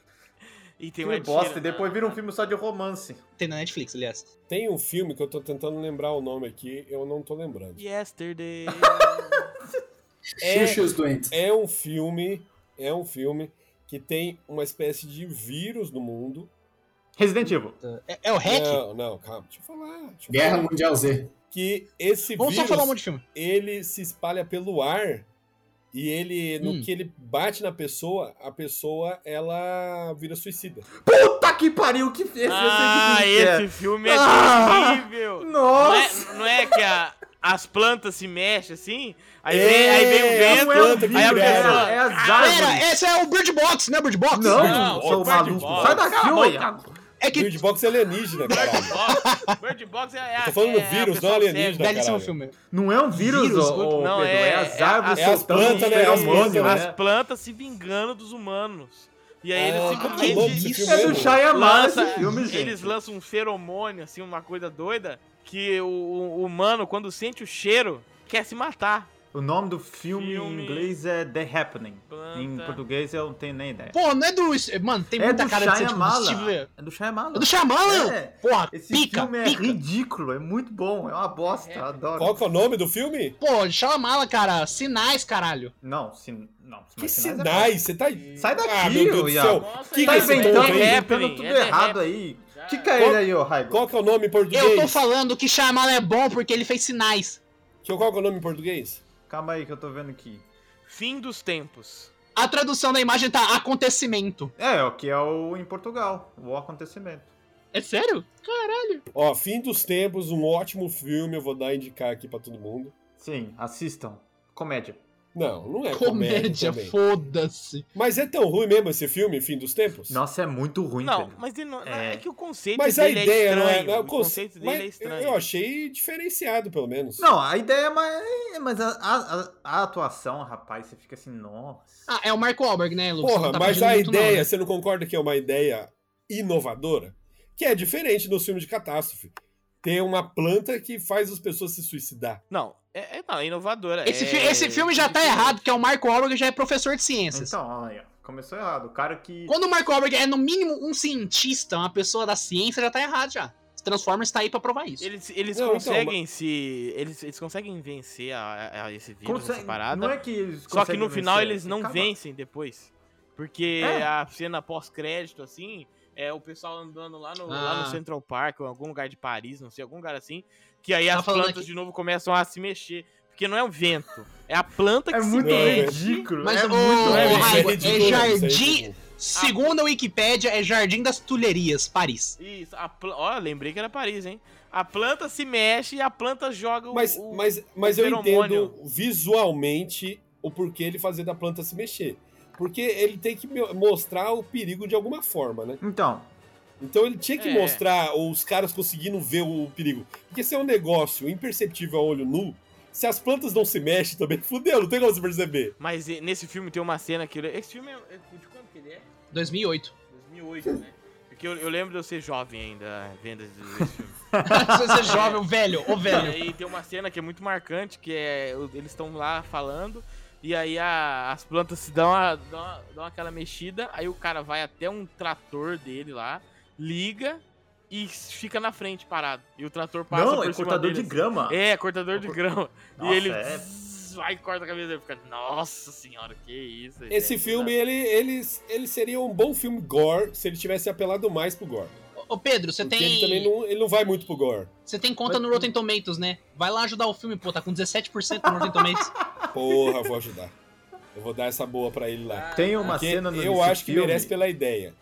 A: E tem o
E: Filme
A: um Ed
E: bosta e
A: Sheeran,
E: depois
A: né?
E: vira um filme só de romance.
C: Tem na Netflix, aliás.
D: Tem um filme que eu tô tentando lembrar o nome aqui, eu não tô
E: um
D: lembrando.
A: Yesterday.
D: É-
B: Xuxa e os doentes.
D: É um filme, é um filme que tem uma espécie de vírus no mundo.
E: Resident Evil.
C: É, é o Hack?
D: Não, não, calma, deixa eu falar. deixa eu
B: Guerra
D: falar.
B: Mundial Z.
D: Que esse
C: Vamos só
D: É, vírus,
C: falar um monte de filme.
D: ele se espalha pelo ar e ele, no
C: Hum.
D: que ele bate na pessoa, a pessoa, ela vira suicida.
E: Puta que pariu, que esse,
A: ah,
E: eu sei que filme que
A: esse filme é
E: Ah!
A: terrível.
E: é.
A: Não
E: Nossa!
A: é, não é que a- as plantas se mexem assim? Aí,
D: É,
A: vem, aí vem o
D: as
A: vento,
D: plantas que
A: aí a
D: crescem.
A: pessoa. "Ah,
E: É as
C: Pera,
E: árvores.
C: esse é o Bird Box, né, Bird Box?
E: Não,
A: Não,
E: sou
A: Bird
E: maluco.
A: Box.
E: Sai daqui,
A: Cala a
E: ué.
C: É que
D: Bird Box é alienígena, caralho.
A: Box, Bird Box é, é
D: tô falando do
A: é a
D: vírus,
A: pessoa
D: não
A: cega.
D: alienígena.
C: belíssimo
D: Caralho.
C: filme.
E: Não é um vírus,
C: Vírus,
E: ô, ô,
A: não,
E: Pedro,
A: é-
E: é, as árvores
D: é as
E: soltando um
D: plantas, né, as
E: feromônio,
D: plantas,
A: As plantas se vingando dos humanos. E aí eles
D: Ah,
A: simplesmente.
D: que louco esse
C: isso.
D: filme
E: É do
D: mesmo.
E: Shyamalan
A: lança,
E: esse filme, gente.
A: eles lançam um feromônio, assim, uma coisa doida, que o, o humano, quando sente o cheiro, quer se matar.
E: O nome do filme,
A: Filme.
E: em inglês é The Happening.
A: Planta.
E: Em português eu não tenho nem ideia.
C: Pô, não é do. Mano, tem
E: é
C: muita
E: do
C: cara de ser tipo, do Steve.
E: Shyamalan.
C: Vai-
E: É do Shyamalan.
C: É do Shyamalan?
E: É.
C: Porra,
E: Esse
C: pica,
E: filme é
C: pica.
E: ridículo, é muito bom, é uma bosta, eu adoro.
D: Qual que é o nome do filme?
C: Pô, Shyamalan, cara, sinais, caralho.
E: Não, sin... não.
D: Que
E: mas
D: sinais,
E: é
D: você tá...
E: Sai daqui,
D: Ah, meu Deus do
E: Iago.
D: céu.
A: Nossa,
D: Que
E: bom. Tá
A: que esse
E: inventando, tá
A: povo é
E: inventando
A: happening,
E: tudo
A: é the
E: errado
A: happening.
E: aí.
A: Já-
E: Quica
D: Qual-
E: ele aí, ô Raigo.
D: Qual que é o nome em português?
C: Eu tô falando que Shyamalan é bom porque ele fez sinais.
D: Deixa eu- Qual que é o nome em português?
E: Calma aí que eu tô vendo aqui.
A: Fim dos tempos.
C: A tradução da imagem tá acontecimento.
E: É, o que é o em Portugal, o acontecimento.
C: É sério?
D: Ó, Fim dos Tempos, um ótimo filme, eu vou dar indicar aqui pra todo mundo.
E: Sim, assistam. Comédia.
D: Não, não é comédia,
C: Comédia,
D: também.
C: foda-se.
D: Mas é tão ruim mesmo esse filme, Fim dos Tempos?
E: Nossa, é muito ruim,
A: Não,
E: velho.
A: mas ele não, é.
E: É.
A: que o conceito
D: Mas a
A: dele é
D: ideia não
A: estranho.
D: é. não é
A: o conceito
D: conce-
A: dele é
D: mas eu-
A: estranho.
D: Eu achei diferenciado, pelo menos.
E: Não, a ideia é mais... Mas a, a- a- a atuação, rapaz, você fica assim, nossa.
C: Ah, é o Marco Alberg, né, Lucas?
D: Porra,
C: Não tá
D: mas
C: pedindo
D: a
C: muito, não,
D: ideia,
C: né?
D: você não concorda que é uma ideia inovadora? Que é diferente dos filmes de catástrofe. Tem uma planta que faz as pessoas se suicidar.
A: Não, é, é- não, é inovadora.
C: Esse,
A: é-
C: fi- esse filme já tá errado, porque o Marco Alberg já é professor de ciências.
E: Então, olha aí, ó. Começou errado. O cara que...
C: Quando o Marco Alberg é, no mínimo, um cientista, uma pessoa da ciência, já tá errado já. Os Transformers tá aí pra provar isso.
A: Eles, eles
D: Não, então,
A: conseguem se. Eles, eles conseguem vencer a, a esse vírus,
E: consegue-
A: essa parada.
E: Não é que eles
A: Só que no
E: conseguem
A: final
E: vencer, né?
A: eles não
E: acaba.
A: vencem depois. Porque
E: É.
A: a cena pós-crédito, assim, é o pessoal andando lá no, lá no
C: Ah.
A: Central Park, ou em algum lugar de Paris, não sei, algum lugar assim, que aí
C: Tá
A: as
C: falando
A: plantas
C: aqui.
A: de novo começam a se mexer. Porque não é o vento, é a planta que
E: É
A: se
E: muito
A: mexe.
D: velho.
E: ridículo.
C: Mas,
E: é
C: ô,
E: muito
C: ô,
E: velho.
D: Isso
C: Raigo, é
D: ridículo, isso é
C: jardim-
D: ridículo.
C: Segundo a Wikipédia, é Jardim das Tulherias, Paris.
A: Isso, a pla- ó, lembrei que era Paris, hein? A planta se mexe e a planta joga o.
D: Mas,
A: o-
D: mas, mas
A: o
D: eu
A: feromônio.
D: entendo visualmente o porquê ele fazer da planta se mexer. Porque ele tem que me- mostrar o perigo de alguma forma, né?
E: Então,
D: Então ele tinha que
A: É.
D: mostrar os caras conseguindo ver o perigo. Porque se é um negócio imperceptível a olho nu, Se as plantas não se mexem também, fudeu, não tem como você perceber.
A: Mas e- nesse filme tem uma cena que. Esse filme é. é- De quando que ele é?
C: 2008.
A: 2008, né? Porque eu, eu lembro de eu ser jovem ainda, vendo esse esse filme.
C: Se você é jovem, o velho, o
A: E
C: velho.
A: aí tem uma cena que é muito marcante, que é. o- Eles estão lá falando, e aí a- as plantas se dão, a- dão, a- dão aquela mexida, aí o cara vai até um trator dele lá, liga e fica na frente parado. E o trator passa
E: Não,
A: por
E: é
A: cima
E: cortador
A: dele,
E: de
A: assim.
E: grama.
A: É, cortador de
E: Cor-
A: grama.
E: Nossa,
A: e ele
E: é.
A: zzz, vai e corta a cabeça dele. Fica, nossa senhora, que isso. gente, é
D: Esse
A: não
D: filme, ele, ele, ele seria um bom filme gore se ele tivesse apelado mais pro gore.
C: Ô Pedro, você
D: Porque ele também
C: tem,
D: não, ele não vai muito pro gore.
C: você tem conta no Rotten Tomatoes, né? Vai lá ajudar o filme, pô, tá com 17% no Rotten Tomatoes.
D: Porra, vou ajudar. Eu vou dar essa boa pra ele
C: Ah,
D: lá.
E: Tem uma
D: Porque
E: cena no
D: eu
E: nesse
D: acho que
E: filme
D: merece pela ideia.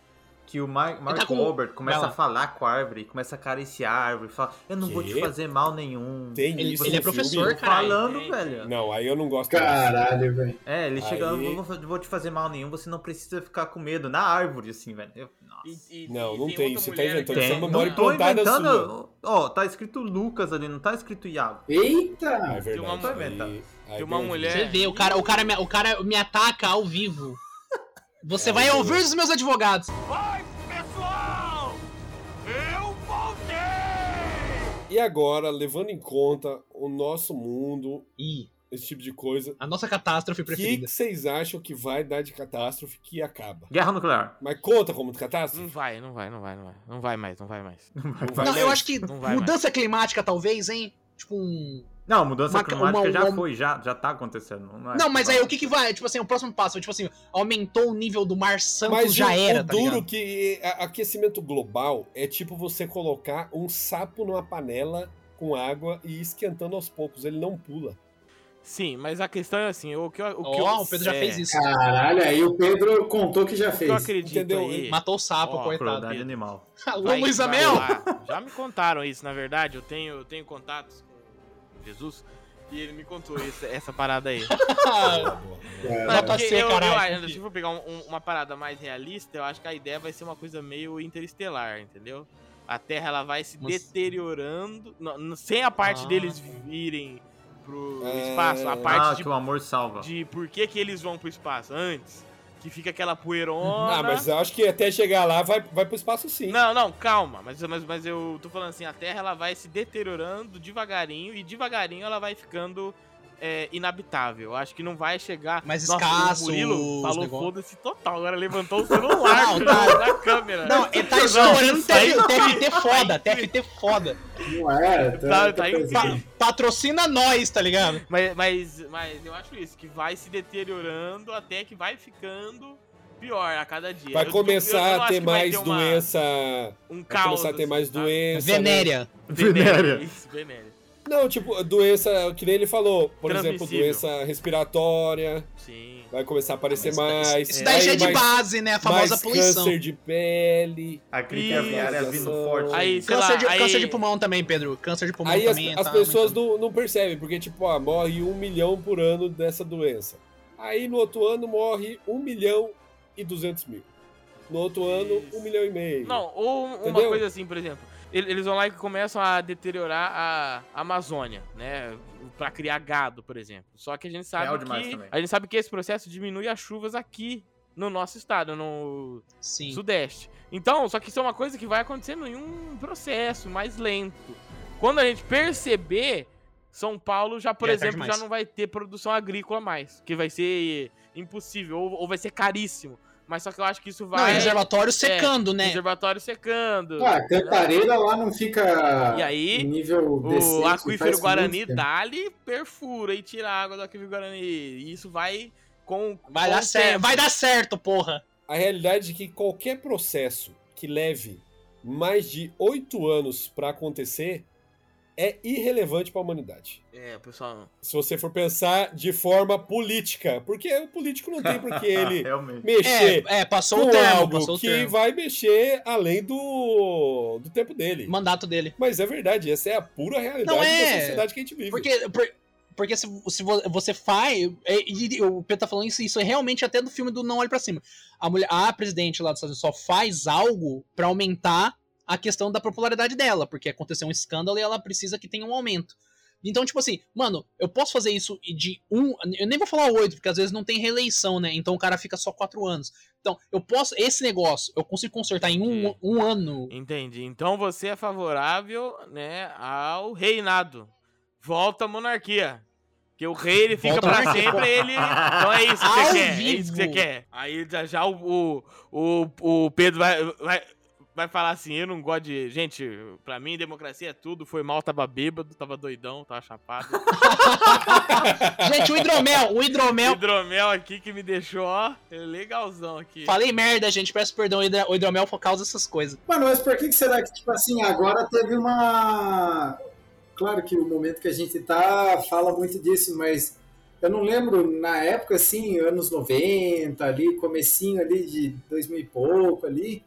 E: que o Mar Mark
C: tá com-
E: Wahlberg começa
C: Vai
E: a
C: lá.
E: falar com a árvore, começa a acariciar a árvore, fala, eu não vou
D: Quê?
E: te fazer mal nenhum.
D: Tem
C: Ele,
D: isso
C: ele é
D: no filme?
C: professor, cara.
E: Falando,
A: tem,
E: velho.
D: Não, aí eu não gosto. mais.
B: Caralho, velho.
E: É, ele chega, eu
D: Aí-
E: não vou, vou te fazer mal nenhum, você não precisa ficar com medo. Na árvore, assim, velho. Eu- nossa.
A: E- e-
D: Não,
A: e
D: não tem,
A: outra
D: você tá
A: mulher aqui
D: inventando, isso é
E: Tem,
D: uma
A: também.
D: memória
E: não tô
D: contada
E: inventando.
D: sua.
E: Ó, tá escrito Lucas ali, não tá escrito Iago.
D: Ah, é
B: Eita!
D: verdade.
A: Tem
E: uma-
D: aí- aí
A: tá. tem uma
D: tem- um
A: mulher-
C: Você vê, o cara, o, cara me, o cara me ataca ao vivo. Você
D: É,
C: vai ouvir os meus advogados.
A: Vai, pessoal! Eu voltei!
D: E agora, levando em conta o nosso mundo,
C: Ih,
D: esse tipo de coisa,
C: a nossa catástrofe
D: o que que
C: preferida.
D: vocês acham que vai dar de catástrofe que acaba?
E: Guerra nuclear.
D: Mas conta como de
A: Não
D: catástrofe?
A: vai, não vai, não vai, não vai. Não vai mais, não vai mais.
D: Não vai
C: Hum. Não, eu
D: mais.
C: acho que
A: Não vai
C: mudança climática, talvez, hein? Tipo um.
E: Não, mudança
C: Uma-
E: climática
C: uma-
E: já
C: uma-
E: foi, já, já tá acontecendo. Não, é
C: Não,
E: que
C: mas
E: vai.
C: aí o que que vai? Tipo assim, o próximo passo, tipo assim, aumentou o nível do Mar Santos,
D: Mas
C: já
D: o,
C: era,
D: o
C: tá
D: duro
C: ligado?
D: que a- aquecimento global é tipo você colocar um sapo numa panela com água e ir esquentando aos poucos, ele não pula.
A: Sim, mas a questão é assim, o que eu, o que
C: Ó,
A: eu-
C: o Pedro já
A: é,
C: fez isso.
B: Caralho, aí o Pedro contou que já
A: O que eu
B: fez.
A: acredito
D: Entendeu?
A: aí...
C: Matou o sapo,
A: Ó,
C: coitado.
E: Crueldade animal.
C: Alô,
A: vai-
C: Luiz
A: vai
C: Amel!
A: lá. Já me contaram isso, na verdade. Eu tenho, eu tenho contatos com Jesus e ele me contou isso, essa parada aí. Não, é
C: Nota
A: porque
C: C,
A: eu, eu,
C: tá caralho.
A: ainda, se for pegar um- um- uma parada mais realista, eu acho que a ideia vai ser uma coisa meio interestelar, entendeu? A Terra ela vai se
C: Mas-
A: deteriorando, no- no- sem a parte
C: Ah.
A: deles virem pro
D: É.
A: espaço, a
E: Ah,
A: parte
E: que o amor salva.
A: de, de por que, que eles vão pro espaço antes, que fica aquela poeirona.
D: Ah, mas eu acho que até chegar lá vai, vai pro espaço sim.
A: né? Não, não, calma, mas, mas, mas eu tô falando assim, a Terra ela vai se deteriorando devagarinho e devagarinho ela vai ficando é, inabitável. Eu Acho que não vai chegar.
C: Mais
A: Nossa, O
C: escasso,
A: Murilo
C: os
A: falou
C: negócio.
A: foda-se total. Agora levantou o celular
C: Não,
A: filho,
C: tá.
A: na câmera.
C: Não, ele tá
A: Não,
C: estourando
A: isso aí-
C: TF, TFT foda, TFT foda.
B: Não é,
A: Tá-
B: tá,
A: tá
B: tá
A: aí o
B: pesado.
C: Pa- patrocina nós, tá ligado?
A: Mas, mas, mas eu acho isso, que vai se deteriorando até que vai ficando pior a cada dia.
D: Vai
A: Eu- eu- eu
D: começar
A: não
D: a
A: acho
D: ter
A: que vai
D: mais
A: uma-
D: doença.
A: Um
D: Vai
A: caos,
D: começar a ter mais
A: assim, tá?
D: doença. né?
C: Venéria.
A: Venéria. Isso, venéria.
D: Não, tipo, doença, que nem ele falou. Por exemplo,
A: Transmissível.
D: doença respiratória.
A: Sim.
D: Vai começar a
A: é.
D: aparecer
C: Isso-
D: mais.
C: Isso daí
D: Aí
C: já é de
D: mais-
C: base, né? A famosa
D: mais
C: poluição.
D: câncer de pele.
E: A crítica
A: Isso.
E: viária vindo forte.
A: Aí, sei
C: Câncer,
A: lá,
C: de,
A: aí...
C: câncer de pulmão também, Pedro. Câncer de pulmão
D: Aí as,
C: também.
D: as
C: tá
D: pessoas
C: aumentando.
D: não, não percebem, porque, tipo, ah, morre um milhão por ano dessa doença. Aí no outro ano morre um milhão e duzentos mil. No outro ano,
A: Isso.
D: um milhão e meio.
A: Não, ou uma
D: Entendeu?
A: coisa assim, por exemplo. ele- Eles vão lá e começam a deteriorar a a Amazônia, né? Pra criar gado, por exemplo. Só que a gente sabe
E: Real demais
A: que
E: também.
A: a gente sabe que esse processo diminui as chuvas aqui no nosso estado, no
C: Sim.
A: sudeste. Então, só que isso é uma coisa que vai acontecendo em um processo mais lento. Quando a gente perceber, São Paulo já, por
C: Já é tarde
A: exemplo, já
C: demais.
A: não vai ter produção agrícola mais, que vai ser impossível ou, ou vai ser caríssimo. Mas só que eu acho que isso
C: não,
A: vai É,
C: reservatório secando, né?
A: reservatório secando.
B: Ah, a cantareira é lá não fica
A: E aí,
B: em nível
A: O
B: decente,
A: aquífero
B: faz
A: Guarani
B: muito.
A: dá-lhe, perfura e tira a água do aquífero Guarani. E isso vai com.
C: Vai
A: com
C: dar
A: o
C: certo,
A: tempo.
C: vai dar certo, porra.
D: A realidade é que qualquer processo que leve mais de oito anos pra acontecer é irrelevante pra humanidade.
A: É, pessoal.
D: Se você for pensar de forma política, porque o político não tem por que ele
E: Ah, Realmente.
D: mexer
C: É, é, passou
D: com
C: É, o termo, passou
D: algo
C: o
D: que
C: termo.
D: vai mexer além do, do tempo dele.
C: Mandato dele.
D: Mas é verdade, essa é a pura realidade
C: Não, é.
D: da sociedade que a gente vive.
C: Porque. por- porque se, se vo- você faz. é, e- e o Pedro tá falando isso, isso é realmente até do filme do Não Olhe Pra Cima. A mulher, a presidente lá dos Estados Unidos só faz algo pra aumentar a questão da popularidade dela, porque aconteceu um escândalo e ela precisa que tenha um aumento. Então, tipo assim, mano, eu posso fazer isso e de um. Eu nem vou falar oito, porque às vezes não tem reeleição, né? Então o cara fica só quatro anos. Então, eu posso. Esse negócio, eu consigo consertar em um,
A: Entendi.
C: um ano.
A: Entendi. Então você é favorável, né, ao reinado. Volta à monarquia. Porque o rei, ele fica
C: Volta à
A: pra
C: monarquia.
A: sempre, ele... Então é isso que você
C: Ao
A: quer, é isso que você
C: vivo.
A: quer. Aí já, já o, o, o, o Pedro vai, vai, vai falar assim, eu não gosto de... Gente, pra mim, democracia é tudo. Foi mal, tava bêbado, tava doidão, tava chapado.
C: Gente, o hidromel, o hidromel.
A: Hidromel aqui que me deixou, ó, legalzão aqui.
C: Falei merda, gente, peço perdão, o hidra- o hidromel causa essas coisas.
B: Mano, mas por que que será que, tipo assim, agora teve uma. Claro que o momento que a gente tá fala muito disso, mas eu não lembro, na época, assim, anos 90, ali, comecinho ali de 2000 e pouco ali,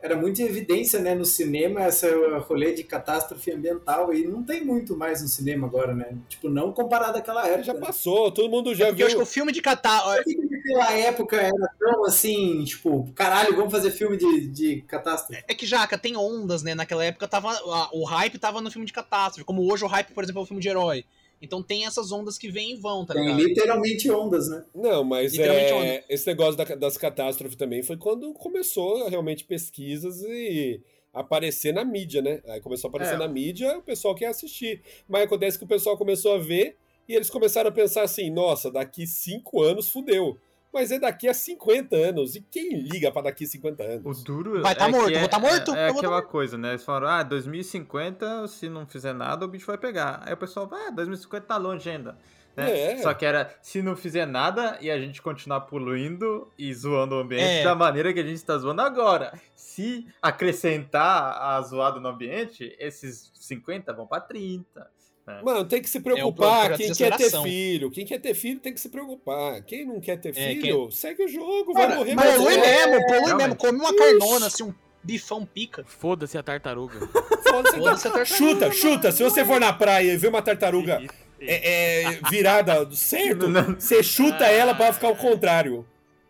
B: era muito evidência, né, no cinema, essa rolê de catástrofe ambiental, e não tem muito mais no cinema agora, né? Tipo, não comparado àquela época.
D: Já
B: né?
D: passou, todo mundo já
C: é Porque eu acho que o
D: viu.
C: filme de catar.
B: Por que que naquela época era tão assim, tipo, caralho, vamos fazer filme de, de catástrofe?
C: É que, Jaca, tem ondas, né? Naquela época tava, a- o hype tava no filme de catástrofe. Como hoje o hype, por exemplo, é o filme de herói. Então tem essas ondas que vêm e vão, tá
B: Tem
C: ligado?
B: literalmente ondas, né?
D: Não, mas
C: Literalmente
D: é, esse negócio da- das catástrofes também foi quando começou realmente pesquisas e aparecer na mídia, né? Aí começou a aparecer
E: É.
D: na mídia, o pessoal quer assistir. Mas acontece que o pessoal começou a ver e eles começaram a pensar assim: nossa, daqui cinco anos fudeu. Mas é daqui a 50 anos. E quem liga pra daqui 50
E: O
D: anos?
E: duro.
C: Vai tá
E: que
C: morto, eu vou tá morto,
E: É, é
C: eu vou tá
E: aquela coisa, né? Eles falaram, ah, 2050, se não fizer nada, o bicho vai pegar. Aí o pessoal, ah, 2050 tá longe ainda. Né?
D: É.
E: Só que era, se não fizer nada e a gente continuar poluindo e zoando o ambiente
C: É.
E: da maneira que a gente tá zoando agora. Se acrescentar a zoada no ambiente, esses 50 vão pra 30.
D: Mano, tem que se
C: É
D: preocupar.
C: o
D: quem quer ter
C: procrastinação.
D: filho? Quem quer ter filho tem que se preocupar. Quem não quer ter
C: É,
D: filho, segue o jogo, vai
B: Cara,
D: morrer.
B: mas
D: mais
C: Polui
B: é-
D: velho.
C: mesmo, polui
E: Realmente.
C: mesmo. Come uma carnona, assim, um bifão pica.
A: Foda-se a tartaruga.
D: Foda-se, tá-
C: Foda-se a tartaruga.
D: Chuta, chuta. Se você for na praia e ver uma tartaruga é, é, virada do
C: É
D: certo,
E: Não.
D: você chuta
A: Ah.
D: ela pra ficar ao contrário.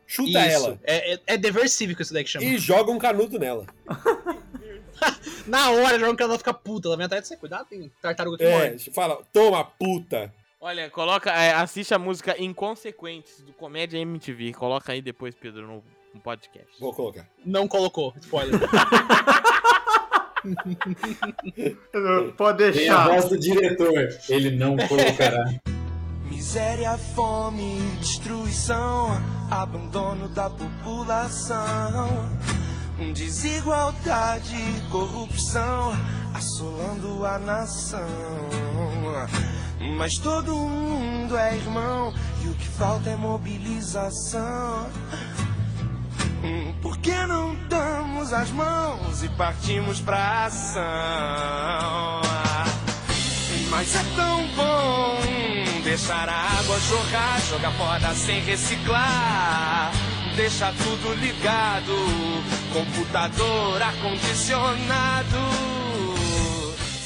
D: Chuta
C: Isso.
D: ela.
C: É, é, é dever cívico isso daí que chama.
D: E joga um canudo nela.
C: Na hora, já que ela fica puta. Ela vem atrás de você. Cuidado, tem tartaruga que
D: É,
C: morre.
D: fala, toma puta.
A: Olha, coloca, é, assiste a música Inconsequentes do Comédia MTV. Coloca aí depois, Pedro, no, no podcast.
D: Vou colocar.
C: Não colocou. Spoiler.
E: Pode
B: Tem a
E: deixar.
B: voz do diretor. Ele não colocará.
F: Miséria, fome, destruição, abandono da população, desigualdade, corrupção, assolando a nação. Mas todo mundo é irmão e o que falta é mobilização. Hum, Por que não damos as mãos e partimos pra ação? Mas é tão bom deixar a água jorrar, jogar fora sem reciclar. Deixar tudo ligado, computador acondicionado.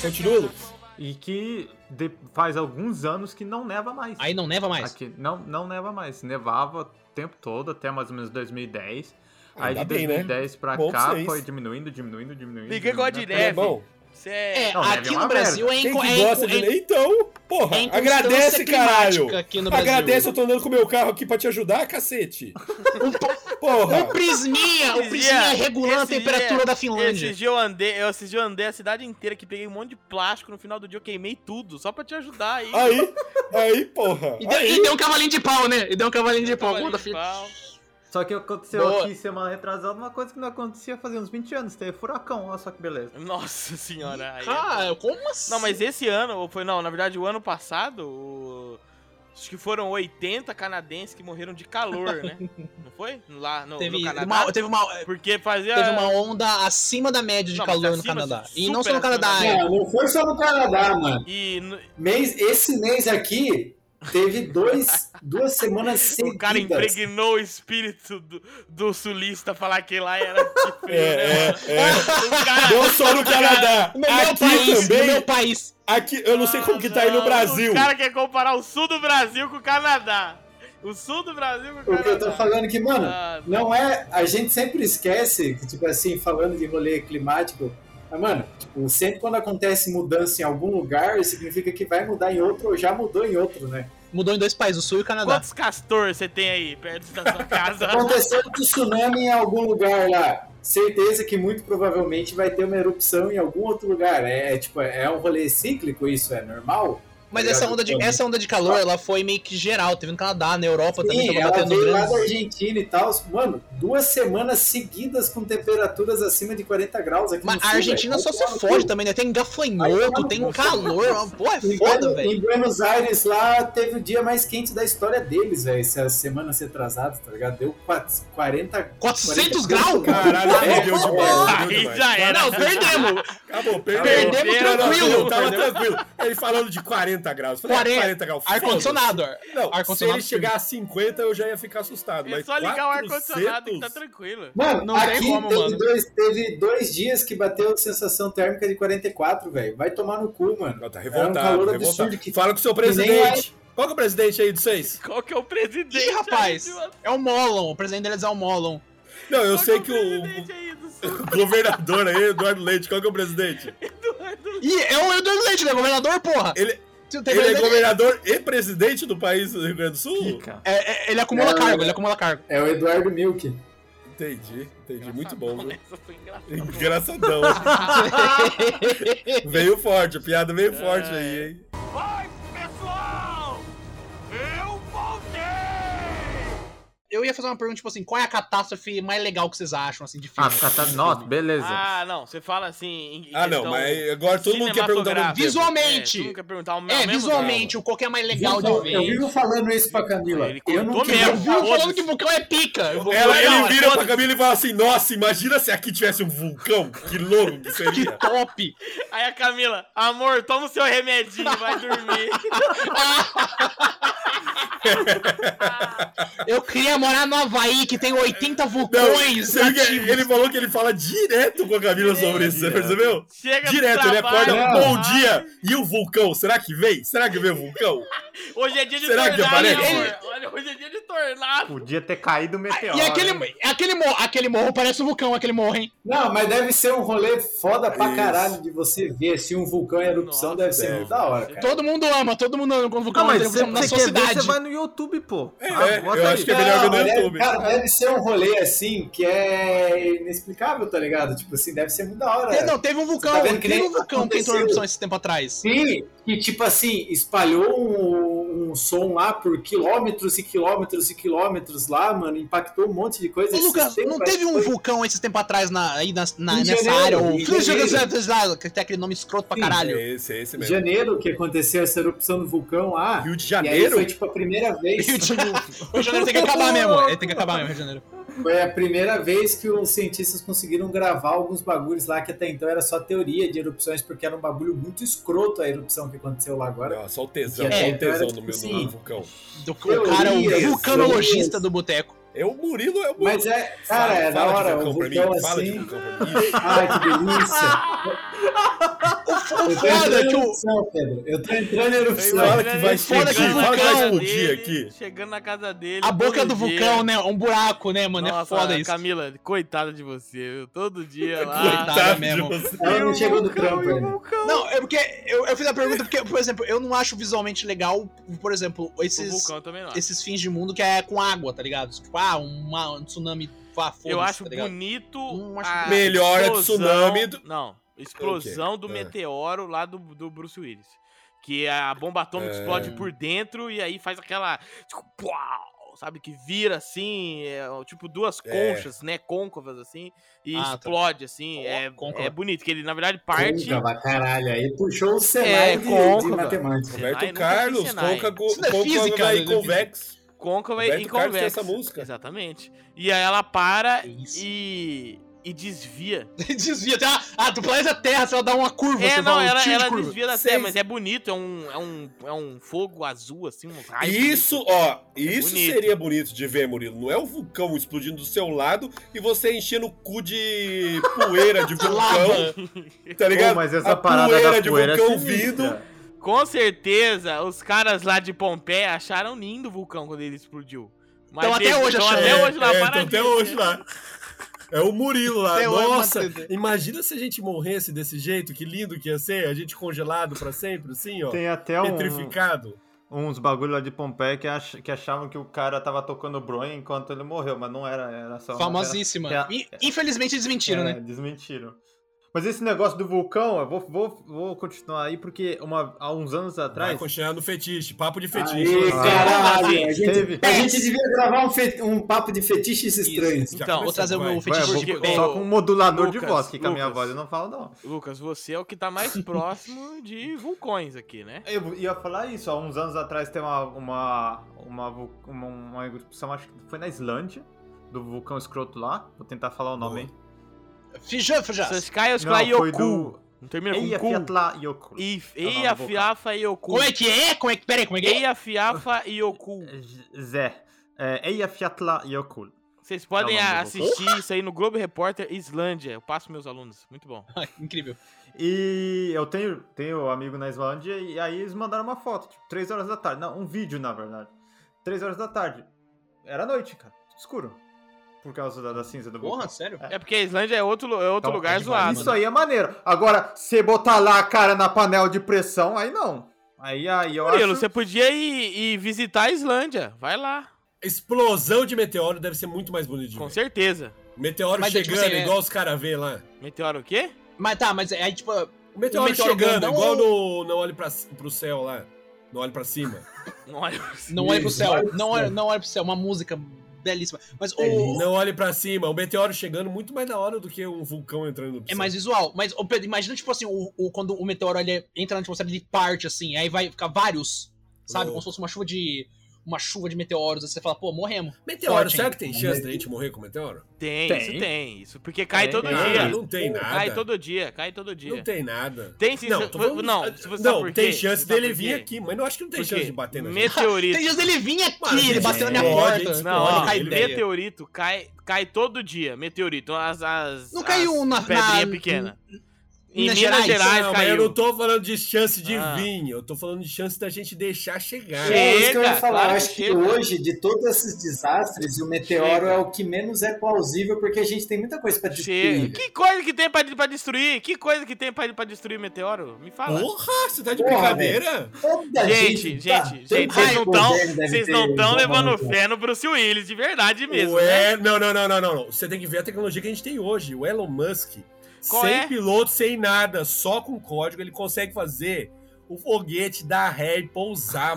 D: Continua, Lucas?
E: E que de- faz alguns anos que não neva mais.
C: Aí não neva mais.
E: Aqui não, não neva mais. Nevava o tempo todo, até mais ou menos 2010. Aí
D: Ainda
E: de
D: bem, né?
E: 2010 pra
D: Bom pra
E: cá
D: vocês.
E: foi diminuindo, diminuindo, diminuindo.
A: Ninguém gosta de
E: diminuindo,
A: neve.
E: até-
D: É bom.
A: Cê é-
C: É,
E: Não, neve
C: aqui
E: é uma
C: no Brasil é,
D: Quem
C: inco-
D: que
C: é,
D: gosta
C: inco-
D: de.
C: é,
D: Então, porra,
C: é inconstância
D: agradece,
C: climática
D: caralho.
C: Aqui no Brasil.
D: Agradece, eu tô andando com o meu carro aqui pra te ajudar, cacete. Porra.
C: O prisminha, o
A: Esse
C: prisminha
A: dia-
C: regulando a
A: esse
C: temperatura
A: dia- é
C: da Finlândia.
A: Esse dia eu andei, eu assisti, eu andei a cidade inteira que peguei um monte de plástico. No final do dia eu queimei tudo, só pra te ajudar aí.
D: Aí, aí, porra.
C: E, deu,
D: Aí.
C: e deu um cavalinho de pau, né? E deu um cavalinho de pau.
A: Cavalinho
C: Puta,
A: de
C: filho.
A: pau.
E: Só que aconteceu
C: Boa.
E: aqui semana retrasada uma coisa que não acontecia fazia uns 20 anos. Teve furacão, olha só que beleza.
A: Nossa senhora. aí é
C: Ah, como assim?
A: Não, mas esse ano, ou foi não, na verdade o ano passado, o- acho que foram 80 canadenses que morreram de calor, né? Não foi? Lá no,
C: teve
A: no Canadá.
C: uma, teve uma,
A: Porque fazia.
C: teve uma onda acima da média de
A: Não, mas
C: calor no
A: acima,
C: Canadá.
A: su-
C: E não só
A: super
C: no Canadá,
A: acima
C: é.
B: Não, não foi só no Canadá, mano.
A: E no-
B: Mês, esse mês aqui teve dois, duas semanas seguidas.
A: o cara impregnou o espírito do, do sulista falar que lá era. que frio,
D: É,
A: né,
D: é,
A: mano?
D: é.
A: O cara-
D: Não só no Canadá.
C: No meu
D: Aqui
C: país, no
D: também.
C: meu país.
D: Aqui, eu não sei como que tá aí no
A: Não,
D: Brasil.
A: O cara quer comparar o sul do Brasil com o Canadá. O sul do Brasil com o
B: O
A: Canadá.
B: que eu tô falando que, mano,
A: Ah,
B: não é. A gente sempre esquece que, tipo assim, falando de rolê climático, Mas, mano, tipo, sempre quando acontece mudança em algum lugar, significa que vai mudar em outro ou já mudou em outro, né?
C: Mudou em dois países, o Sul e o Canadá.
A: Quantos castor você tem aí perto da sua casa?
B: Aconteceu um tsunami em algum lugar lá. Certeza que muito provavelmente vai ter uma erupção em algum outro lugar. É, tipo, é um rolê cíclico isso, é normal?
C: Mas
B: Tá
C: essa
B: ligado?
C: onda, de,
B: Então,
C: essa onda de calor, ela foi meio que geral. Teve no Canadá, na Europa também,
B: Sim,
C: tava
B: ela
C: batendo
B: veio lá da
C: grandes.
B: Argentina e tal. Mano, duas semanas seguidas com temperaturas acima de 40 graus aqui no
C: Mas a
B: sul,
C: Argentina
B: velho.
C: só se
B: Vai tomar no
C: fode
B: cu.
C: também, né? Tem
B: Aí,
C: gafanhoto,
B: mano,
C: tem
B: você-
C: calor. Pô, é
B: Em
C: foda,
B: Buenos-
C: velho.
B: Em Buenos Aires lá teve o dia mais quente da história deles, velho. Essa semana atrasada, tá ligado? Deu 4- 40.
C: 400 graus?
D: Caralho, perdeu demais.
A: Aí
D: Perdeu
A: já
B: Tá
D: demais.
A: era.
C: Não, perdemos.
D: Acabou, perdeu.
C: Perdemos
A: Perdeu,
D: Não, não,
C: tranquilo.
D: tava tranquilo. Ele falando de 40 graus. Falei,
C: 40
D: 40, 40 graus.
C: Ar-condicionado.
D: foda-se. Não, se
C: Ar-condicionado
D: ele chegar a 50, eu já ia ficar assustado.
A: É
D: Mas
A: só ligar o
D: 400?
A: ar-condicionado que tá tranquilo.
B: Mano,
C: Não tem
B: aqui
C: como,
B: teve,
C: mano.
B: Dois, teve dois dias que bateu sensação térmica de 44, velho. Vai tomar no cu, mano.
D: Não, Tá
B: Era um
D: revoltado,
B: calor
D: tá
B: absurdo
D: revoltado.
B: que-
D: Fala com o seu
B: nem
D: presidente. Qual que é o presidente aí dos seis?
A: Qual que é o presidente?
C: Ih,
A: aí
C: rapaz.
A: de uma-
C: É o Mollon. O presidente deles é o Mollon.
D: Não, eu
A: Qual
D: sei
A: é
D: que o,
A: presidente aí do Sul,
D: o governador aí, Eduardo Leite, qual que é o presidente?
A: Eduardo?
C: Ih, é o Eduardo Leite, né? Governador, porra.
D: Ele-
C: Tu tem
D: Ele é
C: presidente-
D: governador e presidente do país do Rio Grande do Sul?
E: Pica.
C: É, é, ele acumula
B: Não,
C: cargo,
B: não.
C: ele acumula cargo.
B: É o Eduardo Milk.
D: Entendi, entendi. Muito bom, viu?
A: Essa foi engraçada.
D: Engraçadão. veio forte, a piada veio forte aí, hein?
A: Vai, pessoal! Eu voltei!
C: Eu ia fazer uma pergunta, tipo assim, qual é a catástrofe mais legal que vocês acham, assim, de filme?
E: Ah, catástrofe. Nossa, beleza.
A: Ah, não, você fala assim. Em
D: Ah, não,
A: questão
D: mas agora todo mundo quer perguntar o
A: cinematográfica.
D: nome dele.
C: Visualmente.
A: É, todo mundo quer perguntar o meu
C: É,
A: mesmo
C: visualmente, o qual que é mais legal
B: Viu,
C: de
B: Eu
C: ver?
B: vivo falando isso pra Camila.
A: Ele
B: Eu não
A: cortou
B: quero-
C: Eu
A: mesmo.
C: vi
A: Foda-se.
C: falando que o vulcão é pica. Eu vou-
D: Ela,
A: Não,
D: ele
A: é
D: vira pra
A: foda-se.
D: Camila e fala assim: Nossa, imagina se aqui tivesse um vulcão. Que louco que
C: Que
D: seria.
C: top!
A: Aí a Camila, amor, toma o seu remedinho, vai dormir.
C: Eu queria morar no Havaí, que tem 80
D: Não,
C: vulcões!
D: você viu que é-
C: ativos.
D: ele falou que ele fala direto com a Camila sobre isso, você percebeu?
A: Chega do
D: Direto, ele
A: trabalho,
D: acorda, um
A: vai.
D: bom dia, e o vulcão, será que vem? Será que vem o vulcão?
A: Hoje é dia de
D: Será que
A: tornado,
D: aparece?
A: amor. Olha, hoje é dia de tornado.
E: Podia ter caído o meteoro.
C: E aquele,
E: é hein?
C: aquele, morro, aquele morro parece um vulcão, aquele morro, hein?
B: Não, mas deve ser um rolê foda pra
D: Isso.
B: caralho de você ver. Se um vulcão em erupção,
A: Nossa,
B: deve ser
D: deve.
B: muito da hora, cara.
C: Todo mundo ama, todo mundo ama quando o vulcão
E: Não, Ah, mas
C: tem um
E: você,
C: vulcão na
E: você
C: sua
E: quer ver,
C: cidade.
E: você vai no YouTube, pô.
D: É,
E: Ah,
D: é,
E: bota
D: eu
E: aí.
D: acho que é melhor ver no
B: deve-
D: YouTube.
B: Cara, deve ser um rolê assim que é inexplicável, tá ligado? Tipo assim, deve ser muito da hora.
C: Te- Não, teve um vulcão,
B: Você tá vendo que
C: teve um
B: nem
C: vulcão que entrou em
B: aconteceu?
C: erupção esse tempo atrás.
B: Sim, que tipo assim, espalhou um, um som lá por quilômetros e quilômetros e quilômetros lá, mano, impactou um monte de coisa.
C: Ô, Lucas,
B: Esse
C: não
B: tempo,
C: teve
B: acho
C: um
B: que foi-
C: vulcão esses tempo atrás na, aí nas- na-
B: Em
C: nessa
B: janeiro,
C: área?
B: em janeiro.
C: O... Que tem aquele nome escroto pra
B: Sim,
C: caralho.
D: É esse, é esse
B: Em
D: mesmo.
B: janeiro que aconteceu essa erupção do vulcão lá.
D: Rio de
B: E aí
D: Janeiro?
B: foi tipo a primeira vez.
C: Rio de Janeiro. O Rio de Janeiro tem que acabar mesmo. Ele tem que acabar mesmo, Rio de Janeiro.
B: Foi a primeira vez que os cientistas conseguiram gravar alguns bagulhos lá que até então era só teoria de erupções, porque era um bagulho muito escroto a erupção que aconteceu lá agora.
D: Não, só o tesão,
B: É,
D: só
B: então
D: o tesão
B: era
D: no
B: tipo
D: meu
B: assim.
D: no vulcão.
C: Do- o cara é o
B: Teorias,
C: vulcanologista
B: teorias.
C: do boteco.
D: É o Murilo, é o Murilo.
B: Mas é, cara, é da
D: de
B: hora. O
D: vulcão pra mim,
B: vulcão
D: fala de
B: assim.
D: vulcão pra mim. Isso.
B: Ai, que delícia.
C: O
B: Eu tô entrando
C: foda
B: em
C: que o.
B: erupção, Pedro. Eu tô entrando em
A: Aí
B: erupção.
D: Fala que vai
A: ele
D: explodir,
A: chegando na
C: fala que vai
A: casa
D: explodir
A: dele,
D: aqui.
A: Chegando na casa dele.
C: A boca
A: todo
C: do
A: dia.
C: vulcão, né? Um buraco, né, mano?
A: Nossa,
C: é foda isso.
A: Camila, coitada de você, viu? Todo dia lá.
C: Coitado.
D: Tá,
C: mesmo.
D: José.
B: Ela
A: E o
B: não chegou no
A: vulcão,
B: trampo
A: e o
B: ainda.
A: vulcão.
C: Não, é porque eu, eu fiz a pergunta porque, por exemplo, eu não acho visualmente legal, por exemplo,
A: O
C: esses,
A: vulcão também não.
C: esses fins de mundo que é com água, tá ligado? Tipo, ah, uma, um tsunami, ah, foda-se,
A: Eu acho
C: tá ligado?
A: bonito.
C: Hum, acho
A: a
C: bonito.
D: Melhor é
A: explosão-
D: tsunami do-
A: Não, explosão do
D: Ah.
A: meteoro lá do, do Bruce Willis. Que a bomba atômica
D: É.
A: explode por dentro e aí faz aquela. Tipo, uau, sabe? Que vira assim, é, tipo duas
D: É.
A: conchas, né? Côncavas assim, e
C: Ah, tá.
A: explode assim.
C: Ó,
A: É,
C: côncava.
A: é bonito, que ele na verdade parte.
B: Côncava, caralho. Aí puxou o
A: É,
B: cenário de, de
A: côncava.
B: matemática.
A: Senai, nunca
D: Roberto
A: vi
D: Carlos,
A: Senai.
D: côncavo,
C: Isso não é
D: côncavo
C: física,
D: e
C: né?
D: convexo.
A: côncava e
D: Roberto Carlos tem
A: convexa.
D: essa música.
A: Exatamente. E aí ela para
C: É Isso.
A: e. e desvia.
C: desvia. Tem uma- ah, do planeta Terra, se ela dá uma curva,
A: É,
C: você
A: não,
C: fala, um
A: ela,
C: tiro de
A: ela
C: curva.
A: desvia da
D: Seis.
A: terra, mas é bonito, é um, é um, é um fogo azul, assim, um raio.
D: Isso, ó, isso
A: bonito.
D: seria bonito de ver, Murilo. Não é o vulcão explodindo do seu lado e você enchendo o cu de poeira de vulcão,
C: Lava.
D: tá ligado?
E: Pô, mas essa
D: A
E: parada
D: poeira
E: da
D: de
E: poeira é
D: vulcão
E: sinistra.
D: vindo.
A: Com certeza, os caras lá de Pompeia acharam lindo o vulcão quando ele explodiu. Mas
C: Tão até
A: eles-
C: hoje
A: tão
C: achando.
A: até hoje lá, né?
D: é, então
A: paradinho.
D: até hoje lá. É o Murilo lá.
C: Até hoje
D: Nossa,
C: manteve.
D: imagina se a gente morresse desse jeito, que lindo que ia ser, a gente congelado pra sempre, assim, ó.
E: Tem até um,
D: Petrificado.
E: uns bagulho lá de Pompeia que, ach- que achavam que o cara tava tocando bronha enquanto ele morreu, mas não era, era só...
C: Famosíssima.
E: era-
C: E, infelizmente desmentiram,
E: Era,
B: É.
C: né?
E: Desmentiram. Mas esse negócio do vulcão, eu vou, vou, vou continuar aí, porque uma, há uns anos
D: Vai
E: atrás...
D: continuar no fetiche, papo de
B: Aê,
D: fetiche.
B: caralho! A gente,
E: Teve-
B: a gente devia gravar um, fe- um papo de fetiches estranhos.
D: Já
A: Então,
D: começou,
C: Vou trazer o
D: vai.
C: meu
E: Ué,
C: fetiche
E: vou-
C: de
A: Porque-
E: só
A: Ô,
E: com um modulador de
A: Lucas,
E: voz, que com a minha
A: Lucas.
E: voz eu não falo, não.
A: Lucas, você é o que tá mais próximo de vulcões aqui, né?
E: Eu ia falar isso, há uns anos atrás tem uma, uma, uma, vu- uma, uma erupção, acho que foi na Islândia, do vulcão escroto lá, vou tentar falar o nome aí.
C: Fijã, fijã.
A: Saskaios
E: Não,
D: é
E: foi
A: Klaioku.
E: do... é
A: Não termina com cu.
E: Eyjafjallajökull. Yokul. É o nome do vulcão.
A: Eiafiafa Ioku.
C: Tá Como é que é? Como é que. Pera aí, como é que é?
A: Eiafiafa Ioku.
E: Zé. É, Eyjafjallajökull.
A: Vocês
C: Tá
A: podem
E: É o nome do
A: assistir isso aí no Globo Repórter Islândia. Eu passo meus alunos. Muito bom.
C: Ai, Incrível.
E: E eu tenho, tenho um amigo na Islândia e aí eles mandaram uma foto, tipo, 3 horas da tarde. Não, um vídeo, na verdade. 3 horas da tarde. Era noite, cara. Escuro. Por causa da, da cinza do vulcão.
C: Porra, sério?
A: É porque a Islândia é outro, lu- é outro
E: Então,
A: lugar
C: demais,
A: zoado.
E: Isso aí é maneiro. Agora, você botar lá a cara na panela de pressão, aí não. Aí, aí eu
A: Murilo,
E: acho...
A: você podia ir, ir visitar a Islândia. Vai lá.
D: Explosão de meteoro deve ser muito mais bonito de
A: Com
D: ver.
A: certeza.
D: Meteoro
C: Mas, tipo
D: chegando,
C: assim, é-
D: igual os caras vê lá.
A: Meteoro o quê?
C: Mas tá, mas aí, tipo,
D: O meteoro,
C: meteoro
D: chegando,
C: grandão
D: igual no,
C: ou-
D: não olhe pra, pro céu lá. Não olhe pra cima.
A: Não olha.
C: não olha pro
B: Isso,
C: céu.
B: olha pro
C: Não
B: céu.
C: olha, não olha pro céu. Uma música belíssima. Mas o.
B: Belíssima.
D: não olhe pra cima. O meteoro chegando muito mais da hora do que um vulcão entrando no
C: É
D: céu.
C: mais visual. Mas, ô Pedro, imagina, tipo assim, o, o- quando o meteoro ele entra na atmosfera, ele parte, assim, aí vai ficar vários, sabe?
D: Louco.
C: Como se fosse uma chuva de. Uma chuva de meteoros. Aí você fala, pô, morremos.
D: Meteoro,
C: Forte,
D: será
C: hein?
D: que tem chance da gente morrer com o meteoro?
A: Tem,
E: Tem.
A: isso tem. Isso. Porque cai
E: Tem,
A: todo
E: tem.
D: Não,
A: dia.
D: não tem nada.
A: Cai todo dia, cai todo
D: Não
A: dia.
D: tem nada.
A: Tem sim.
D: Não,
A: se-
D: tô falando-
A: não, se você sabe
D: não,
A: por
D: tem
A: quê?
D: chance
A: Você sabe
D: dele
A: por
D: vir
A: quê?
D: aqui, mas não acho que não tem
A: Por
D: chance
A: quê?
D: de bater na gente.
A: Meteorito.
C: Tem dias ele vinha aqui,
D: Mano,
C: ele
D: gente,
C: bateu na minha
D: é,
C: porta.
D: gente,
A: Não,
D: Olha,
A: ó,
C: Troca
D: ele-
C: ideia.
A: meteorito cai, cai todo dia, meteorito. As, as,
C: Não caiu
A: as
C: um na-
A: pedrinha
C: na-
A: pequena. Em
C: Minas
A: Minas
C: Gerais?
A: Gerais,
D: Não, mas
A: caiu.
D: eu não tô falando de chance de
A: Ah.
D: vir, eu tô falando de chance da gente deixar chegar.
A: Chega,
B: é isso que eu ia falar.
A: claro
B: Eu
A: que
B: acho que
A: chega.
B: hoje, de todos esses desastres, o meteoro
A: Chega.
B: é o que menos é plausível, porque a gente tem muita coisa pra
A: Chega.
B: destruir.
A: Que coisa que tem pra, pra destruir? Que coisa que tem pra, pra destruir o meteoro? Me fala.
D: Porra, você tá de
B: Porra,
D: brincadeira?
B: Toda
A: Gente, gente,
B: tá,
A: gente,
B: tanta
A: vocês não tão-
B: coisa deve
A: Vocês
B: ter
A: não estão
B: jogado.
A: levando fé no Bruce Willis, de verdade mesmo. né?
C: é.
D: Ué, não, não, não, não, não, não. Você tem que ver a tecnologia que a gente tem hoje. O Elon Musk,
A: Qual
D: sem
A: é?
D: piloto, sem nada, só com código, ele consegue fazer o foguete da ré e pousar,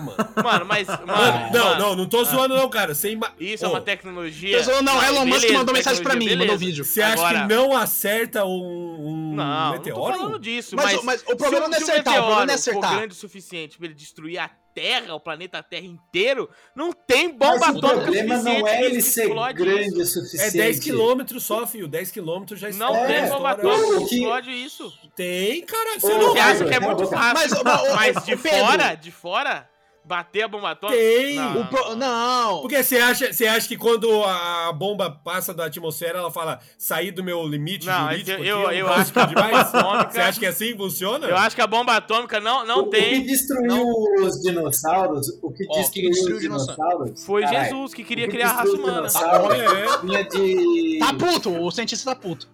D: mano.
A: Mano, mas. Mano,
D: Mano, não,
A: Ah, mano,
D: não, não tô zoando, não, cara. Você, ima...
A: Isso é
D: Ô,
A: uma tecnologia.
C: Pessoal, não,
A: Mas
C: Elon Musk
A: beleza,
C: mandou mensagem pra mim,
A: tecnologia,
C: mandou
A: beleza.
C: vídeo.
D: você acha
A: Agora-
D: que não acerta um, um
A: Não, não tô
D: meteoro?
A: falando disso,
C: Mas, mas o problema
A: se-
C: não é
A: se
C: acertar, o problema não é
A: meteoro for
C: acertar.
A: grande o suficiente pra ele destruir a Terra, o planeta Terra inteiro, não tem bomba
B: Mas o
A: atômica
B: problema
A: suficiente
B: não é
A: que
B: ele ser
A: explode
B: grande
A: isso.
B: o
D: É
B: suficiente.
D: 10 quilômetros só, filho. 10 quilômetros já
A: Não
D: estoura,
A: tem
B: É,
A: bomba
D: estoura.
A: atômica
B: o
A: que
B: que-
A: explode isso.
D: Tem, caralho. Você
B: Ô,
D: não
A: Você acha
B: Pedro,
A: que é
B: cala a
A: muito
B: boca.
A: fácil?
C: Mas, ô, ô,
A: Mas
C: ô,
A: de
C: Pedro.
A: fora, de fora, bater a bomba atômica...
D: Tem.
A: Não,
C: O pro- Não.
D: Porque você acha, você acha que quando a bomba passa da atmosfera, ela fala sair do meu limite
A: Não,
D: jurídico?
A: eu-
D: aqui,
A: eu-
D: não
A: eu
D: posso
A: acho que a
D: pedir mais?
A: bomba atômica-
D: Você acha que assim que funciona?
A: Eu acho que a bomba atômica não,
B: O-
A: não
B: O que
A: tem...
B: destruiu os dinossauros, o que
C: Ó,
B: destruiu,
C: quem destruiu
B: os
C: o dinossauro?
B: dinossauros...
A: Foi
B: caralho,
A: Jesus que
B: o
A: queria
B: que
A: criar a raça
B: destruiu os
A: humana.
B: dinossauros
D: É.
B: Tinha de...
C: Tá puto, o cientista tá puto.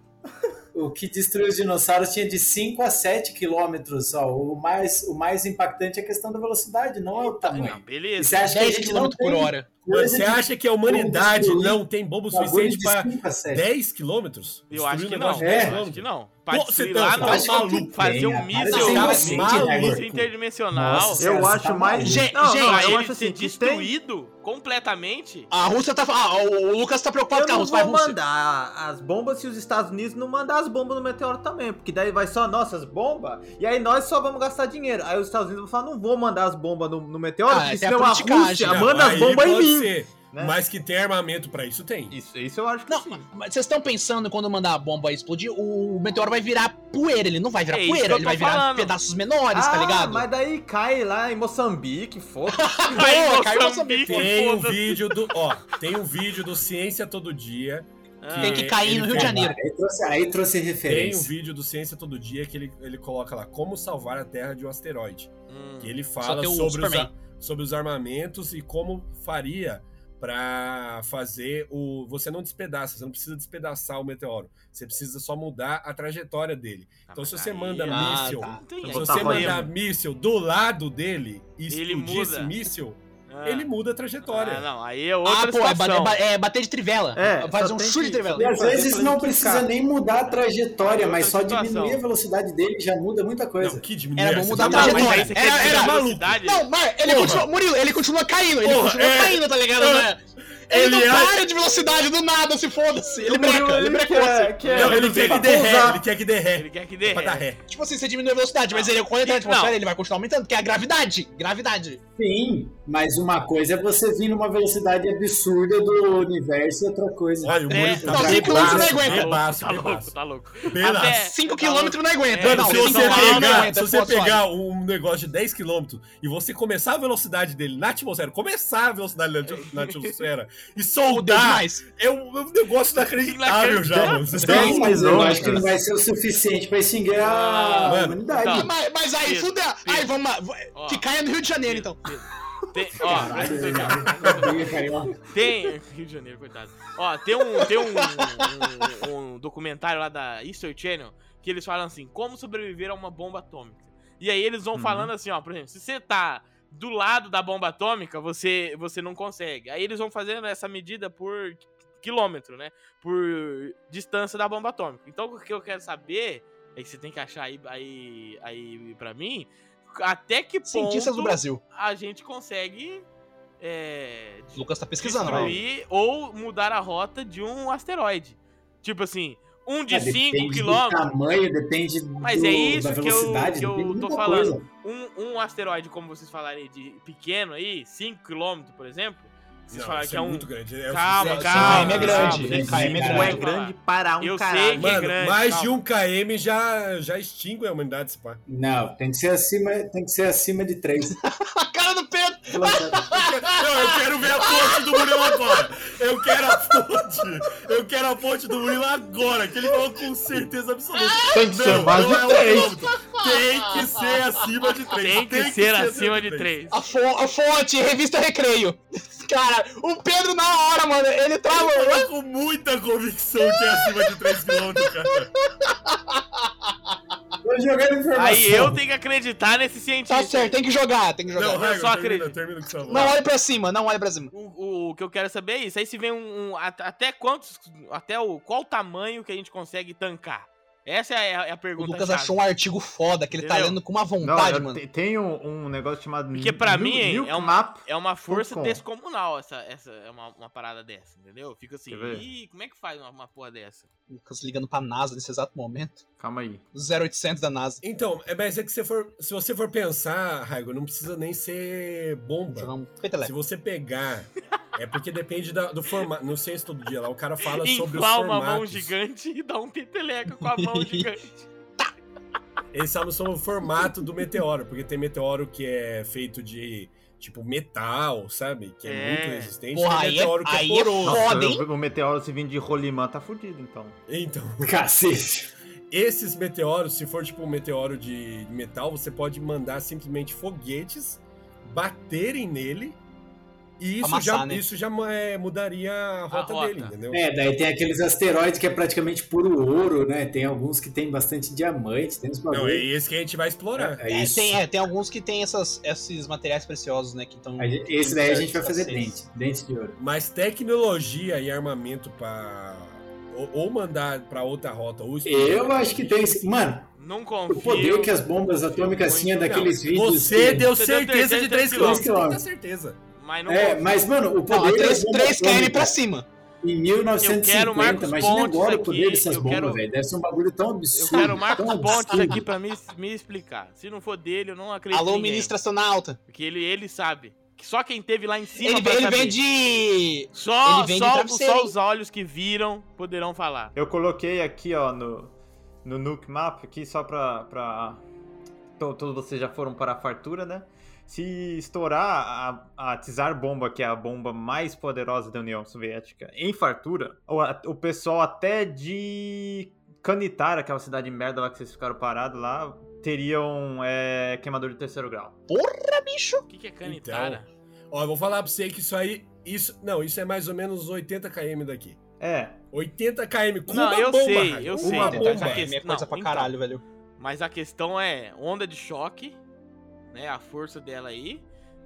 B: O que destruiu os dinossauros tinha de 5 a 7 quilômetros só. O mais, o mais impactante é a questão da velocidade, não é o
A: Não,
B: tamanho. E
A: beleza.
B: você é acha que a
C: 10
B: gente não
C: km por
B: tem
C: hora.
B: coisa
D: Você
B: de-
D: acha que a humanidade
B: Vamos destruir
D: não tem bomba o
B: bagulho
D: suficiente
B: de
D: para
B: 5 a
E: é.
B: 7?
D: 10 quilômetros?
A: Eu acho que
D: Destruir um
A: não.
D: negócio de
B: É.
A: Eu
D: 10
A: acho
D: quilômetros?
A: que não.
D: Pô,
A: Partir
D: você
A: lá no
D: tá tá maluco.
A: fazer
B: Cara,
A: um mísel,
B: você
A: um
B: tá
A: mísel
B: maluco.
A: interdimensional.
B: Nossa,
E: Eu
B: César,
E: acho
B: tá
E: mais...
B: maluco.
C: Gente,
E: não,
C: gente,
E: não,
A: pra
E: eu
A: ele
E: acho
A: ser
E: assim, que tem...
A: destruído completamente.
C: A Rússia tá. Ah, o o Lucas tá preocupado
E: Eu
C: com a
E: não
C: Rússia. Vai,
E: vou
C: Rússia.
E: mandar as bombas se os Estados Unidos não mandar as bombas no meteoro também, porque daí vai só nossas bombas, e aí nós só vamos gastar dinheiro. Aí os Estados Unidos vão falar, não vou mandar as bombas no, no meteoro,
C: Ah,
E: porque
C: essa é a
E: senão a,
C: politicagem.
E: Rússia
D: Não,
E: manda as
D: aí
E: bombas em
D: pode
E: mim.
D: ser.
E: né?
D: Mas que tem armamento pra isso, tem.
E: Isso, isso eu acho que
C: Não,
E: sim.
C: mas vocês estão pensando quando mandar a bomba explodir, o meteoro vai virar poeira. Ele não vai virar
A: É isso que
C: poeira,
A: eu
C: ele
A: tô
C: vai virar
A: falando.
C: pedaços menores, tá
E: Ah,
C: ligado?
E: Mas daí cai lá em Moçambique, foda
C: Caiu,
A: Aí,
C: caiu
A: Moçambique,
D: Tem um
A: foda-se.
D: vídeo do. Ó, tem um vídeo do Ciência Todo Dia.
A: Ah.
C: Tem que cair no
D: ele
C: Rio de
D: fala-
C: Janeiro.
B: Aí trouxe, aí trouxe
D: Tem um
B: referência.
D: vídeo do Ciência Todo Dia que ele, ele coloca lá como salvar a Terra de um asteroide.
A: Hum.
D: Que ele fala
C: tem o
D: sobre os,
C: Superman.
D: a- sobre os armamentos e como faria para fazer o. Você não despedaça, você não precisa despedaçar o meteoro. Você precisa só mudar a trajetória dele. Então, se você
A: é
D: manda
C: Ah,
D: míssil.
C: tá.
A: Não um- tem
D: Se
E: Eu
A: jeito.
E: vou
D: você
E: botar
D: mandar
E: remo.
D: míssil do lado dele e
A: Ele
D: explodir esse
A: muda.
D: míssil,
A: Ah.
D: ele muda a
A: Ah,
D: trajetória.
A: não, aí é outra
C: Ah, pô, é bater,
A: situação.
C: ba- é bater de trivela.
E: É,
C: Faz
E: só
C: um
E: tem
C: chute
E: que-
C: de trivela.
B: E às
D: fazer
B: vezes
D: pra
B: não
D: ele
B: precisa
D: quicar.
B: nem mudar a trajetória, mas só
A: Outra situação.
B: diminuir a velocidade dele já muda muita coisa.
D: que diminuir.
C: Era,
D: essa é,
C: vamos mudar a
A: Não, mas aí
C: trajetória.
A: você quer
C: Era,
A: dizer
C: era.
A: velocidade?
C: Não, Mar, ele continua. Murilo, ele continua caindo. Ele
D: Porra,
C: continua
D: é.
C: caindo, tá ligado? né? Ele,
D: Ele
C: não
D: é-
C: para de velocidade do nada, se foda-se. Ele breca, ele breca você.
E: quer, quer,
D: Não, ele quer
E: veio
D: que
E: pra
D: dê ré,
E: pousar.
D: ele quer que dê ré.
A: Ele quer que
D: É
A: dê. Tá
D: Pra dar ré.
C: Tipo assim, você diminui a velocidade, mas ele, quando ele tá na
A: Não.
C: atmosfera, ele vai continuar aumentando, porque é a gravidade. Gravidade.
B: Sim, mas uma coisa é você vir numa velocidade absurda do universo e outra coisa.
D: Olha, o
A: É,
D: Murilo tá
C: não, cinco
D: bebaço,
C: minutos não aguenta.
D: bebaço,
A: Tá louco,
D: bebaço.
A: tá louco.
D: Bebaço.
A: Até-
C: 5
A: tá
C: km não aguenta.
A: É,
D: Mano,
C: não,
D: se
A: ele
D: você
A: tá
C: km não
D: pegar,
C: aguenta,
D: se você
C: foda-se.
D: pegar um negócio de 10 km e você começar a velocidade dele na atmosfera, começar a velocidade na na atmosfera e
C: Fudeu
D: soltar,
C: demais.
D: é um, é um negócio inacreditável já, mano. Vocês têm
B: Sim,
E: Dez
B: mas eu acho que não
E: quilômetros.
B: vai ser o suficiente pra extinguir a
D: Mano,
A: tá.
B: humanidade.
C: Ah, Mas, mas aí,
A: Pedro,
C: fudeu. Aí,
A: Pedro.
C: vamos lá. v-
A: Ó.
C: Que caia no Rio de Janeiro, então.
A: Tá Tem, ó,
B: Caralho,
A: tem- então,
B: cara.
A: tem. Rio de Janeiro, coitado. Ó, tem um, tem um, um- um documentário lá da History Channel que eles falam assim: como sobreviver a uma bomba atômica. E aí eles vão
E: Uhum.
A: falando assim: ó, por exemplo, se você tá do lado da bomba atômica, você, você não consegue. Aí eles vão fazendo essa medida por quilômetro, né? Por distância da bomba atômica. Então o que eu quero saber é que você tem que achar aí, aí, aí pra mim. Até que ponto
C: Cientistas do Brasil.
A: a gente consegue é,
C: O Lucas tá pesquisando, velho.
A: destruir ou mudar a rota de um asteroide. Tipo assim, um de
C: É,
B: Ah,
A: 5
B: depende Do
A: quilômetros,
B: tamanho, depende
A: Mas
B: do-
A: é isso
B: da
A: que eu-
B: velocidade.
A: que eu
B: depende de
A: tô
B: muita
A: falando.
B: coisa.
A: um, um asteroide, como vocês falarem, de pequeno aí, 5 quilômetros, por exemplo. Vocês
D: Não,
A: falaram
D: isso
A: que é um.
D: muito grande. É o
A: Calma,
D: suficiente.
A: calma.
C: KM é grande,
A: calma,
C: KM é
A: calma,
E: Ou é
A: calma.
E: grande para um
A: Eu sei
E: caralho.
A: que é
D: Mano,
A: grande,
D: mais
A: calma.
D: de um km já, já extingue a humanidade, se pá.
B: Não, tem que ser acima, tem que ser acima de 3.
C: A cara do Pedro.
D: Não, eu quero ver a ponte do Murilo agora. Eu quero a ponte. Eu quero a ponte do Murilo agora, que ele falou com certeza absoluta.
E: Tem que ser
D: Não,
E: mais
D: não
E: de
D: é um
E: três.
D: quilômetro. Tem que ser acima de três.
A: Tem que ser acima de 3.
C: A, fo- a fonte, revista Recreio. Cara, o Pedro na hora, mano, ele trava.
D: Ele falou com muita convicção que é acima de 3 quilômetros, cara.
B: Tô jogando informação.
A: Aí eu tenho que acreditar nesse cientista.
C: Tá certo, tem que jogar, tem que jogar.
D: Não,
C: Não,
A: vai.
D: Raigo,
A: só
D: termina,
A: acredito.
D: termina com essa voz.
C: olhe pra cima, não olhe pra cima.
A: O, o- o que eu quero saber é isso. Aí se vem um. um- at- até quantos. Até o. Qual tamanho que a gente consegue tancar? Essa é a, é a
C: O
A: pergunta.
C: Lucas
A: chave.
C: achou um artigo foda que ele tá
A: Entendeu?
C: lendo com uma
E: Não,
C: vontade,
E: eu
C: mano.
E: te- tem um, um negócio chamado.
A: Porque pra
E: New-
A: mim, hein,
E: New
A: é um-
E: Map.
A: É uma força
E: Como?
A: descomunal essa, essa é uma, uma parada dessa, entendeu? Fica assim,
E: Quer ver?
A: ih, como é que faz uma, uma porra dessa?
C: O Lucas ligando pra NASA nesse exato momento.
E: Calma aí.
C: 0800 da NASA.
D: Então, é, mas é que você for, se você for pensar, Raigo, não precisa nem ser bomba.
C: Jogar um
D: Se
C: peteleco.
D: você pegar, é porque depende da- do formato. No sexto do dia lá, o cara fala sobre os
A: Inflar
D: formatos.
A: uma mão gigante e dar um peteleco com a mão gigante.
D: Eles falam sobre o formato do meteoro, porque tem meteoro que é feito de, tipo, metal, sabe? Que é,
A: É.
D: muito resistente.
C: Porra,
D: tem
C: aí é-
D: meteoro que é
C: aí é
D: poroso.
C: foda.
E: Nossa,
C: hein?
E: o, o meteoro se vir de Rolimã tá fudido, então.
D: Então,
B: Cacete.
D: esses meteoros, se for tipo um meteoro de metal, você pode mandar simplesmente foguetes baterem nele. E isso
C: Amassar,
D: já,
C: né?
D: isso já é, mudaria a rota,
A: rota.
D: dele, entendeu?
B: É, daí tem aqueles asteroides que é praticamente puro ouro, né? Tem alguns que tem bastante diamante, tem uns
D: Não, é
B: bagulho.
D: esse que a gente vai explorar.
B: É,
C: É,
B: isso.
C: tem, é, tem alguns que tem essas, esses materiais preciosos, né? Que estão.
B: A gente- Esse daí a gente vai fazer dente, dente de ouro.
D: Mas tecnologia e armamento pra. Ou, ou mandar pra outra rota. Ou
B: Eu acho que tem. esse- Mano,
A: Não
B: o
A: confio.
B: poder que as
A: um
B: bombas atômicas tinham daqueles vídeos.
D: Você
B: que-
D: deu
A: Você
D: certeza
A: deu
D: de 3
A: 3
D: quilômetros. Você tem que
B: quilômetros.
D: ter certeza.
A: Mas não
B: É,
A: confio.
B: mas, mano, o
C: Não,
B: poder.
C: é
B: das
C: 3,
B: bombas
C: 3 km
B: atômicas
C: pra cima.
B: Em
A: quero o
B: 1950,
A: Marcos
B: imagina
A: Pontes
B: agora o
A: aqui,
B: poder dessas
A: eu
B: bombas,
A: quero-
B: velho. Deve ser um bagulho tão
A: Eu
B: absurdo.
A: quero o Marcos
B: tão
A: Pontes
B: absurdo.
A: aqui pra me, me explicar. Se não for dele, eu não acredito.
C: Alô,
A: em ninguém.
C: ministra astronauta.
A: Porque ele, ele sabe. Que Só quem teve lá em cima
C: Ele,
A: pra
C: vem- ele
A: saber.
C: vem de.
A: Só,
C: ele vem de
A: só-
C: travesseiro,
A: só
C: hein?
A: os olhos que viram poderão falar.
E: Eu coloquei aqui, ó, no, no Nuke Map, aqui só pra. pra... to- Todos vocês já foram para a fartura, né? Se estourar a, a Tsar Bomba, que é a bomba mais poderosa da União Soviética, em fartura, o, a- o pessoal até de Canitar, aquela cidade merda lá que vocês ficaram parados lá, teriam é, queimador de terceiro grau.
C: Porra, bicho!
B: Então,
A: O que, que é canitara?
D: Ó, eu vou falar pra você que isso aí Isso, não, isso é mais ou menos 80 km daqui.
E: É.
D: 80 km com
A: Não,
D: uma
A: eu
D: bomba.
A: sei,
D: Raio,
A: eu sei,
D: uma
A: tá
D: bomba.
A: certo.
C: É minha coisa
A: Não,
C: pra
A: então.
C: caralho, velho.
A: Mas a questão é onda de choque, né? A força dela aí.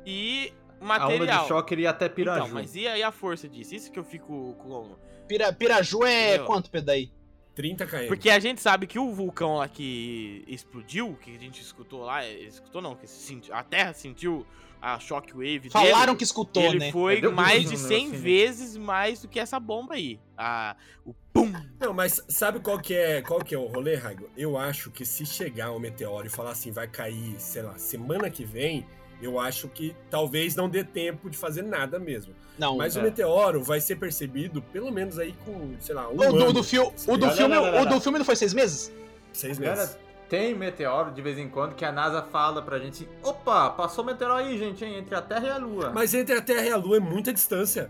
A: E
E: A onda
A: material.
E: de choque iria até Piraju.
A: Então, mas e aí a força disso? Isso que eu fico com.
C: Pira, Piraju é
A: Meu.
C: quanto, Pedro, aí?
D: 30
C: É.
D: km.
A: Porque a gente sabe que o vulcão lá que explodiu, que a gente escutou lá, é, escutou não, que senti- a Terra sentiu a shockwave
C: Falaram
A: dele.
C: que escutou,
A: ele
C: né?
A: foi
E: Deu
A: mais
E: buzz
A: de
E: no
A: 100
E: negócio, né?
A: vezes mais do que essa bomba aí. A, o pum!
D: Não, mas sabe qual que é, qual que é o rolê, Raigo? Eu acho que se chegar um meteoro e falar assim, vai cair, sei lá, semana que vem, eu acho que talvez não dê tempo de fazer nada mesmo.
C: Não.
D: Mas
E: é.
D: o meteoro vai ser percebido pelo menos aí com, sei lá, um
C: o do,
D: ano.
C: do fil- o do
E: Não,
C: filme,
E: não, não, não,
C: o do
E: não.
C: filme não foi seis meses?
D: Seis
E: Cara,
D: meses.
E: tem meteoro de vez em quando que a NASA fala pra gente: opa, passou um meteoro aí, gente, hein, entre a Terra e a Lua.
D: Mas entre a Terra e a Lua é muita distância.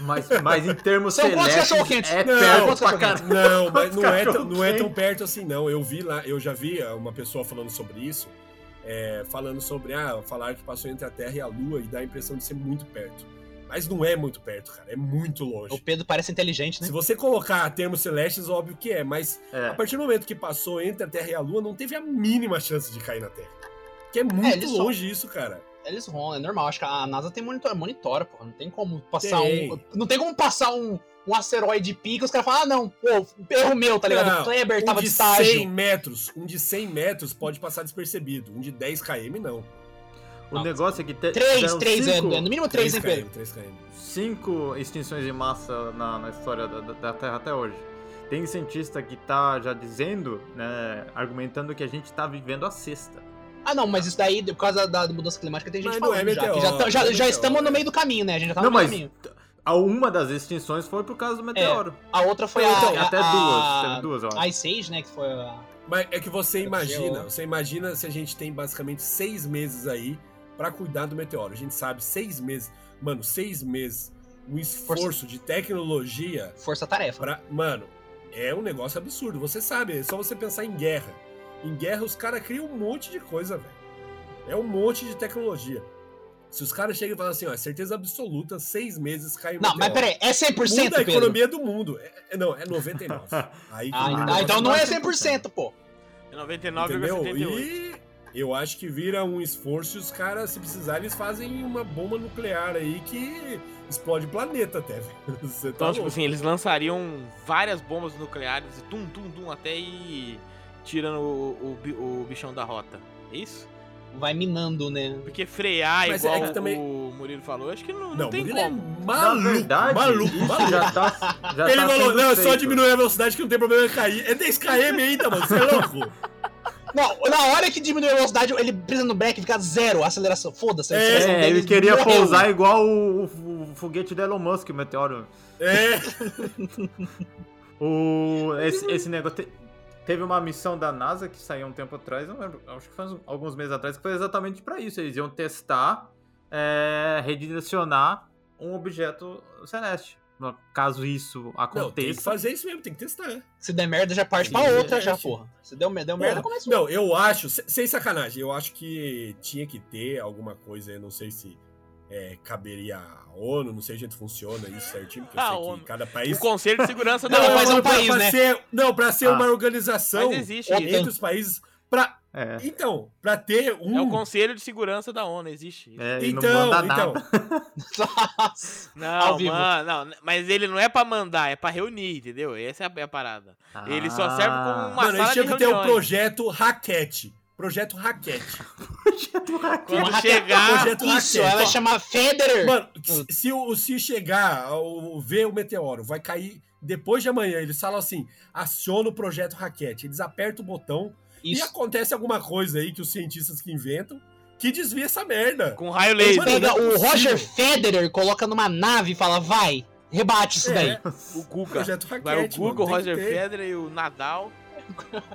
E: Mas, mas em termos
C: São quantos
E: celestes,
C: cachorro-quentes?
E: é
D: Não,
E: perto
C: quantos
E: pra
C: cachorro-quentes?
E: caralho.
D: Não, mas não é, tão,
E: Cachorro
D: não é tão
E: quente.
D: perto assim, não. Eu vi lá, eu já vi ah, uma pessoa falando sobre isso, é, falando sobre, ah, falar que passou entre a Terra e a Lua e dá a impressão de ser muito perto. Mas não é muito perto, cara, é muito
C: O
D: longe.
C: Pedro parece inteligente, né?
D: Se você colocar termos celestes, óbvio que é, mas a
E: É.
D: partir do momento que passou entre a Terra e a Lua, não teve a mínima chance de cair na Terra. Que é muito
C: eles só-
D: longe isso, cara.
C: Eles rolam, é normal. Acho que a NASA tem monitor, monitora, porra. Não tem como passar
D: Tem.
C: um. Não tem como passar um, um asteroide pica os caras falam, ah, não, pô, erro meu, tá ligado?
D: Não,
C: o Kleber
D: Um
C: tava de
D: de
C: estágio.
D: 100 metros, um de 100 metros pode passar despercebido, um de 10 km não.
E: O negócio é que te,
C: Três,
E: tiveram
C: três, é,
E: cinco,
C: no mínimo três, hein, Pedro?
D: 3 km.
E: cinco extinções de massa na, na história da, da- da Terra até hoje. Tem cientista que tá já dizendo, né, argumentando que a gente tá vivendo a sexta.
C: Ah, não, mas isso daí, por causa da mudança climática, tem gente
D: Mas não
C: falando
D: é
C: já. que já
D: meteoro,
C: tá- já,
D: não é
C: já estamos
D: meteoro.
C: no meio do caminho, né? A gente já tá
E: Não,
C: no meio
E: mas-
C: do caminho.
E: A uma das extinções foi por causa do meteoro.
C: A outra foi a.
E: Então,
C: a-
E: até
C: a-
E: duas, teve duas, eu acho.
C: A Ice Age, né? Que foi a.
D: Mas é que você
C: Deve ser
D: imagina,
C: o-
D: você imagina se a gente tem basicamente seis meses aí pra cuidar do meteoro. A gente sabe, seis meses, mano, seis meses, um esforço de tecnologia
C: Força-tarefa.
D: pra. Mano, é um negócio absurdo. Você sabe, é só você pensar em guerra. Em guerra, os caras criam um monte de coisa, velho. É um monte de tecnologia. Se os caras chegam e falam assim, ó, certeza absoluta, seis meses cai o
C: Não, mas
D: meteoro.
C: peraí, é 100%,
D: Muda a
C: Pedro?
D: economia do mundo. É- é- não, é 99. Aí que
C: Ah,
D: o
C: então-
D: negócio
C: então não é
E: mais
C: 100%, pô.
D: Entendeu?
A: 99,78.
D: E eu acho que vira um esforço e os caras, se precisar, eles fazem uma bomba nuclear aí que explode o planeta até. velho. Você tá
A: Então, tipo
D: louco.
A: assim, eles lançariam várias bombas nucleares e tum, tum, tum, até ir tirando o, o bi- o bichão da rota. É isso?
C: Vai minando, né?
A: Porque frear,
D: Mas é
A: igual
D: que também-
A: o Murilo falou, acho que não, não
D: Não,
A: tem
D: Murilo é
A: como.
D: maluco,
E: Na verdade,
D: maluco,
E: isso
D: maluco.
E: já tá. Já
D: Ele
E: tá
D: falou,
E: sendo
D: não, é só
E: feito.
D: diminuir a velocidade que não tem problema em cair. É 10 km ainda, mano, você é louco?
C: Não, na hora que diminui a velocidade, ele pisa no break e fica zero a aceleração. Foda-se. a
D: É,
C: aceleração
E: É,
C: dele
E: ele queria
C: morreu.
E: pousar igual o, o- o foguete do Elon Musk, o meteoro.
D: É,
E: O, esse, esse negócio. te- teve uma missão da NASA que saiu um tempo atrás, não lembro, acho que foi uns- alguns meses atrás, que foi exatamente pra isso. Eles iam testar, é, redirecionar um objeto celeste. No- Caso isso
D: não, tem que
E: aconteça.
D: fazer isso mesmo, tem que testar. né?
C: Se der merda, já parte pra
D: Sim,
C: outra, já,
D: gente.
C: porra. Se deu, me- deu
D: Porra,
C: merda, começou.
D: Não, eu acho, se- sem sacanagem, eu acho que tinha que ter alguma coisa, eu não sei se é, caberia a ONU, não sei o jeito que funciona isso certinho, porque eu
A: A
D: sei
A: Ah, ONU.
D: que cada
A: O
D: país.
A: Conselho de Segurança
C: Não,
A: da
C: mas é um
A: ONU.
D: pra-
C: país,
D: pra
C: né?
D: ser- não, pra ser
E: Ah.
D: uma organização
A: Mas existe
D: entre
A: isso.
D: os países. Pra,
E: É,
D: então, pra ter
A: É o
D: um.
A: Conselho de Segurança da ONU, existe isso.
E: é, e não
D: então,
E: manda
D: então.
E: nada.
C: Nossa. Ao
A: Não,
C: vivo.
A: mano, não, mas ele não é pra mandar, é pra reunir, entendeu? Essa é a- é a parada.
D: então,
A: Ele só serve como uma-
D: Mano,
A: sala
D: a gente tinha
A: de
D: que ter o
A: reuniões.
D: projeto raquete. Projeto raquete. é
A: Quando
C: Uma
A: chegar,
D: raquete- Ah, projeto
C: Isso,
D: raquete.
C: ela vai chamar Federer.
D: Mano, se, se, o- se chegar, o, ver o meteoro, vai cair depois de amanhã, eles falam assim: aciona o projeto raquete. Eles apertam o botão e
C: Isso.
D: acontece alguma coisa aí que os cientistas que inventam que desvia essa merda.
A: com raio laser.
D: Mano,
C: Pega
D: não é
C: o
D: possível.
C: Roger Federer, coloca numa nave e fala, vai, rebate isso
D: É,
C: daí.
E: Ah,
A: O Guga.
D: projeto raquete.
A: Vai o
D: um mano,
A: Guga, o
D: tem que
A: Roger
D: ter.
A: Federer e o Nadal.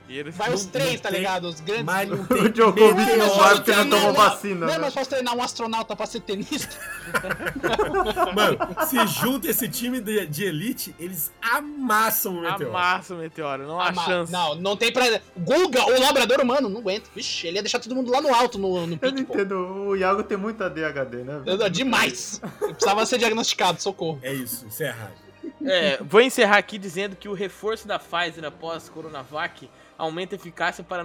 A: E eles-
C: Vai os três, tá ligado? Os grandes.
G: Mas não
E: O
A: é?
G: tem.
E: Djokovic
C: Não,
E: não
C: mas
E: vai
C: só
E: porque não
C: treinar-
E: tomou vacina.
C: Não, é
E: né?
C: mais fácil treinar um astronauta pra ser tenista?
G: Mano, se junta esse time de, de elite, eles amassam o meteoro.
A: Amassa o meteoro, não há
C: Ah, mas-
A: chance.
C: Não, não tem pra. Guga, o labrador humano, não aguento. Vixe, ele ia deixar todo mundo lá no alto no, no
E: Eu não
C: pique, pô.
E: entendo. O Iago tem muita DHD, né? velho?
C: Demais! Eu precisava ser diagnosticado, socorro.
G: É isso, encerra.
A: É, vou encerrar aqui dizendo que o reforço da Pfizer após Coronavac aumenta a eficácia para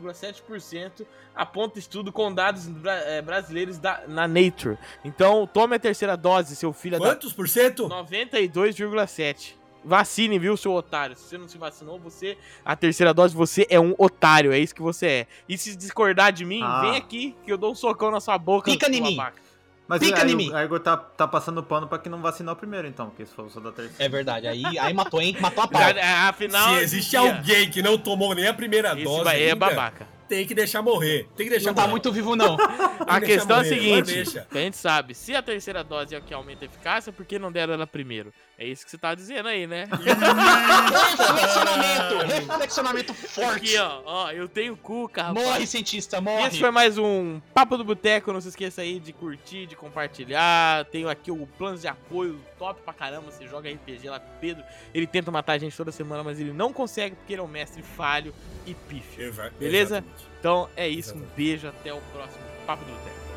A: 92,7%, aponta estudo com dados bra- eh, brasileiros da- na Nature. Então, tome a terceira dose, seu filho da...
G: Quantos por cento?
A: 92,7%. Vacine, viu, seu otário? Se você não se vacinou, você... A terceira dose, você é um otário, é isso que você é. E se discordar de mim,
E: Ah.
A: vem aqui que eu dou um socão na sua boca.
C: Pica em
A: sua
C: mim.
A: vaca.
E: Mas
C: Pica
E: aí,
C: em
E: o-
C: mim.
E: aí o Igor tá, tá passando pano pra que não vacinar o primeiro, então, porque se for só da terceira.
C: É verdade, aí, aí matou, hein? Matou a pau.
A: Já- né? é, Afinal...
G: Se existe
A: dia,
G: alguém que não tomou nem a primeira
A: Esse
G: dose,
A: vai- é
G: ainda,
A: babaca.
G: tem que deixar morrer. Tem que deixar
C: Não tá
G: morrer.
C: muito vivo, não.
A: A
G: Deixa
A: questão é a
G: morrer,
A: seguinte:
G: deixa.
A: que a gente sabe, se a terceira dose é o que aumenta a eficácia, por que não deram ela primeiro? É isso que você tá dizendo aí, né?
C: reflexionamento! Reflexionamento forte!
A: Aqui, ó, ó, eu tenho cuca, rapaz.
C: morre, cientista,
A: E
C: morre!
A: Esse foi mais um Papo do Boteco. Não se esqueça aí de curtir, de compartilhar. Tenho aqui o plano de apoio top pra caramba. Você joga RPG lá com o Pedro. Ele tenta matar a gente toda semana, mas ele não consegue porque ele é um mestre falho e pífio.
G: Eva-
A: Beleza?
G: exatamente.
A: Então é isso. Um
G: Exatamente.
A: beijo. Até o próximo Papo do Boteco.